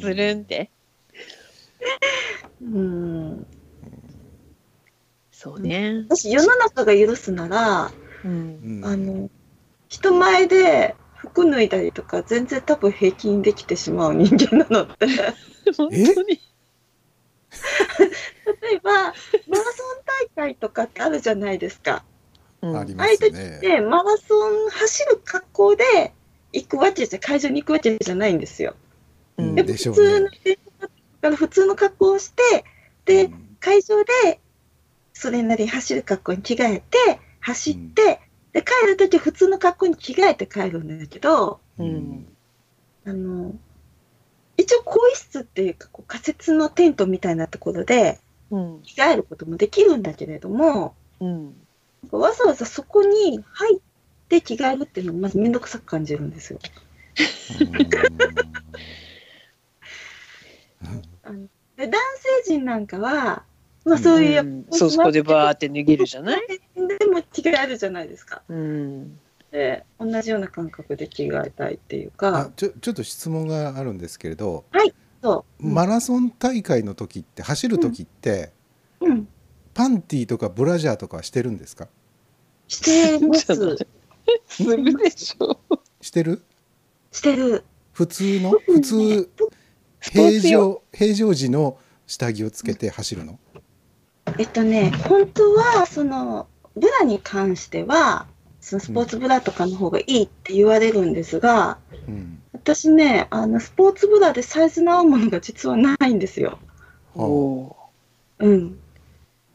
つるんって。うん、そうね。私世の中が許すなら、うん。うんあの人前で服脱いだりとか全然多分平均できてしまう人間なので例え本当に。ばマラソン大会とかってあるじゃないですか。うんありあまあいうす時ねっ。てマラソン走る格好で行くわけじゃ会場に行くわけじゃないんですよ。うんででしょ普う通のね。電車だから普通の格好をしてでうん会場でそれなりに走る格好に着替えて走って、で帰る時普通の格好に着替えて帰るんだけど。うんあの、一応更衣室っていうか、こう仮設のテントみたいなところでうん。着替えることもできるんだけれども、うん。わざわざそこに入って着替えるっていうのもまずめんどくさく感じるんですよ。あので男性陣なんかは、まあそういうやっんそう、そこでバーって脱げるじゃないでも着替えるじゃないですか。うん。で、同じような感覚で着替えたいっていうあか、ちょちょっと質問があるんですけれど、そう。マラソン大会の時って走る時って、うん。パンティーとかブラジャーとかはしてるんですか？してま ちょっすと。するでしょ。してる？してる。普通の特に普ね通平常平常時の下着をつけて走るの？えっとね、本当はそのブラに関してはそのスポーツブラとかの方がいいって言われるんですが、うん。私ねあのスポーツブラでサイズの合うものが実はないんですよ。はあおうん、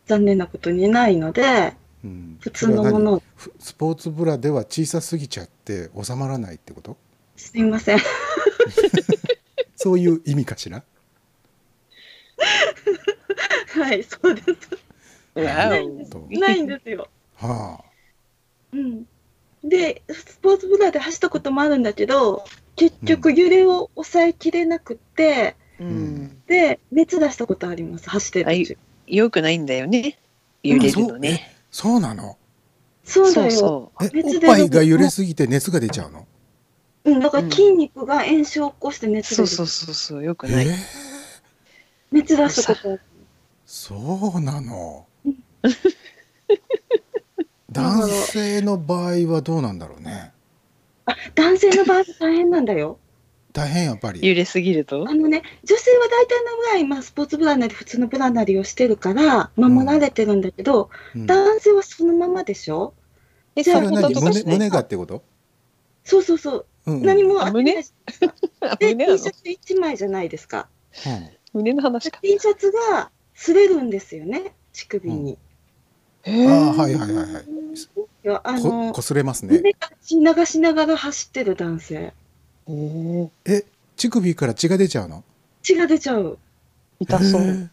残念なことにないのでうん普通のものをふスポーツブラでは小さすぎちゃって収まらないってことすみませんそういう意味かしら はいそうですーわないんでお。すとないんです よ。はあうん、でスポーツブラで走ったこともあるんだけど結局揺れを抑えきれなくて、うん。で熱出したことあります走ってる途中よくないんだよね。揺れるのね。そうなのそうだそようそう。え熱お出っるぱいが揺れすぎて熱が出ちゃうのうん、だからうん筋肉が炎症を起こして熱出そうるそうそうそう、よくえない。ー熱出したことあるそうなのうん男性の場合はどうなんだろうね男性の場合は大変なんだよ。大変やっぱり揺れすぎるとあ。のね、女性は大体のぐらい、まあ、スポーツブラなり普通のブラなりをしてるから守られてるんだけど、うん男性はそのままでしょえ、じゃそあれは本何当とか胸しない胸がってことそうそうそう、うん何もあ胸で 胸 T なシのャツ1枚じゃないですか。胸の話か。 T シャツが擦れるんですよね、乳首に。うんあああはいはいはいはいいやあこのこすれますね胸が血流しながら走ってる男性。い。え乳首から血が出ちゃうの血が出ちゃう。痛そへう。ー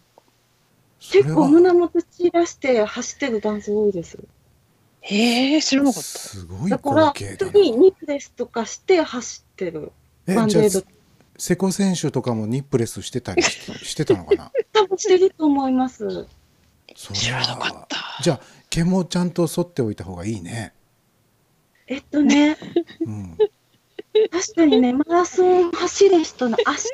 それ結は構胸元散らして走ってる男性多いです。へえ、知らなかった。すごいだから光景だ本な当にニップレスとかして走ってるえバンじゃデあード瀬古選手とかもニップレスしてたり ししてたのかな多分してると思いますそれは知らなかった。じゃあ毛もちゃんと剃っておいた方がいいね、えっとねうん、確かにねマラソン走る人の足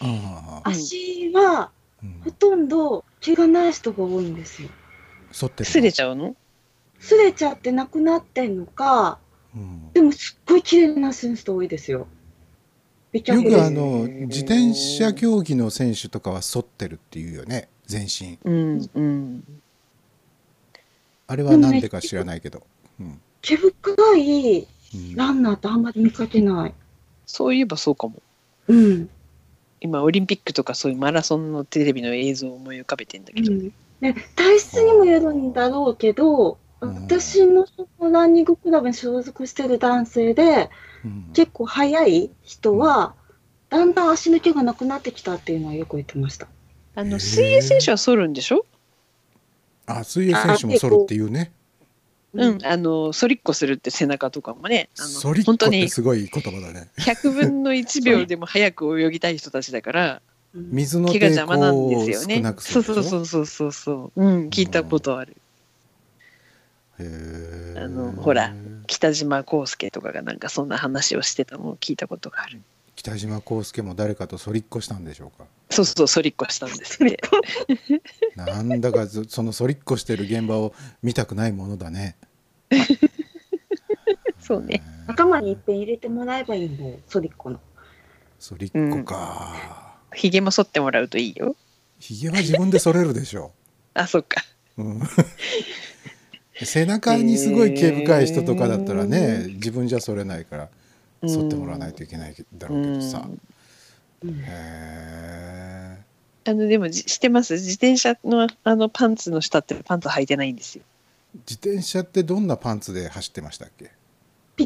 ああ、足はうんほ、とんど毛がない人が多いんですよ剃ってるすれちゃうの擦れちゃってなくなってんのかうんでもすっごい綺麗なする人多いですよ美脚よでくあすの自転車競技の選手とかは剃ってるっていうよね全身うん、うん。あれは何でか知らないけど、うん毛深いうんランナーってあんまり見かけないそういえばそうかも。うん、今、オリンピックとかそういうマラソンのテレビの映像を思い浮かべてんだうけど。んね、体質にもよるんだろうけどうん私のそのランニングクラブに所属してる男性でうん結構速い人はだんだん足の毛がなくなってきたっていうのはよく言ってましたあへーの、水泳選手は剃るんでしょあ水泳選手も剃るっていうねうん、あの、剃りっこするって背中とかもね。あ剃りのっこっ本当てにすごい言葉だね100分の1秒でも早く泳ぎたい人たちだから、うん水の毛が抵邪魔な抗んをですよ少ねな。くすそるうそうそううそうそうそう。うん、聞いたことある。へえあのほら北島康介とかがなんかそんな話をしてたのを聞いたことがある。北島康介も誰かと反りっこしたんでしょうかそうそう、そりっこしたんですって。なんだかずその反りっこしてる現場を見たくないものだねそうね。頭にいっぺん入れてもらえばいいんだよソリッコの反りっこか、ひげも剃ってもらうといいよ。ひげは自分で剃れるでしょあ、そっか。う、うん背中にすごい毛深い人とかだったらね、自分じゃ剃れないからうん剃ってもらわないといけないだろうけどさ、うへんえあの、でもじ、してます。自転車のあのパンツの下ってパンツ履いてないんですよ。自転車ってどんなパンツで走ってましたっけ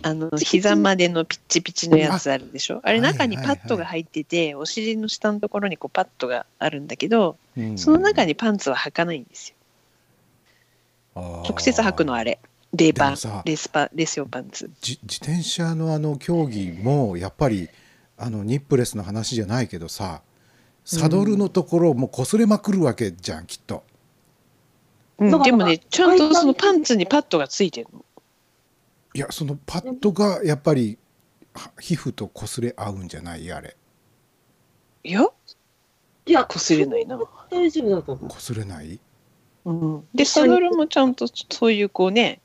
あの、膝までのピッチピチのやつあるでしょ。あれはい中にパッドが入ってて、お尻の下のところにこうパッドがあるんだけど、うんその中にパンツは履かないんですよ。直直接履くのあれ。レーパでもさン、レースパ、レース用パンツ。じ自転車のあの競技もやっぱりあのニップレスの話じゃないけどさサドルのところも擦れまくるわけじゃんきっとだうん、からでもね、ちゃんとそのパンツにパッドがついてるの。いやそのパッドがやっぱりは皮膚と擦れ合うんじゃないあれいや、いや擦れないな。大丈夫だと思う擦れないうん、で、サドルもちゃんとそういうこうね、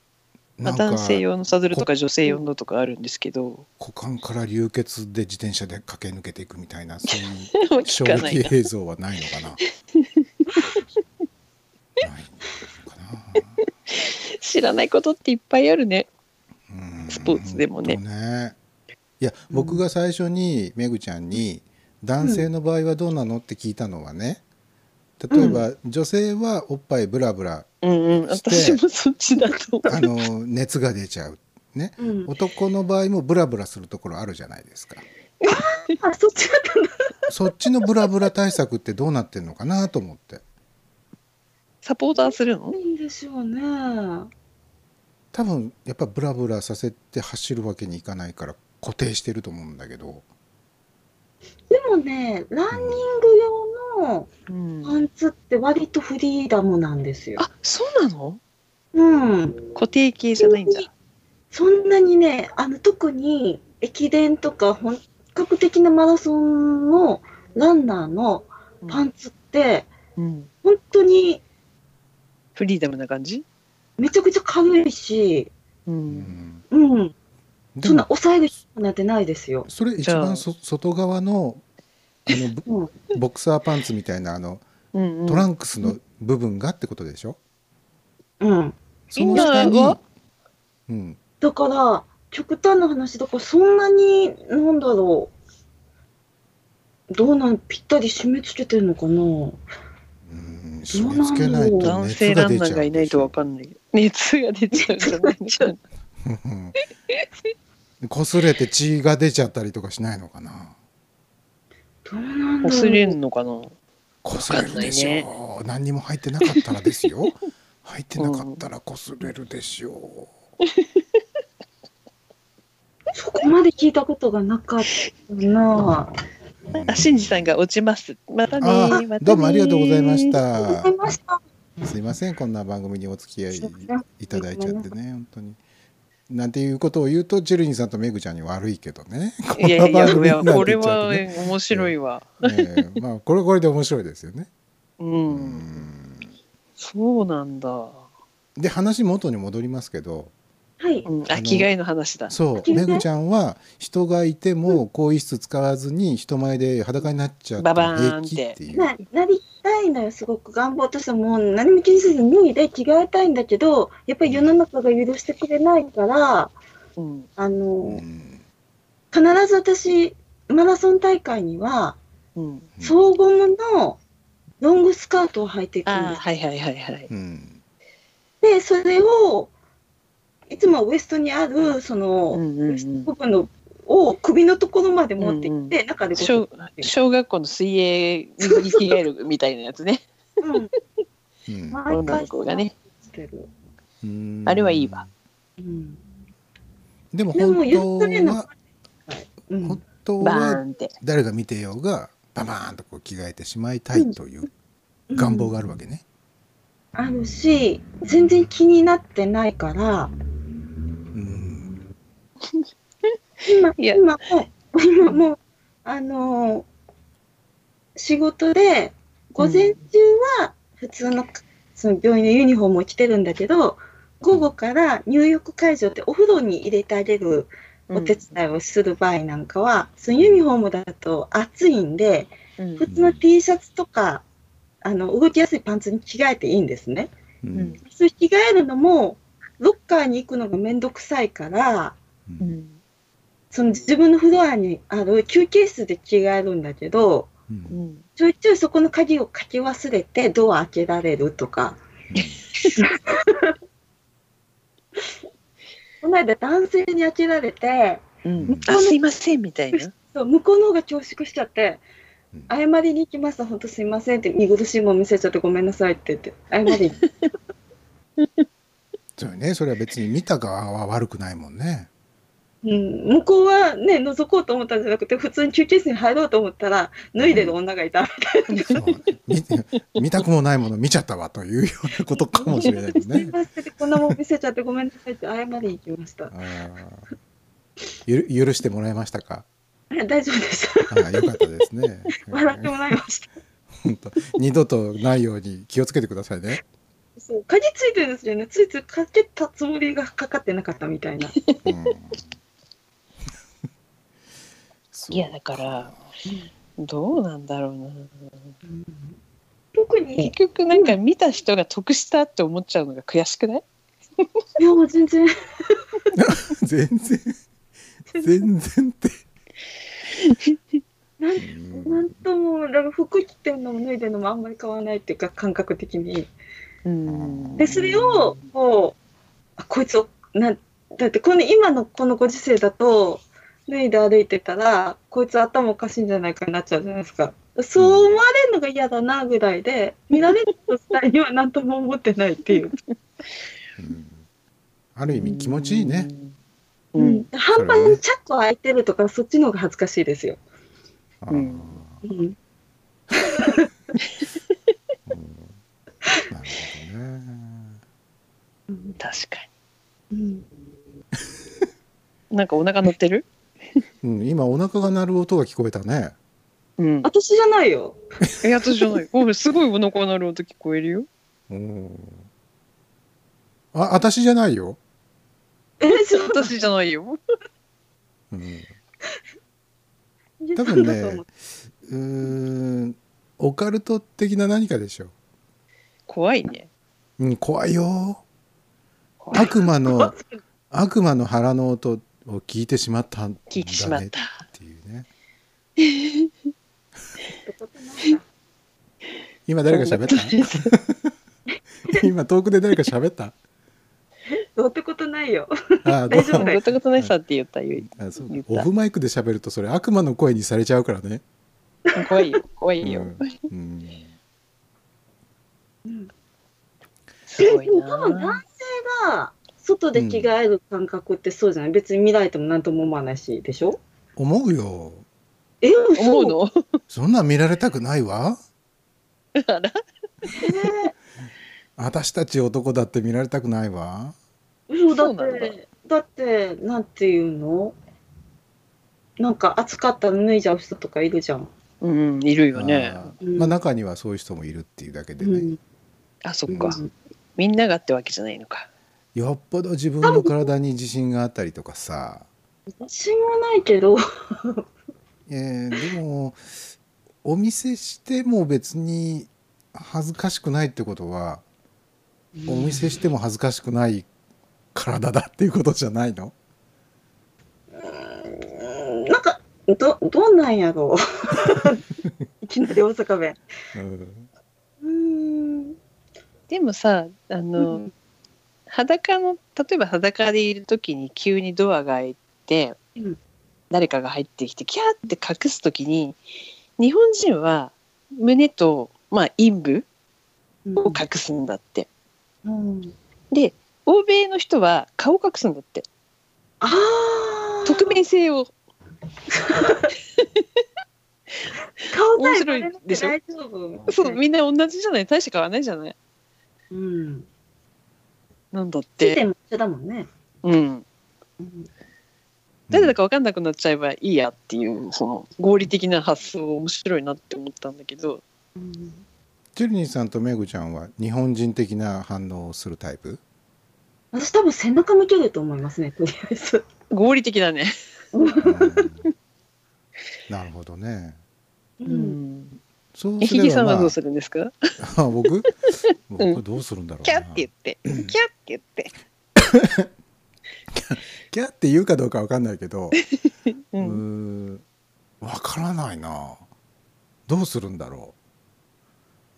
まなあ、んか男性用のサドルとか女性用のとかあるんですけど、股間から流血で自転車で駆け抜けていくみたいなそういうでも衝聞かない撃な。映像はないのか なないのかな知らないことっていっぱいあるね。うんスポーツでもねほんといや僕が最初にめぐちゃんに「男性の場合はどうなの?」って聞いたのはね例えば、女性はおっぱいブラブラうんうん、して私もそっちだと思あの熱が出ちゃう、ね、うん男の場合もブラブラするところあるじゃないですか あそっちだったのそっちのブラブラ対策ってどうなってんのかなと思ってサポーターするのいいんでしょうね多分やっぱブラブラさせて走るわけにいかないから固定してると思うんだけどでもねランニング用のうん。パンツって割とフリーダムなんですよ。あ、そうなのうん。固定系じゃないんだ。そんなにね、あの特に駅伝とか本格的なマラソンのランナーのパンツって、うん。本当にフリーダムな感じめちゃくちゃ軽いし、う。うんんうん。でそんなも抑える人なんてないですよ。それ一じゃ番あそ外側のあのぶ うん。ボクサーパンツみたいなあのうんうんトランクスの部分がってことでしょ、うん。その下インナーには、うん、だから、極端な話だから、そんなに、なんだろう。どうなん、ぴったり締め付けてるのかな。うん締め付けないと男熱性ラが出ンちゃうナーがいないとわかんない。熱が出ちゃうんじゃないのかなこすれて血が出ちゃったりとかしないのかなどうなんだろう。擦れるのかな こすれるでしょう、何にも入ってなかったらですよ入ってなかったら擦れるでしょそこまで聞いたことがなかったなぁ。あ、しんじさんが落ちます。またう。ねあまたねあ、どうもありがとうございましありがとうごたざ。いました。すいません、こんな番組にお付き合いすいませんいただいちゃってね、本当に。なんていうことを言うと、チェルニーさんとメグちゃんに悪いけどね。いやいやいや、こんな番組になっこれてっちゃはうとね面白いわ。ええまあ、これはこれで面白いですよね。う。うんんそうなんだ。で、話元に戻りますけど、はい。うん、ああ、の着替えの話だ。そう、急メねグちゃんは人がいても更衣室使わずに人前で裸になっちゃってババ平ーンって気っていう。ななりたいのよ、すごく願望としても、う何も気にせずに脱いで着替えたいんだけど、やっぱり世の中が許してくれないから、うん。あうの、ん必ず私、マラソン大会には、うん。うん総ゴムのロングスカートを履いていくんあでー、す。はいはいはいはい。うんで、それを、いつもはウエストにある、その、うんうんうん部分のを首のところまで持ってきて、うんう中でこう小小学校の水泳水着着替えるみたいなやつ ね。うんうん毎女回の子がね。してる。うんあれはいいわ。うん、でもでも本言当ってのは、うん本当バはーンって。誰が見てようがババーンとこう着替えてしまいたいという願望があるわけね。あるし全然気になってないからうん今いや今 も今もあのー仕事で午前中は普通の,、その病院のユニフォームを着てるんだけど午後から入浴会場ってお風呂に入れてあげるお手伝いをする場合なんかは、そのユニフォームだと暑いんでうん普通の T シャツとかあの動きやすいパンツに着替えていいんですね。ううんんそれ着替えるのもロッカーに行くのがめんどくさいからううんんその自分のフロアにある休憩室で着替えるんだけどうんうんちょいちょいそこの鍵をかけ忘れてドア開けられるとか。この間男性に開けられてうんあすいませんみたいな。そう向こうの方が恐縮しちゃってうん謝りに行きました本当すいませんって見苦しいもん見せちゃってごめんなさいって言って謝りにそうね、それは別に見た側は悪くないもんね。うん、向こうはね覗こうと思ったんじゃなくて普通に休憩室に入ろうと思ったら脱いでる女がいた、そうね見見たくもないもの見ちゃったわというようなことかもしれないですすい ね。ませんこんなもん見せちゃってごめんなさいって謝りに行きましたあー ゆる許してもらえましたか。はい大丈夫でしたあーよかったですね。 笑ってもらいました本当二度とないように気をつけてくださいね。そう鍵ついてるんですよねついついかけたつもりがかかってなかったみたいな、うん、そういやだからどうなんだろうな。特に結局なんか見た人が得したって思っちゃうのが悔しくない？いやもう全然全然全然って。 なんうんなんともだから服着てるのも脱いでるのもあんまり変わらないっていうか感覚的にうんでそれをこうあこいつをなんだってこの今のこのご時世だと脱いで歩いてたらこいつ頭おかしいんじゃないかになっちゃうじゃないですかそう思われるのが嫌だなぐらいで見られる人自体には何とも思ってないっていう、うんある意味気持ちいいね。。ううんん、半端にチャック開いてるとかそっちの方が恥ずかしいですよ、あーううんんうん、なるほどね。確かうんに。なんかお腹乗ってる？うん、今お腹が鳴る音が聞こえたね。うん。私じゃないよえやつじゃない。おすごいお腹鳴る音聞こえるよ。うん。あ、私じゃないよ。えそう私じゃないよ。うん。多だ分ね、うーん、オカルト的な何かでしょ怖いね。う。うん、怖いよ。怖い悪魔の悪魔の腹の音を聞いてしまったんだね聞いてしまった。っていうね。い 今誰か喋 った？今遠くで誰か喋った？どうってことないよあー、大丈夫だよごたごたないさって言ったゆい。あそう言ったオフマイクで喋るとそれ悪魔の声にされちゃうからね。 怖いよ。怖いよ。うんうんすごいでも多分な男。性が外で着替える感覚ってそうじゃない、別に見られても何とも思わないしでしょ思うよえ思嘘うの そんなん見られたくないわあら私たち男だって見られたくないわ嘘だそうっなんだてだってなんていうのなんか暑かったら脱いじゃう人とかいるじゃん。うん、いるよね。あーうんまあ中にはそういう人もいるっていうだけでうね、ん、あ、そっかうん。みんながってわけじゃないのか。よっぽど自分の体に自信があったりとかさ、私もないけど、えーでもお見せしても別に恥ずかしくないってことは、お見せしても恥ずかしくない体だっていうことじゃないのうんなんかどどんなんやろ ういきなり大阪弁。うんうーんでもさ、あうの、裸の、例えば裸でいるときに急にドアが開いてうん、誰かが入ってきて、キャーって隠すときに、日本人は胸と、まあ、陰部を隠すんだって。うんで、欧米の人は顔を隠すんだって。ああ匿名性を。顔さ面え白バレないくてでしょ大丈夫そう、みんな同じじゃない大して変わらないじゃないうんなんだっ地て。点も一緒だもんねうん。うん誰だか分かんなくなっちゃえばいいやっていう、その合理的な発想面白いなって思ったんだけど、うんジェルニーさんとメグちゃんは日本人的な反応をするタイプ私多分背中向けると思いますねとりあえず合理的だね。うんなるほどね。うんそうえすひげれば、さんまはあどうするんですかあ 僕うん僕どうするんだろうキャなって言って、キャって言って。キャーって言うかどうかわかんないけどう。うんんわからないなどうするんだろ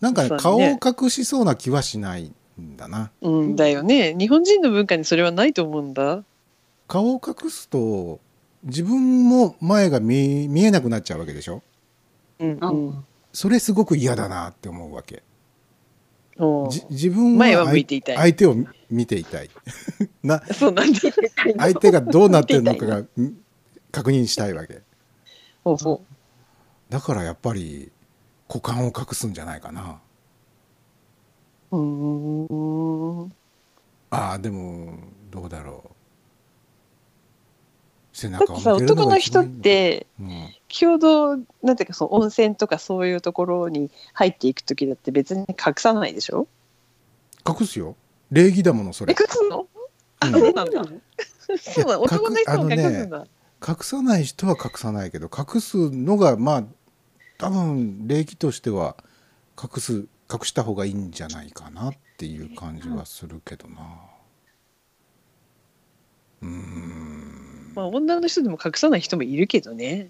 うなんか、ねそう顔ねを隠しそうな気はしないんだなうんだよね。日本人の文化にそれはないと思うんだ。顔を隠すと自分も前が見見えなくなっちゃうわけでしょうんあうんそれすごく嫌だなって思うわけおうじ。自分前はは向相いていたい相手を見ていたい なそうなんだ。相手がどうなってるのかがん確認したいわけほうほだからやっぱり股間を隠すんじゃないかなう。うん。ああでもどうだろう背だっ中をて向さ、けるの男がの一番人いっいのか、て、うん共同なんていうかその温泉とかそういうところに入っていく時だって別に隠さないでしょ隠すよ礼儀だものそえれ隠すのあ、うんそうななんんだだそうなんだ隠男の人も隠すんだ、隠さない人は隠さないけど隠すのがまあ多分礼儀としては隠す隠した方がいいんじゃないかなっていう感じはするけどなうーんまあ、女の人でも隠さない人もいるけどね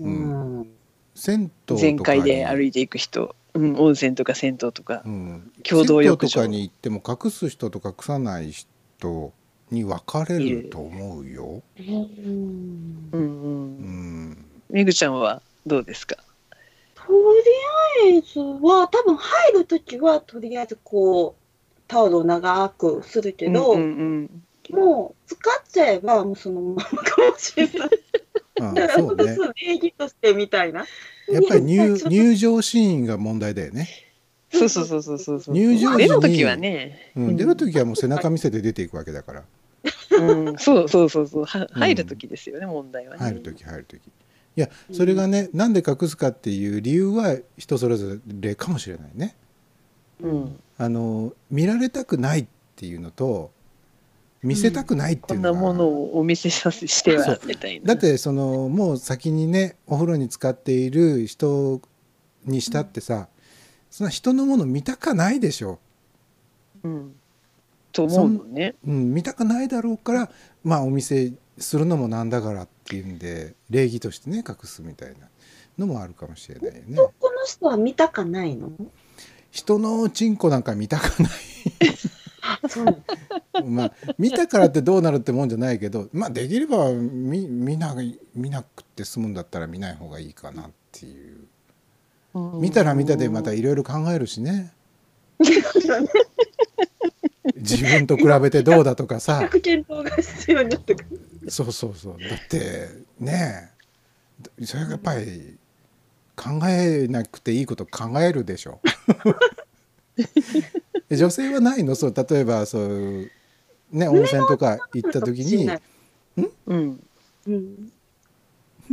うんうん銭湯とかに全開で歩いていく人、うん、温泉とか銭湯とかうん、共同浴銭場湯とかに行っても隠す人と隠さない人に分かれると思うよ。うんうとんううんん、めぐちゃんはどうですかりあえずは多分入るときはとりあえずこうタオルを長くするけど、うんうんもう使っちゃえばもうそのままかもしれないあだからそう本当ねそう礼儀としてみたいなやっぱり いや入ちょっと入場シーンが問題だよね。うん、そうそうそうそうそうそう入場時に出る時はね、うん、出る時はもう背中見せて出ていくわけだからうん、そうそうそうそうは入る時ですよね、問題はね、入る時入る時いやそれがねなんで隠すかっていう理由は人それぞれかもしれないね。うん、あの見られたくないっていうのと見せたくないってこいうんのなが、ものをお見せさせしてそはうみたいなだってそのもう先にねお風呂に使っている人にしたってさ、そんな人のもの見たかないでしょ、うん、と思うのね。うん、見たかないだろうからまあお店するのもなんだからっていうんで礼儀としてね隠すみたいなのもあるかもしれないよねこの人は見たかないの人のチンコなんか見たかないそうなのまあ見たからってどうなるってもんじゃないけどまあできれば見見な見なくて済むんだったら見ない方がいいかなっていう見たら見たでまたいろいろ考えるしね。自分と比べてどうだとかさ100均動画必要になってくる。そうそうそうだってねえそれがやっぱり考えなくていいこと考えるでしょ女性はないのそう例えばそういうね温泉とか行った時にうん。うん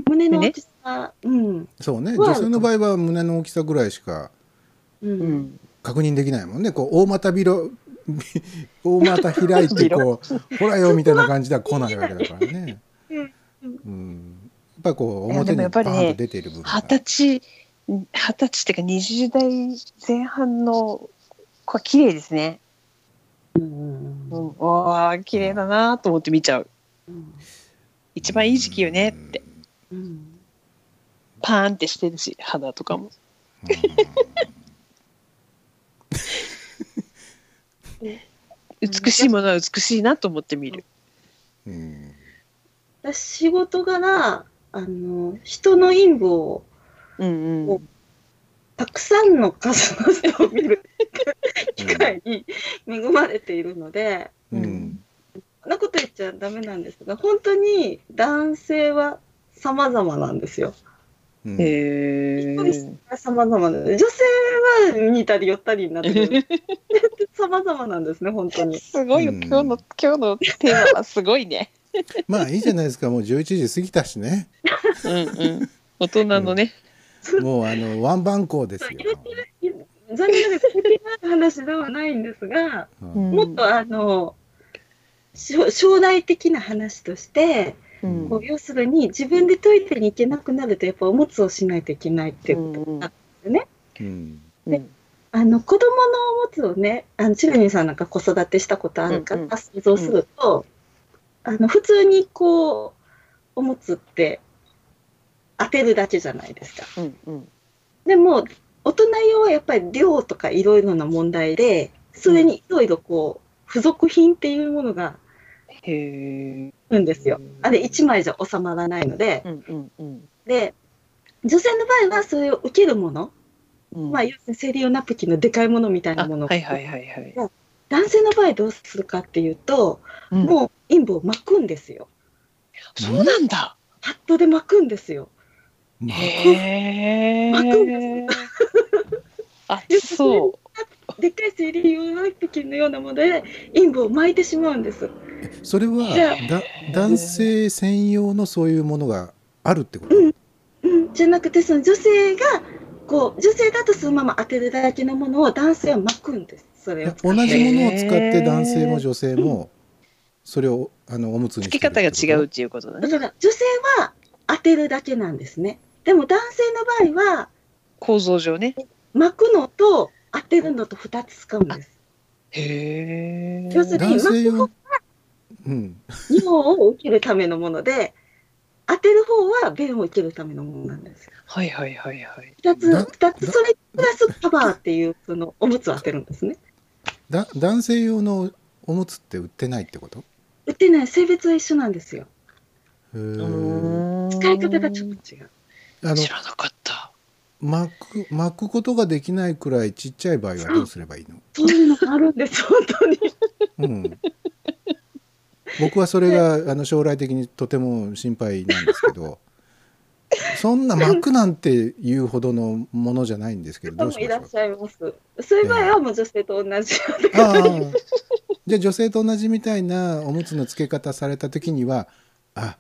胸の大きさ、うん、そうね女性の場合は胸の大きさぐらいしかう、うんん。確認できないもんねこう大股びろ 大股開いてこうほらよみたいな感じでは来ないわけだからね。うんうん、やっぱりこういや表でもやにっパぱりねーンと出てる部分が二十歳、二十歳っていうか20代前半の子は綺麗ですね。うんうん、わあ、綺麗だなと思って見ちゃう。一番いい時期よねって。うんパーンってしてるし、肌とかも。美しいものは美しいなと思って見る。うん私仕事柄あの人の陰部をうんうん。たくさんの数の人を見る機会に恵まれているので、ううんんそんなこと言っちゃダメなんですが本当に男性は様々なんですよ。うんへえ人様々なので女性は似たり寄ったりになってくる 様々なんですね本当に。すごいよ、うん今日の今日のテーマはすごい ね。まあいいじゃないですかもう11時過ぎたしねうんうん。大人のね。もうあのワンバン校ですよ。残念ながら関係のある話ではないんですが、うんもっとあのしょ将来的な話としてうんこう要するに自分で解いてに行けなくなるとやっぱおむつをしないといけないっていうこと、うんうんうんうんあの子供のおむつをねあのチルニーさんなんか子育てしたことあるかうんうんら想像すると、あの普通にこうおむつって当てるだけじゃないですか。うんうんでも大人用はやっぱり量とかいろいろな問題でそれにいろいろこう付属品っていうものがへえ。あるんですよ。あれ1枚じゃ収まらないのでう、んうんうんで女性の場合はそれを受けるもの、うん。まあ、要するに生理用ナプキンのでかいものみたいあなもの、はいはいはいはい。男性の場合どうするかっていうと、うんもう陰部を巻くんですよ。そうなんだ。ハットで巻くんですよ。まあへえ。巻くんあ、そでっかい生理用ナプキンのようなもので陰部を巻いてしまうんです。それはじゃあだ男性専用のそういうものがあるってこと、うん、じゃなくてその女性がこう女性だとそのまま当てるだけのものを男性は巻くんですそいれをや同じものを使って男性も女性もそれをあのおむつう。にしつきて方がるって違こうとっていうことだだね。から女性は当てるだけなんですねでも男性の場合は構造上ね。巻くのと当てるのと2つ使うんですへえ。要する男性に用巻うんく尿を受けるためのもので当てる方は便を受けるためのものなんですはいはいはいはい。 2つだ二つそれプラスカバーっていうそのおむつを当てるんですねだ男性用のおむつって売ってないってこと売ってない性別は一緒なんですよへうーーん使い方がちょっと違うあの知らなかった。巻く巻くことができないくらいちっちゃい場合はどうすればい いの、そういうのがあるんです本当にうん、僕はそれがあの将来的にとても心配なんですけどそんな巻くなんていうほどのものじゃないんですけどど方うもしまいしらょうっしゃいます。そういう場合はもう女性と同じ。ああじゃあ女性と同じみたいなおむつの付け方された時にはあ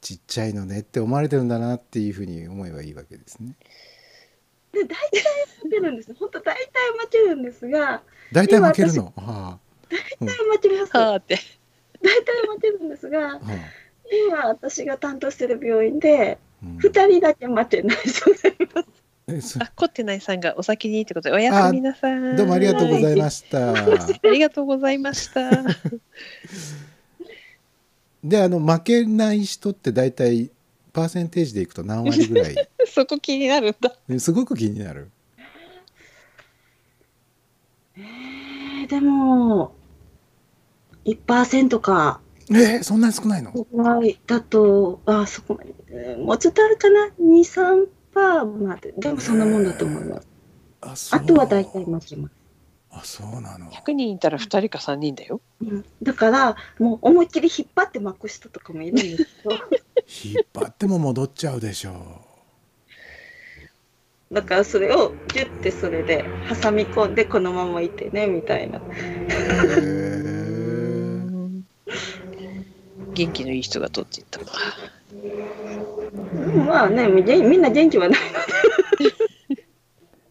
ちっちゃいのねって思われてるんだなっていうふうに思えばいいわけですね。で大体負けるんです。本当大体負けるんですが、大体負けるの。は大体負けます。は大あって。体負けるんですがあ、はあ今私が担当してる病院でうん二人だけ負けない人がいます。えそあ、こってないさんがお先にってことで、おやすみなさい。どうもありがとうございました。 ありがとうございました。であの負けない人って大体パーセンテージでいくと何割ぐらい そこ気になるんだ。ねすごく気になる。えーでも1%かえー、そんなに少ないのぐらいだと、あそこまで、えーもうちょっとあるかな、2、3%パーまで、でもそんなもんだと思います。あそうあとは大体負けます。ああそうなの100人いたら2人か3人だよ。うんだからもう思いっきり引っ張って巻く人とかもいるんですけど引っ張っても戻っちゃうでしょだからそれをギュッてそれで挟み込んでこのままいてねみたいなうへえ元気のいい人が取っていった。うんまあねみみんな元気はない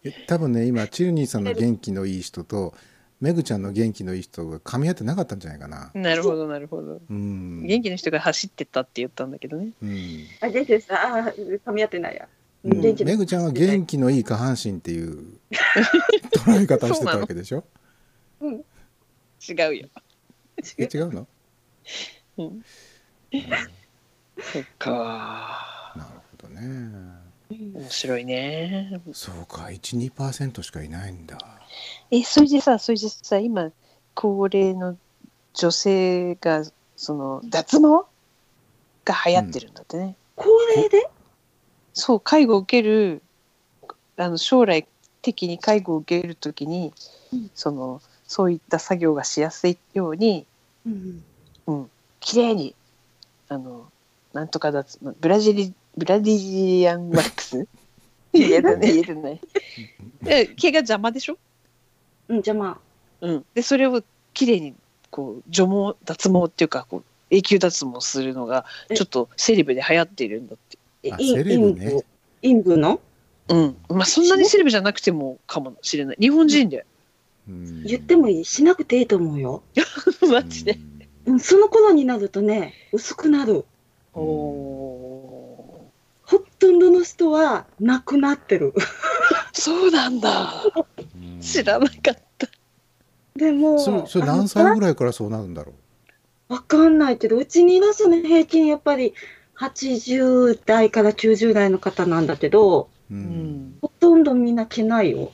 え多分ね今チルニーさんの元気のいい人とメグちゃんの元気のいい人が噛み合ってなかったんじゃないかななるほど、なるほど。うん元気の人が走ってったって言ったんだけどね。うんあ元気ですああ噛み合ってないやうん元気メグちゃんは元気のいい下半身っていう 捉え方をしてたわけでしょ違うよ。え違うのそっか。なるほどね面白いね。そうか12%しかいないんだえ、それでさ、それでさ、今、高齢の女性が、その、脱毛が流行ってるんだってね。高齢でそう、介護を受ける、あの将来的に介護を受けるときに、その、そういった作業がしやすいように、うん綺麗に、あの、なんとか脱毛、ブラジリ、ブラジリアンワッ クス言えたね、言えてない。え毛が邪魔でしょうんじゃあまうん。で、それを綺麗に、こう、除毛、脱毛っていうか、こう、永久脱毛するのが、ちょっとセレブで流行っているんだって。ああインセレブインねブインブのうん。まあ、そんなにセレブじゃなくてもかもしれない。日本人で。言言ってもいいしなくていいと思うよ、 マジで。うん、その頃になるとね薄くなるおおほとんどの人はなくなってるー。 そうなんだ。 知らなかった。でもそれそれ何歳ぐらいからそうなるんだろうわかんないけど、うちにいらっしゃる平均やっぱり80代から90代の方なんだけど、う、うんん。ほとんどみんな着ないよ。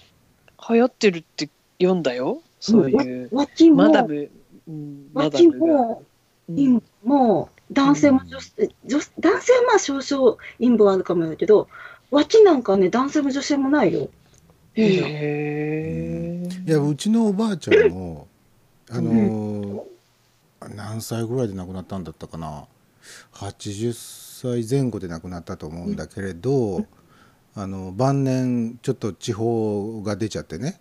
流行ってるって読んだよ。そういう。脇も、マダム。うん、マダ脇ムが。も、う陰ん部も、男性も女性、女性男性はまあ少々陰部はあるかもだけど、脇なんかね、男性も女性もないよ。へいやうちのおばあちゃんもあのー何歳ぐらいで亡くなったんだったかな80歳前後で亡くなったと思うんだけれど、あの晩年ちょっと地方が出ちゃってね、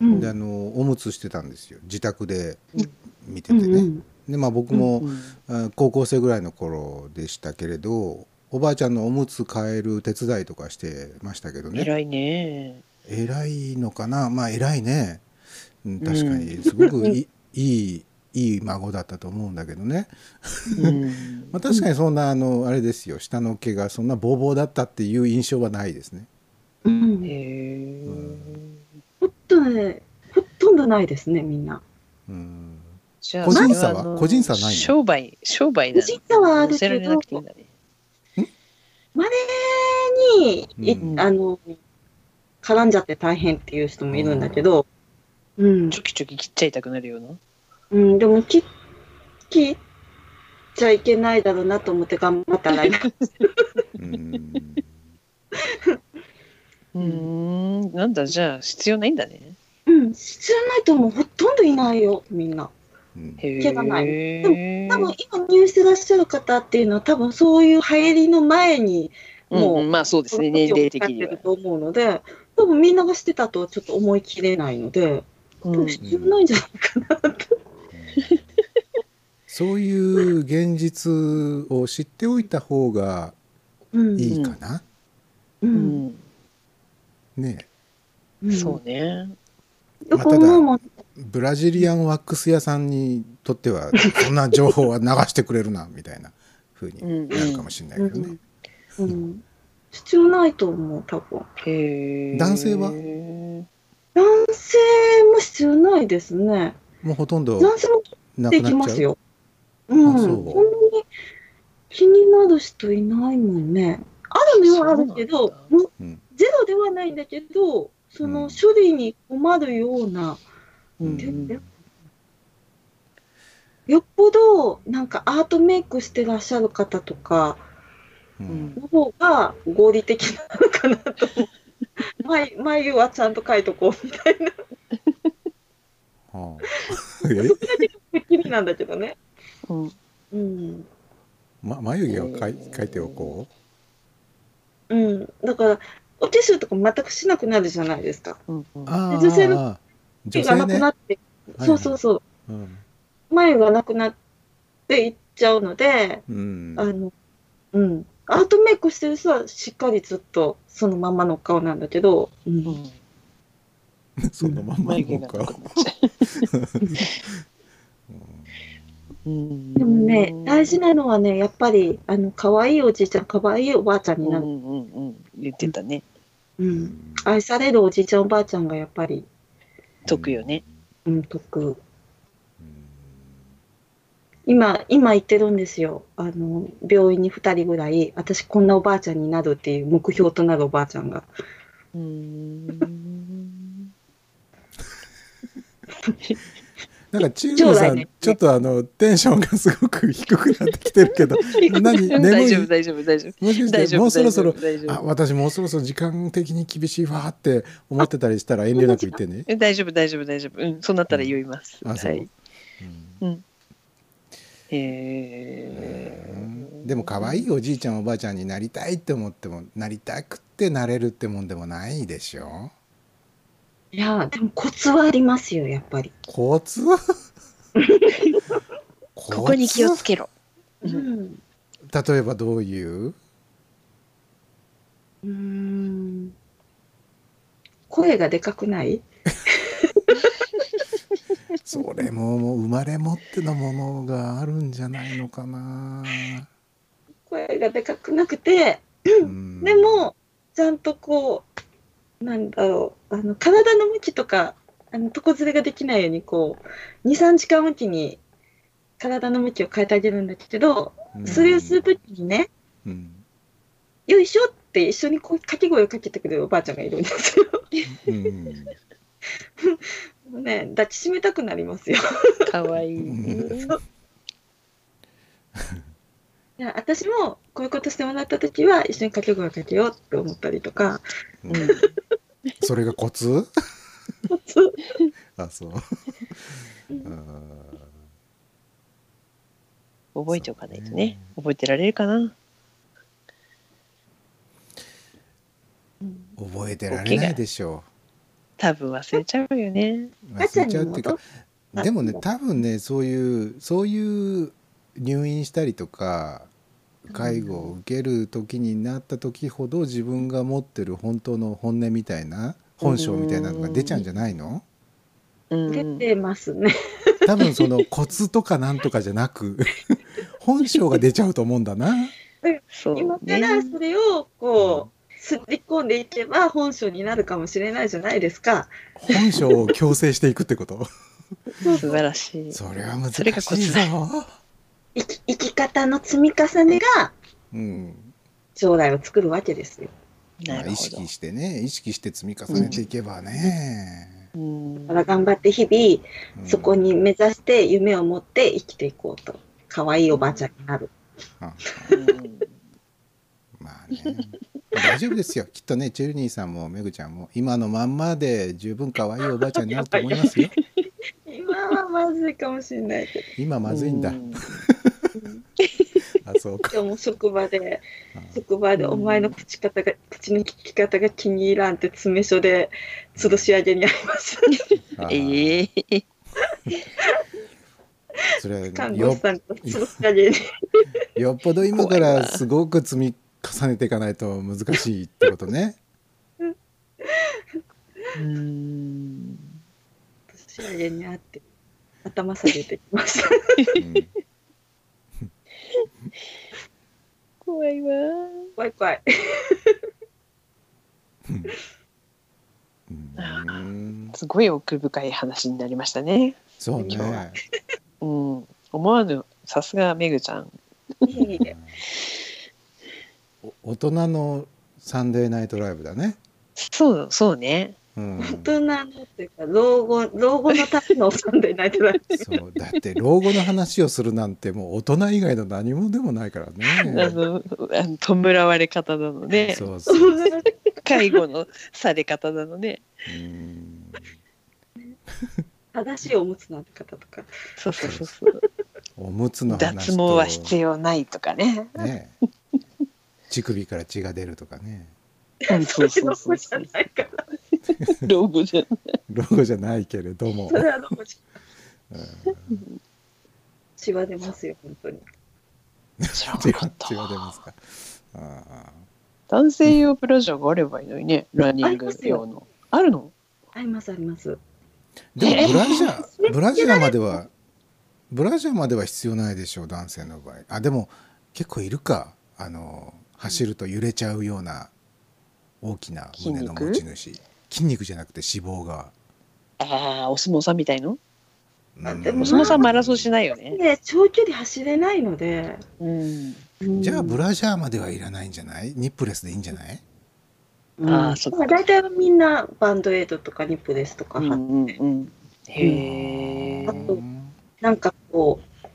うんであのおむつしてたんですよ自宅で見てうてんね。うんでまあ僕も、うんあ高校生ぐらいの頃でしたけれどおばあちゃんのおむつ替える手伝いとかしてましたけどね偉いね。偉いのかなまあ偉いねうんん確かにすごく いいいいいい孫だったと思うんだけどね、うんまあ、確かにそんなあのあれですよ下の毛がそんなボーボーだったっていう印象はないですねうんへんーほとんどね、ほとんどないですね、みんな。うんじゃあ個人差はそれあの個人差ないの商売、商売個なの人差はある載せらけれどなく、ていいんだね。まれに、いうんあの絡んじゃって大変っていう人もいるんだけど、うんちょきちょき切っちゃいたくなるような。うん、でも切切っちゃいけないだろうなと思って頑張ったらうんうーん、なんだ、じゃあ必要ないんだね。うん必要ないともうほとんどいないよみんな うんへー怪我ないで多分今入院してらっしゃる方っていうのは多分そういう流行りの前にもううん、まあそうですね、年齢的にやってはる。と思うので多分みんながしてたとはちょっと思い切れないので、多う分ん必要ないんじゃないかなそういう現実を知っておいた方がうんいいかな、ううんんねえうんそうね。よく思うもん、ブラジリアンワックス屋さんにとってはそんな情報は流してくれるなみたいな風になるかもしれないけどうんうね。うん、必要ないと思う多分へー男性は男性も必要ないですねもうほとんど男性もなくできなまっすちゃう。ようんあそそうんなに気になる人いないもんねあるのはあるけそうどなんだもううんゼロではないんだけどそうんの処理に困るような、ううんんよっぽどなんかアートメイクしてらっしゃる方とかううんんの方が合理的なのかなと思う眉眉はちゃんと描いとこうみたいな えきりなんだけどね。うんうん。ま、眉毛をかい描いておこううん。だから、お化粧とか全くしなくなるじゃないですか。うんうんあー女性のあー手女性がなくなね、って、はいそうそうそう。うん眉がなくなっていっちゃうので、うんあの、うん。アートメイクしてる人はしっかりずっとそのままの顔なんだけど、うんう。んそのまんま眉毛のがな顔くなっちゃう。うんでもね、大事なのはね、やっぱり、あの、可愛いおじいちゃん、可愛いおばあちゃんうんにうなる。んうんうん言ってたね。うん。愛されるおじいちゃん、おばあちゃんがやっぱり、得よね。うん、得。今、今言ってるんですよ。あの、病院に2人ぐらい、私こんなおばあちゃんになるっていう目標となるおばあちゃんが。うん。なんか中野さ将来ん、ねちょっとあのテンションがすごく低くなってきてる けど何大丈眠夫い大丈夫大丈夫。もしか大して丈夫もうそろそろ大丈あ夫私もうそろそろ時間的に厳しいわーって思ってたりしたら遠慮なく言ってね。え大丈夫大丈夫大丈夫。うんそうなったら言います。あそはうい。うえんでも可愛いおじいちゃんおばあちゃんになりたいって思ってもなりたくてなれるってもんでもないでしょいや、でもコツはありますよ、やっぱり。コ ツーここに気をつけけろ。ううん。例えばどういううーん声がでかくない それももう生まれ持ってのものがあるんじゃないのかな、声がでかくなくてうんでもちゃんとこうなんだろうあの体の向きとかあの床ずれができないようにこう23時間おきに体の向きを変えてあげるんだけどそれをするときにねうん「よいしょ」って一緒にこう掛け声をかけてくれるおばあちゃんがいるんですよ。うんね抱きしめたくなりますよ。可愛いいや私もこういうことしてもらった時は一緒に掛け声をかけようって思ったりとか。それがコツコツ あそううん覚えておかないとね。覚えてられるかな。覚えてられないでしょ多分忘れちゃうよね。う赤ちゃ忘んれちにゃうっていうか戻っあでもね多分ねそういうそういう入院したりとか介護を受ける時になった時ほど自分が持ってる本当の本音みたいな本性みたいなのが出ちゃうんじゃないのうん出てますね。多分そのコツとかなんとかじゃなく本性が出ちゃうと思うんだな。そうね今からそれをこう、すり込んでいけば本性になるかもしれないじゃないですか。本性を強制していくってこと。素晴らしい。それは難しそれがコいツぞだ。生き生き方の積み重ねがうん。将来を作るわけですよ。なまある意ほど識。してね、意識して積み重ねていけばね。うんだから頑張って日うん々そこに目指して夢を持って生きていこうと。可愛いおばあちゃんになる。あうんまあね。大丈夫ですよ。きっとね、チェルニーさんもメグちゃんも今のまんまで十分可愛いおばあちゃんになると思いますよ。今はまずいかもしれないけど、今まずいんだう。んあ、そうか。今日も職場であ、職場でお前の口方が、口の利き方が気に入らんって詰め所で、吊るし上げにありました。あーええ。それは看護よ師さんが吊るし上げに。 よっぽど今からすごく積み重ねていかないと難しいってことね。うん仕上げにあって頭下げてきましたうん怖いわ。怖い怖いうーんすごい奥深い話になりましたね。そう今日はね。うん。思わぬ、さすがめぐちゃん。いいねお大人のサンデーナイトライブだね。そう、そうね。うん、大人のっていうか老後老後のためのお産でないとだそうだって老後の話をするなんてもう大人以外の何もでもないからあね。の、あの弔われ方なので、そうそう。介護のされ方なので、うん正しいおむつの開け方とか。そうそうそうそう。おむつの話脱と毛は必要ないとかね。ね乳首から血が出るとかねうんそうそうそうじそゃう。ないから。老後じゃん。ロゴじゃないけれどもそ、れはどうもし。血は出ますよ、本当に。知ら血なかがっ た。血が出ますかあ男性用ブラジャーがあればいいのにね、ランニング用の。あるのあります、あります。ーでもブラジャーブラジャーまではブラジャーまでは必要ないでしょう男性の場合あでも結構いるかあの走ると揺れちゃうような大きな胸の持ち主筋肉じゃなくて脂肪が、ああ、お相撲さんみたいのあうんでもお相撲さんマラソンしないよね。ね、長距離走れないので。うん。うんじゃあブラジャーまではいらないんじゃないニップレスでいいんじゃないああ、そっまあ、か。大体はみんなバンドエイドとかニップレスとかう貼んっうんうん。へえあ。となんかこう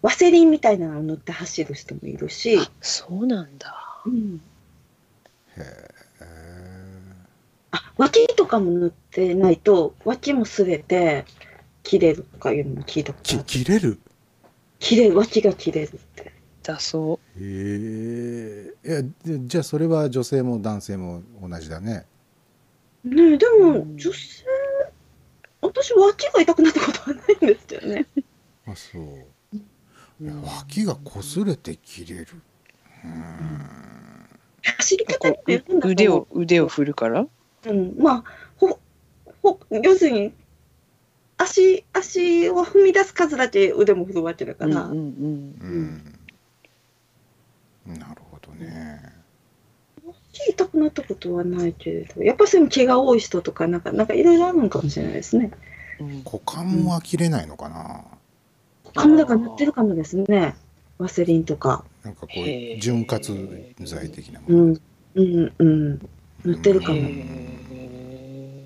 ワセリンみたいなのを塗って走る人もいるし、そうなんだ。うん、へーあ脇とかも塗ってないと脇もすれて切れるとかいうのも聞いたこときある切れる切れ脇が切れるってだそへえいやでじゃあそれは女性も男性も同じだねねえでもうん女性私脇が痛くなったことはないんですよねあそうう。いや脇が擦れて切れる走り方にこもうよるんだと思う腕を、腕を振るからうん、まあほほ要するに足足を踏み出す数だけ腕も振るわけだかうんうら、んうん、なるほどね聞いたくなったことはないけれど、やっぱりそういう毛が多い人とか、なんか、なんかいろいろあるのかもしれないですね。うん。股間もは切れないのかな、カムだから塗ってるかもですね。ワセリンとか。なんかこへうー潤滑剤的なもうの、ん。うんうん。塗ってるかへも。え。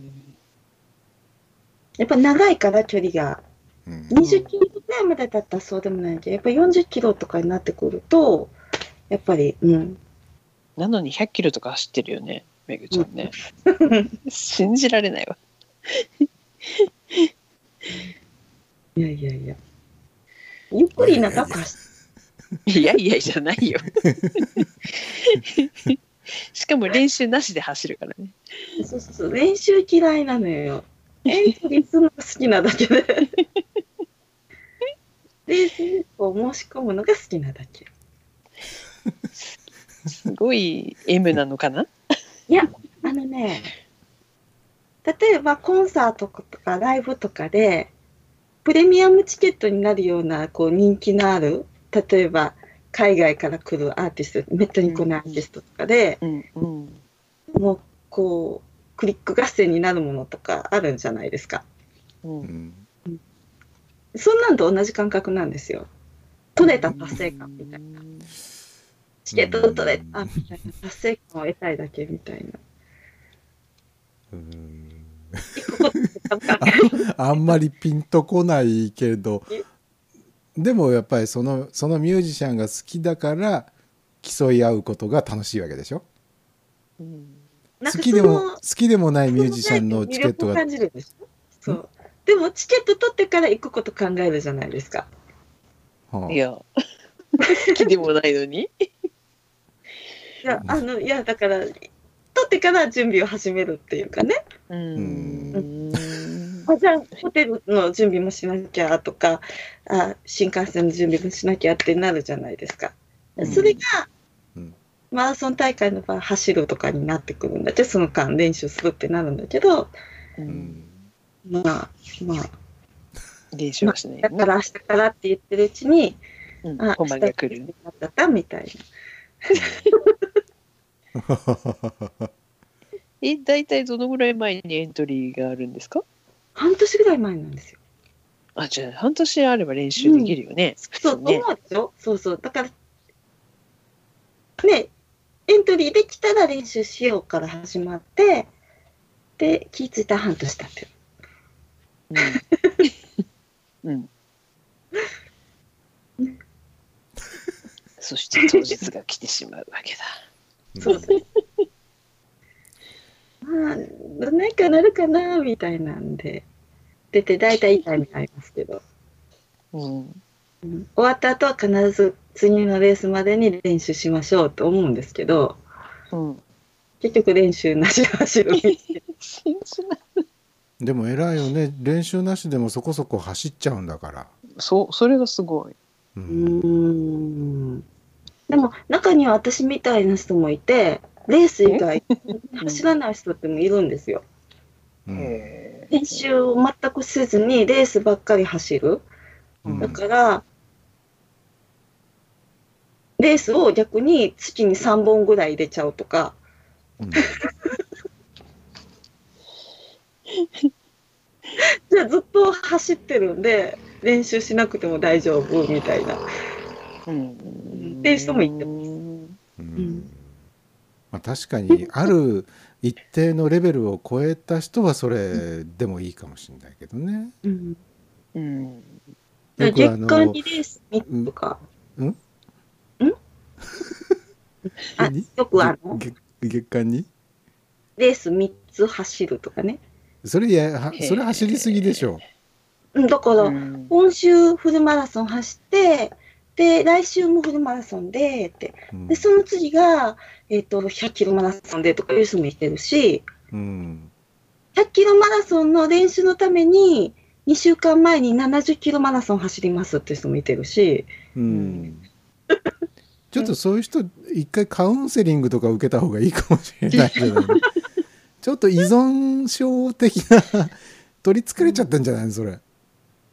やっぱ長いから距離が。うん20キロぐらいまでだったらそうでもないけど、やっぱり40キロとかになってくると、やっぱり、うん。なのに100キロとか走ってるよね、めぐちゃんね。信じられないわ。いやいやいや。ゆっくり長く走いやいやじゃない よ。しかも練習なしで走るからね。って、そうそうそう、練習嫌いなのよ。練習するのが好きなだけで。レースにこう申し込むのが好きなだけ。すごい M なのかな。あのね、例えばコンサートとかライブとかで、プレミアムチケットになるようなこう人気のある、例えば海外から来るアーティスト、めったに来ないアーティストとかで、うんうん。もうこう、クリック合戦になるものとかあるんじゃないですか。う、うんんそんなんと同じ感覚なんですよ。取れた達成感みたいな。チケット取れたみたいな。達成感を得たいだけみたいな。うん多分あんまりピンとこないけれどでもやっぱりそのそのミュージシャンが好きだから競い合うことが楽しいわけでしょうん。なん好かきそでもの好きでもないミュージシャンのチケット魅力をが感じるでしょそう。でもチケット取ってから行くこと考えるじゃないですか。はいや。好きでもないのに。いや、あの、いや、だから、取ってから準備を始めるっていうかね。ううんん。あじゃあ、ホテルの準備もしなきゃとか、あ新幹線の準備もしなきゃってなるじゃないですか。うんそれが、うんマラソン大会の場合、走るとかになってくるんだけど、その間練習するってなるんだけど、う。うんんまあ、まあ、練習はしないだよね。から明日からって言ってるうちに、うんあ、本番が来明る。日だったったみたいな。え、大体どのぐらい前にエントリーがあるんですか。半年ぐらい前なんですよ。あ、じゃあ半年あれば練習できるよね。普そう、通ね。思うでしょそうそう。だから、ね、エントリーできたら練習しようから始まって、で、気付いたら半年経ってる。うんうん。 そして当日が来てしまうわけだ。そうそう。まあ、どないかなるかな、みたいなんで。ってて、大体痛いになりますけど。うん。うん終わった後は必ず次のレースまでに練習しましょうと思うんですけど、うん。結局練習なしで走るんですけど信じない。 でも偉いよね練習なしでもそこそこ走っちゃうんだから、そう、それがすごい。ううーんでも中には私みたいな人もいて、レース以外 走らない人ってもいるんですよ。うんへ練習を全くせずにレースばっかり走る。うんだから、レースを逆に月に3本ぐらい入れちゃうとか、 うんじゃあずっと走ってるんで、練習しなくても大丈夫みたいな。え。うん。っていう人もいてうんうんまあ、確かにある一定のレベルを超えた人はそれでもいいかもしれないけどね。うん、うん。月よくあの間にレース見るとか、うん んあ何よくあのげげ月間にレース3つ走るとかね。それやはへーそれ走りすぎでしょうんだから、今週フルマラソン走って、で、来週もフルマラソンで、って。う。うんで、その次が、えっ、と、100キロマラソンでとかいう人もいてるし、うん100キロマラソンの練習のために、2週間前に70キロマラソン走りますっていう人もいてるし、うん ちょっとそういう人一回カウンセリングとか受けた方がいいかもしれないけど ちょっと依存症的な取りつかれちゃったんじゃないのそれ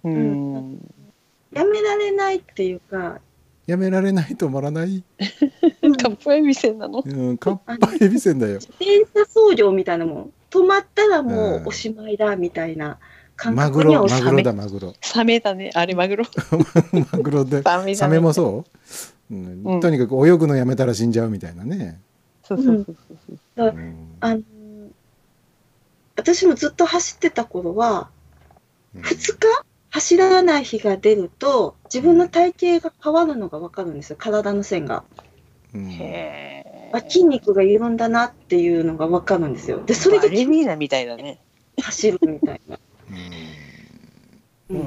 うん。やめられないっていうか、やめられない止まらない、カップエビせんなの。うん、かっぱえびせんだよ自転車操業みたいなもん、止まったらもうおしまいだみたいな感マグ覚にはロおマしグまロいだマグロサメだね。あれマグロ。 マグロでサメサだね。メもそう、うんうんとにかく泳ぐのやめたら死んじゃうみたいなね、そうそうそうそう。うんあの私もずっと走ってた頃は、うん2日走らない日が出ると、自分の体型が変わるのが分かるんですよ、体の線が。うんへえあ筋肉が緩んだなっていうのが分かるんですよ。で、それバでレリーナみたいだね。走るみたいな。う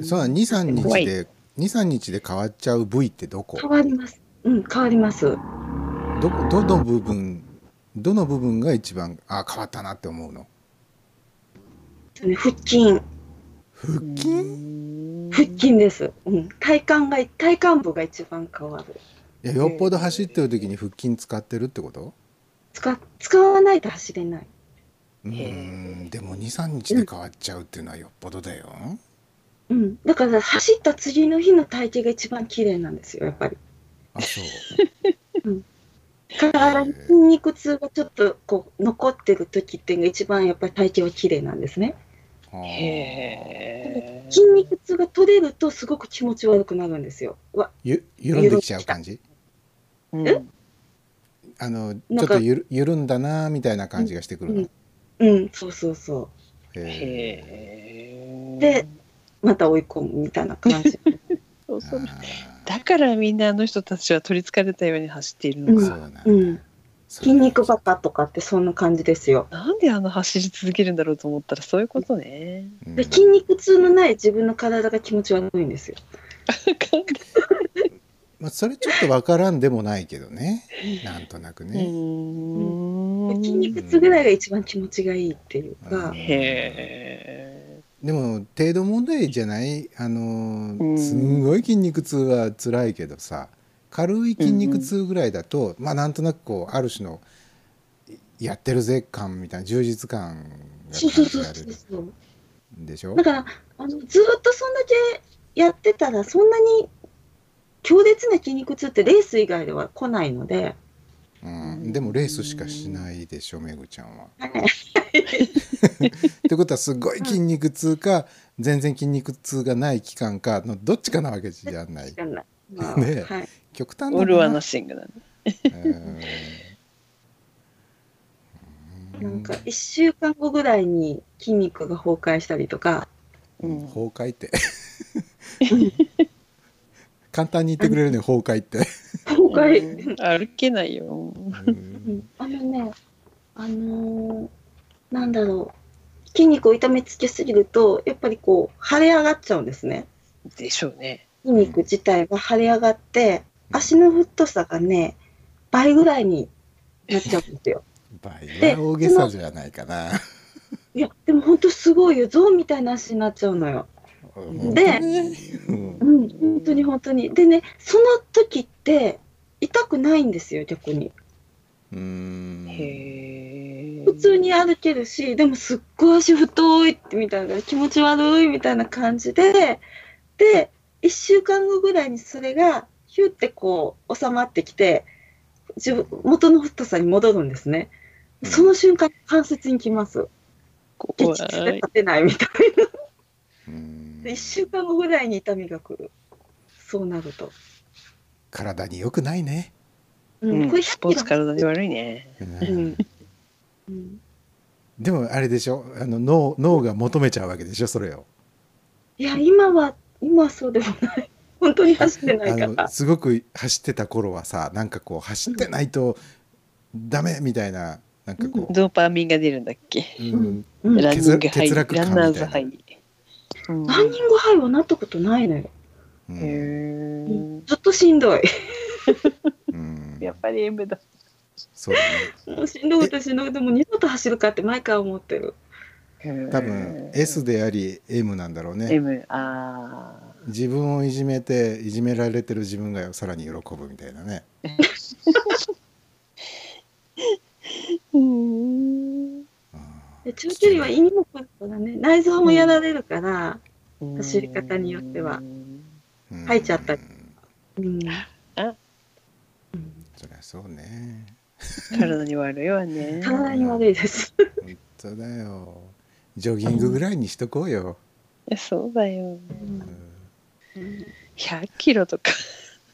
ん。そうだ23日で23日で変わっちゃう部位ってどこ変わります。うん、変わります。どどの部分どの部分が一番あ変わったなって思うのでね腹筋、腹筋腹筋です。うん、体幹が、体幹部が一番変わる。いやよっぽど走ってる時に腹筋使ってるってこと使使わないと走れない。うーんでも23日で変わっちゃうっていうのはよっぽど だようん、だから走った次の日の体型が一番綺麗なんですよ、やっぱり。あそう体に筋肉痛がちょっとこう残ってる時っていうのが一番やっぱり体型は綺麗なんですね。あーへえ。筋肉痛が取れるとすごく気持ち悪くなるんですよ。わゆ緩んできちゃう感じうんあのちょなっんかとゆる緩んだなーみたいな感じがしてくるの、うんうん、そうそうそへえへえ。でう。また追い込むみたいな感じ。そうそうあだからみんなあの人たちは取りつかれたように走っているのーか、んそうなんだうん、それ筋肉バカとかってそんな感じですよ。なんであの走り続けるんだろうと思ったらそういうことね。うんで筋肉痛のない自分の体が気持ち悪いんですよ。まあ、それちょっとわからんでもないけど ねなんとなくうね、ーんで筋肉痛ぐらいが一番気持ちがいいっていううかん、へえ。でも程度問題じゃないあのーうんすんごい筋肉痛は辛いけどさ軽い筋肉痛ぐらいだと、まあなんとなくこうある種のいやってるぜ感みたいな充実感がそう感そうじそうられそうるそう。でしょだからあのずーっとそんだけやってたらそんなに強烈な筋肉痛ってレース以外では来ないの で、うん、でもレースしかしないでしょめぐちゃんは。はいってことはすごい筋肉痛か全然筋肉痛がない期間かのどっちかなわけじゃない知らないまあねえはい、極端オルだワなナシングだね。うなんか1週間後ぐらいに筋肉が崩壊したりとか、うん崩壊って 簡単に言ってくれるね崩壊 って 崩壊、うん歩けないよ。うんあのね、あのーなんだろう、筋肉を痛めつけすぎると、やっぱりこう、腫れ上がっちゃうんですね。でしょうね。筋肉自体が腫れ上がって、足の太さがね、倍ぐらいになっちゃうんですよ。倍は大げさじゃないかな。いや、でも本当すごいよ。象みたいな足になっちゃうのよ。で、うんうん、本当に本当に。でね、その時って、痛くないんですよ、逆に。うーんへえ。普通に歩けるし、でもすっごい足太いってみたいな、気持ち悪いみたいな感じで、で、1週間後ぐらいにそれが、ヒュってこう、収まってきて、自分、元の太さに戻るんですね。その瞬間、関節にきます。怖激い。痛で立てないみたいな。うんで1週間後ぐらいに痛みが来るそうなると、体に良くないね。うんうん、スポーツ体に悪いね。ううんん、うんでもあれでしょあの脳脳が求めちゃうわけでしょそれをいや今は今はそうでもない本当に走ってないかあのらすごく走ってた頃はさなんかこう走ってないとダメみたいななんかこドーパミンが出るんだっけ。う、うんうんランニングハイ、欠ラ落感ンみたナいなーズハイ。うんランニングハイはなったことないのようへんえ。ずっとしんどいうんやっぱり塩分だ。そうだねもうしんどくてしんどくてもう二度と走るかって毎回思ってる多分え S であり M なんだろうね M、あ自分をいじめていじめられてる自分がさらに喜ぶみたいなねーうんで長距離は胃にもくるからね内臓もやられるから、走り方によってはうん吐いちゃったりうんそりゃそうね体に悪いわね。体に悪いです、本当だよジョギングぐらいにしとこうよ、そうだうよ。ん100キロとか。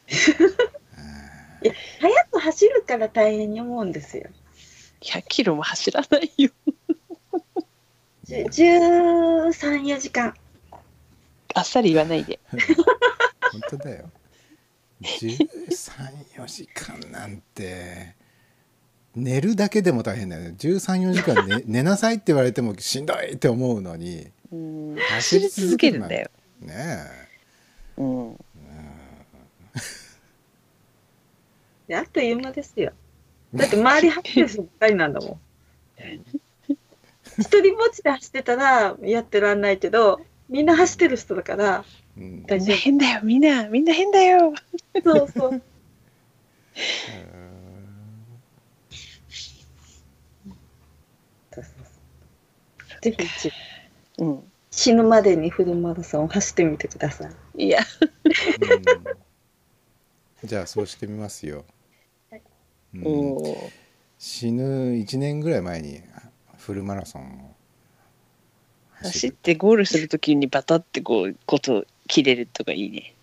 早く走るから大変に思うんですよ100キロも走らないよ。 134時間あっさり言わないで。本当だよ134時間なんて寝るだけでも大変だよね134時間寝寝なさいって言われてもしんどいって思うのにうん走走り続けるんだよ。ねうん。であっという間ですよ。だって周り走る人ばっかりなんだ もん。一人ぼっちで走ってたらやってらんないけど、みんな走ってる人だからえ、うん、大みん丈な変だよ、みんな、みんな変だよ。夫。そうそう。ぜひ一度うん。死ぬまでにフルマラソンを走ってみてください。いや、うんじゃあそうしてみますよ、うんおー死ぬ1年ぐらい前にフルマラソンを走走っるてゴールするときにバタってこう、こと切れるとかいいね。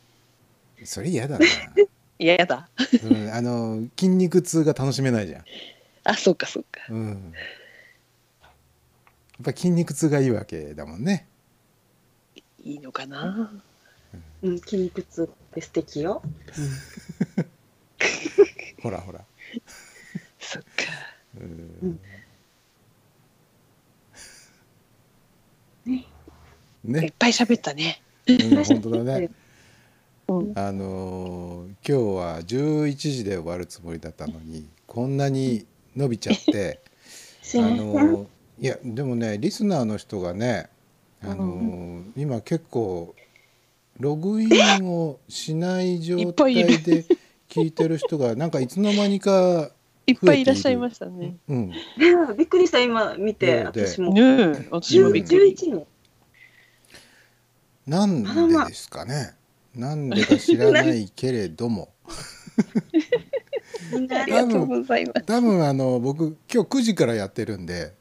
それ嫌だな、いや、やだ。うん、あの筋肉痛が楽しめないじゃんあ、そうか、そうか。うん、やっぱ筋肉痛がいいわけだもんね。いいのかな。うん、筋肉痛って素敵よ。ほらほら。そっか。うんいっね、ぱい喋ったね。うん、本当だね。うん。あのー今日は11時で終わるつもりだったのにこんなに伸びちゃって、すあいません。のーいやでもねリスナーの人がね、あのー今結構ログインをしない状態いっぱいいで聞いてる人がなんかいつの間にかいっぱいいらっしゃいましたね。うんねびっくりした、今見て、ねえ私も。ねえ、私もびっく11り。人。なんでですかね。なんでか知らないけれど も。みんなありがとうございます。多分あの僕今日9時からやってるんで、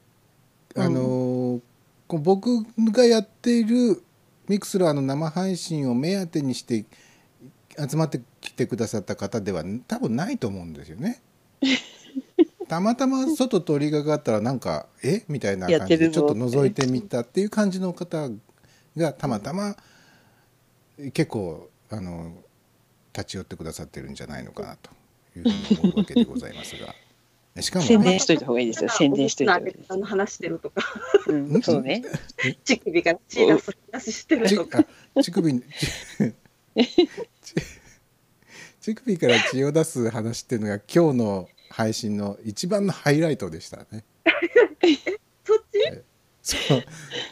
あのこう僕がやっているミクスラーの生配信を目当てにして集まってきてくださった方では多分ないと思うんですよ ね。たまたま外通りがかったらなんか「えみたいなや感っじてでるちょぞっと覗いてみたっていう感じの方がたまたま結構あの立ち寄ってくださってるんじゃないのかなというふうに思うわけでございますが。しかも、宣伝しといた方がいいですよ。ただ宣伝しといた方おがいじいさんあの話してるとか、うんうんそうね。乳首がチーラス話してるちとか、あ乳首に ち乳首から血を出す話っていうのが今日の配信の一番のハイライトでしたね。そっちそう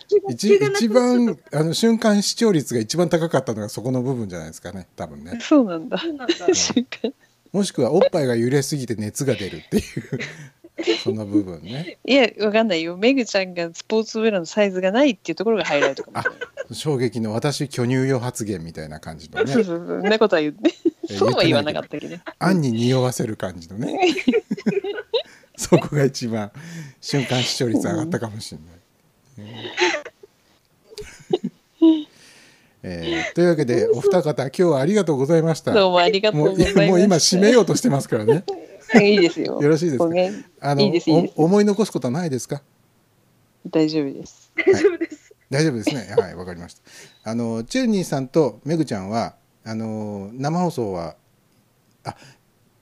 気が一気がなく一番あの瞬間視聴率が一番高かったのがそこの部分じゃないですかね多分ね。そうなんだそ。うなんだ。瞬間もしくはおっぱいが揺れすぎて熱が出るっていうその部分ねいや、わかんないよ。メグちゃんがスポーツウェアのサイズがないっていうところがハイライ トかもしれない。衝撃の私巨乳用発言みたいな感じのねそうそうそう。そんなことは言って。え そうは言わなかったけど。案に匂わせる感じの ねそこが一番瞬間視聴率上がったかもしれない。えーというわけでお二方今日はありがとうございました。どうもありがとうもごうざいます。もう今締めようとしてますからね。いいですよ。よろしいですかごめんあのいいですいいですお思い残すことはないですか。大丈夫です。大丈夫です。大丈夫です ね。はい、わかりました。あのチェルニーさんとメグちゃんはあの生放送はあ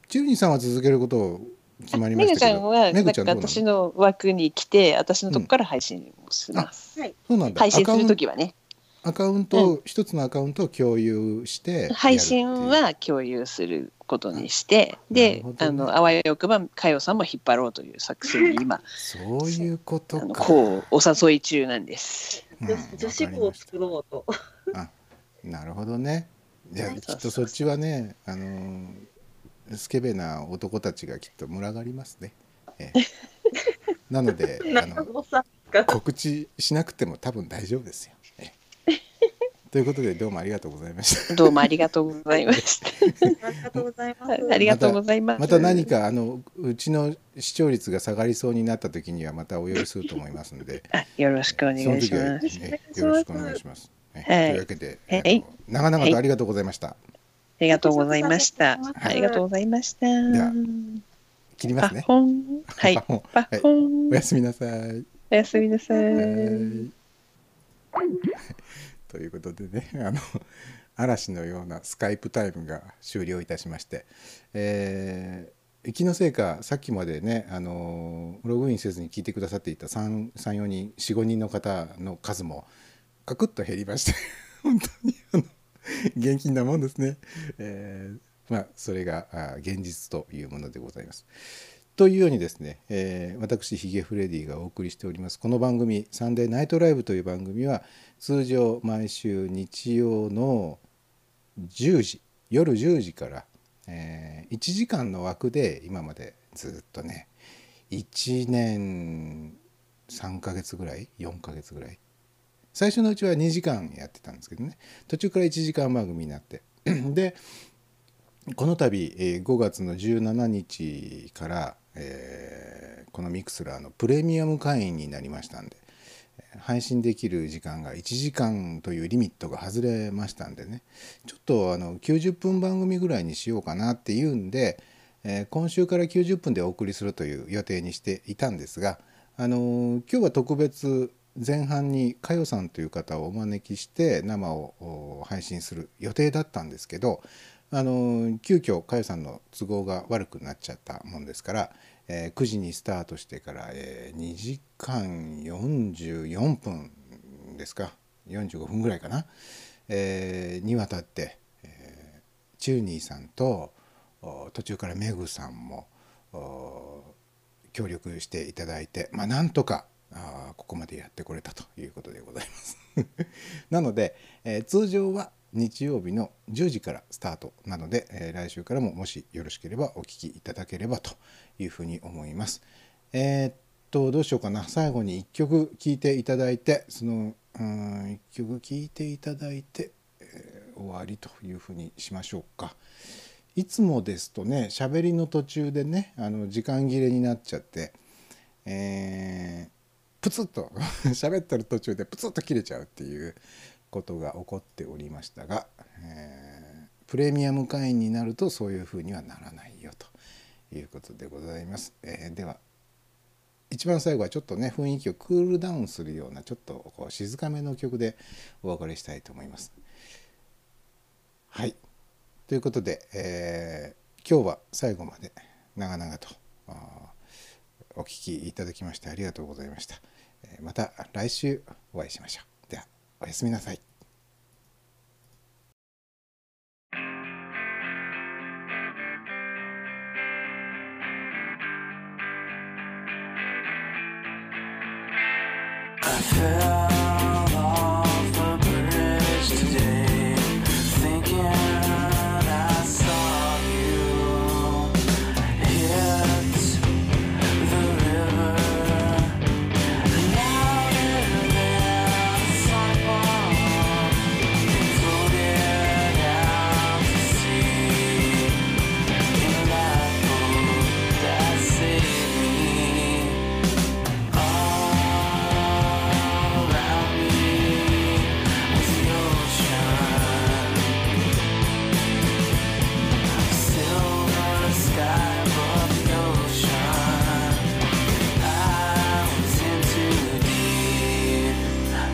チェルニーさんは続けることを決まりまメしグたちゃけんど、は、なんかちゃんどうなの私の枠に来て、私のとこから配信をします。そうなんだ。配信するアカとウンきはね。アカウントを一つのアカウントを共有して配信やるっは共有することにして、なるで、あほどねのあわよくば佳代さんも引っ張ろうという作戦に 今ていうそういうことあのか。こうお誘い中なんです。うん女子女子校を作ろうと。なるほどね。じゃあそうきそうっとそっちはね、あのースケベな男たちがきっと群がりますね。ええ なので、あ中の野さんが告知しなくても多分大丈夫ですよ。ええ ということでどうもありがとうございました。 どうもありがとうございました。ありがとうございます。 ありがとうございます。また何かあのうちの視聴率が下がりそうになった時にはまたお呼びすると思いますの で、あよろしくお願そのいし時はます。ねよろしくお願いします。えはいというわけで、はいあの長々とありがとうございました。ありがとうございました。はいありがとうございました。では切りますパね。ホン。はいパ。ホンパはいホンお。やすみなさい。おやすみなさい。はい ということでねあの嵐のようなスカイプタイムが終了いたしまして、えー、気のせいかさっきまでねあのログインせずに聞いてくださっていた334人45人の方の数もカクッと減りまして 本当にあの現金なもんですね、えーまあそれがあー現実というものでございます。というようにですね、えー私ヒゲフレディがお送りしておりますこの番組「サンデーナイトライブ」という番組は通常毎週日曜の10時夜10時から、え1時間の枠で今までずっとね1年3ヶ月ぐらい4ヶ月ぐらい最初のうちは2時間やってたんですけどね途中から1時間番組になって でこの度、えー5月の17日から、えーこのミクスラーのプレミアム会員になりましたんでえー配信できる時間が1時間というリミットが外れましたんでねちょっとあの90分番組ぐらいにしようかなっていうんで、えー今週から90分でお送りするという予定にしていたんですが、あのー今日は特別前半に佳代さんという方をお招きして生をお配信する予定だったんですけど、あのー急遽佳代さんの都合が悪くなっちゃったもんですから、えー9時にスタートしてから、えー2時間44分ですか45分ぐらいかな、えーにわたって、えーチューニーさんとお途中からメグさんもお協力していただいて、まあ、なんとかあーここまでやってこれたということでございます。 なので、えー通常は日曜日の10時からスタートなので、えー来週からももしよろしければお聞きいただければというふうに思います。えーっとどうしようかな最後に1曲聴いていただいてそのうーん1曲聴いていただいて、えー終わりというふうにしましょうか。いつもですとね喋りの途中でねあの時間切れになっちゃって、えープツッと 喋ってる途中でプツッと切れちゃうっていうことが起こっておりましたが、えープレミアム会員になるとそういうふうにはならないよということでございます。えーでは一番最後はちょっとね雰囲気をクールダウンするようなちょっとこう静かめの曲でお別れしたいと思います。はいということで、えー今日は最後まで長々とあーお聞きいただきましてありがとうございました。えーまた来週お会いしましょう。では、おやすみなさい。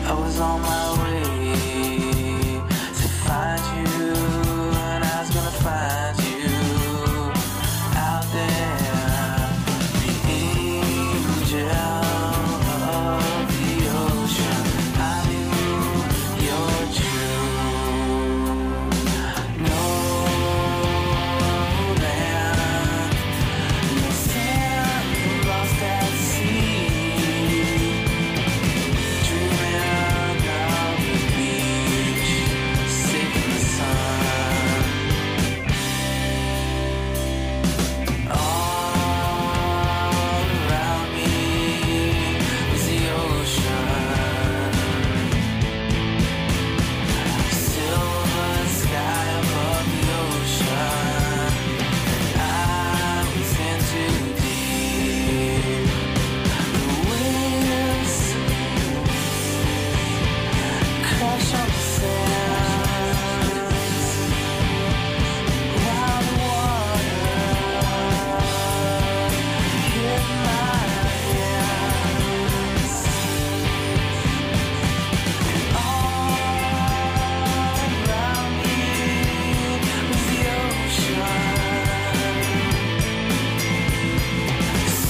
I was on my way to find you, and I was gonna find you out there. The angel of the ocean, I knew you're true. No land, no sand, lost at sea. Dreaming down the beach, sick in the sun. All around me was the ocean, silver sky above the ocean. I was in too deep. The waves crash on the sands. Wild water hit my hands. And all around me was the ocean.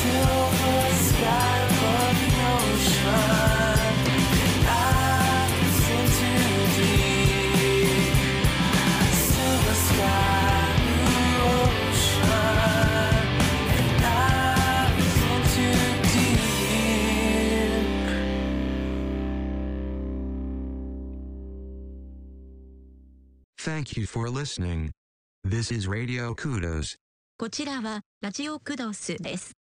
Silver sky above the ocean. Deep. Thank you for listening. This is Radio Kudos. こちらはラジオクドスです。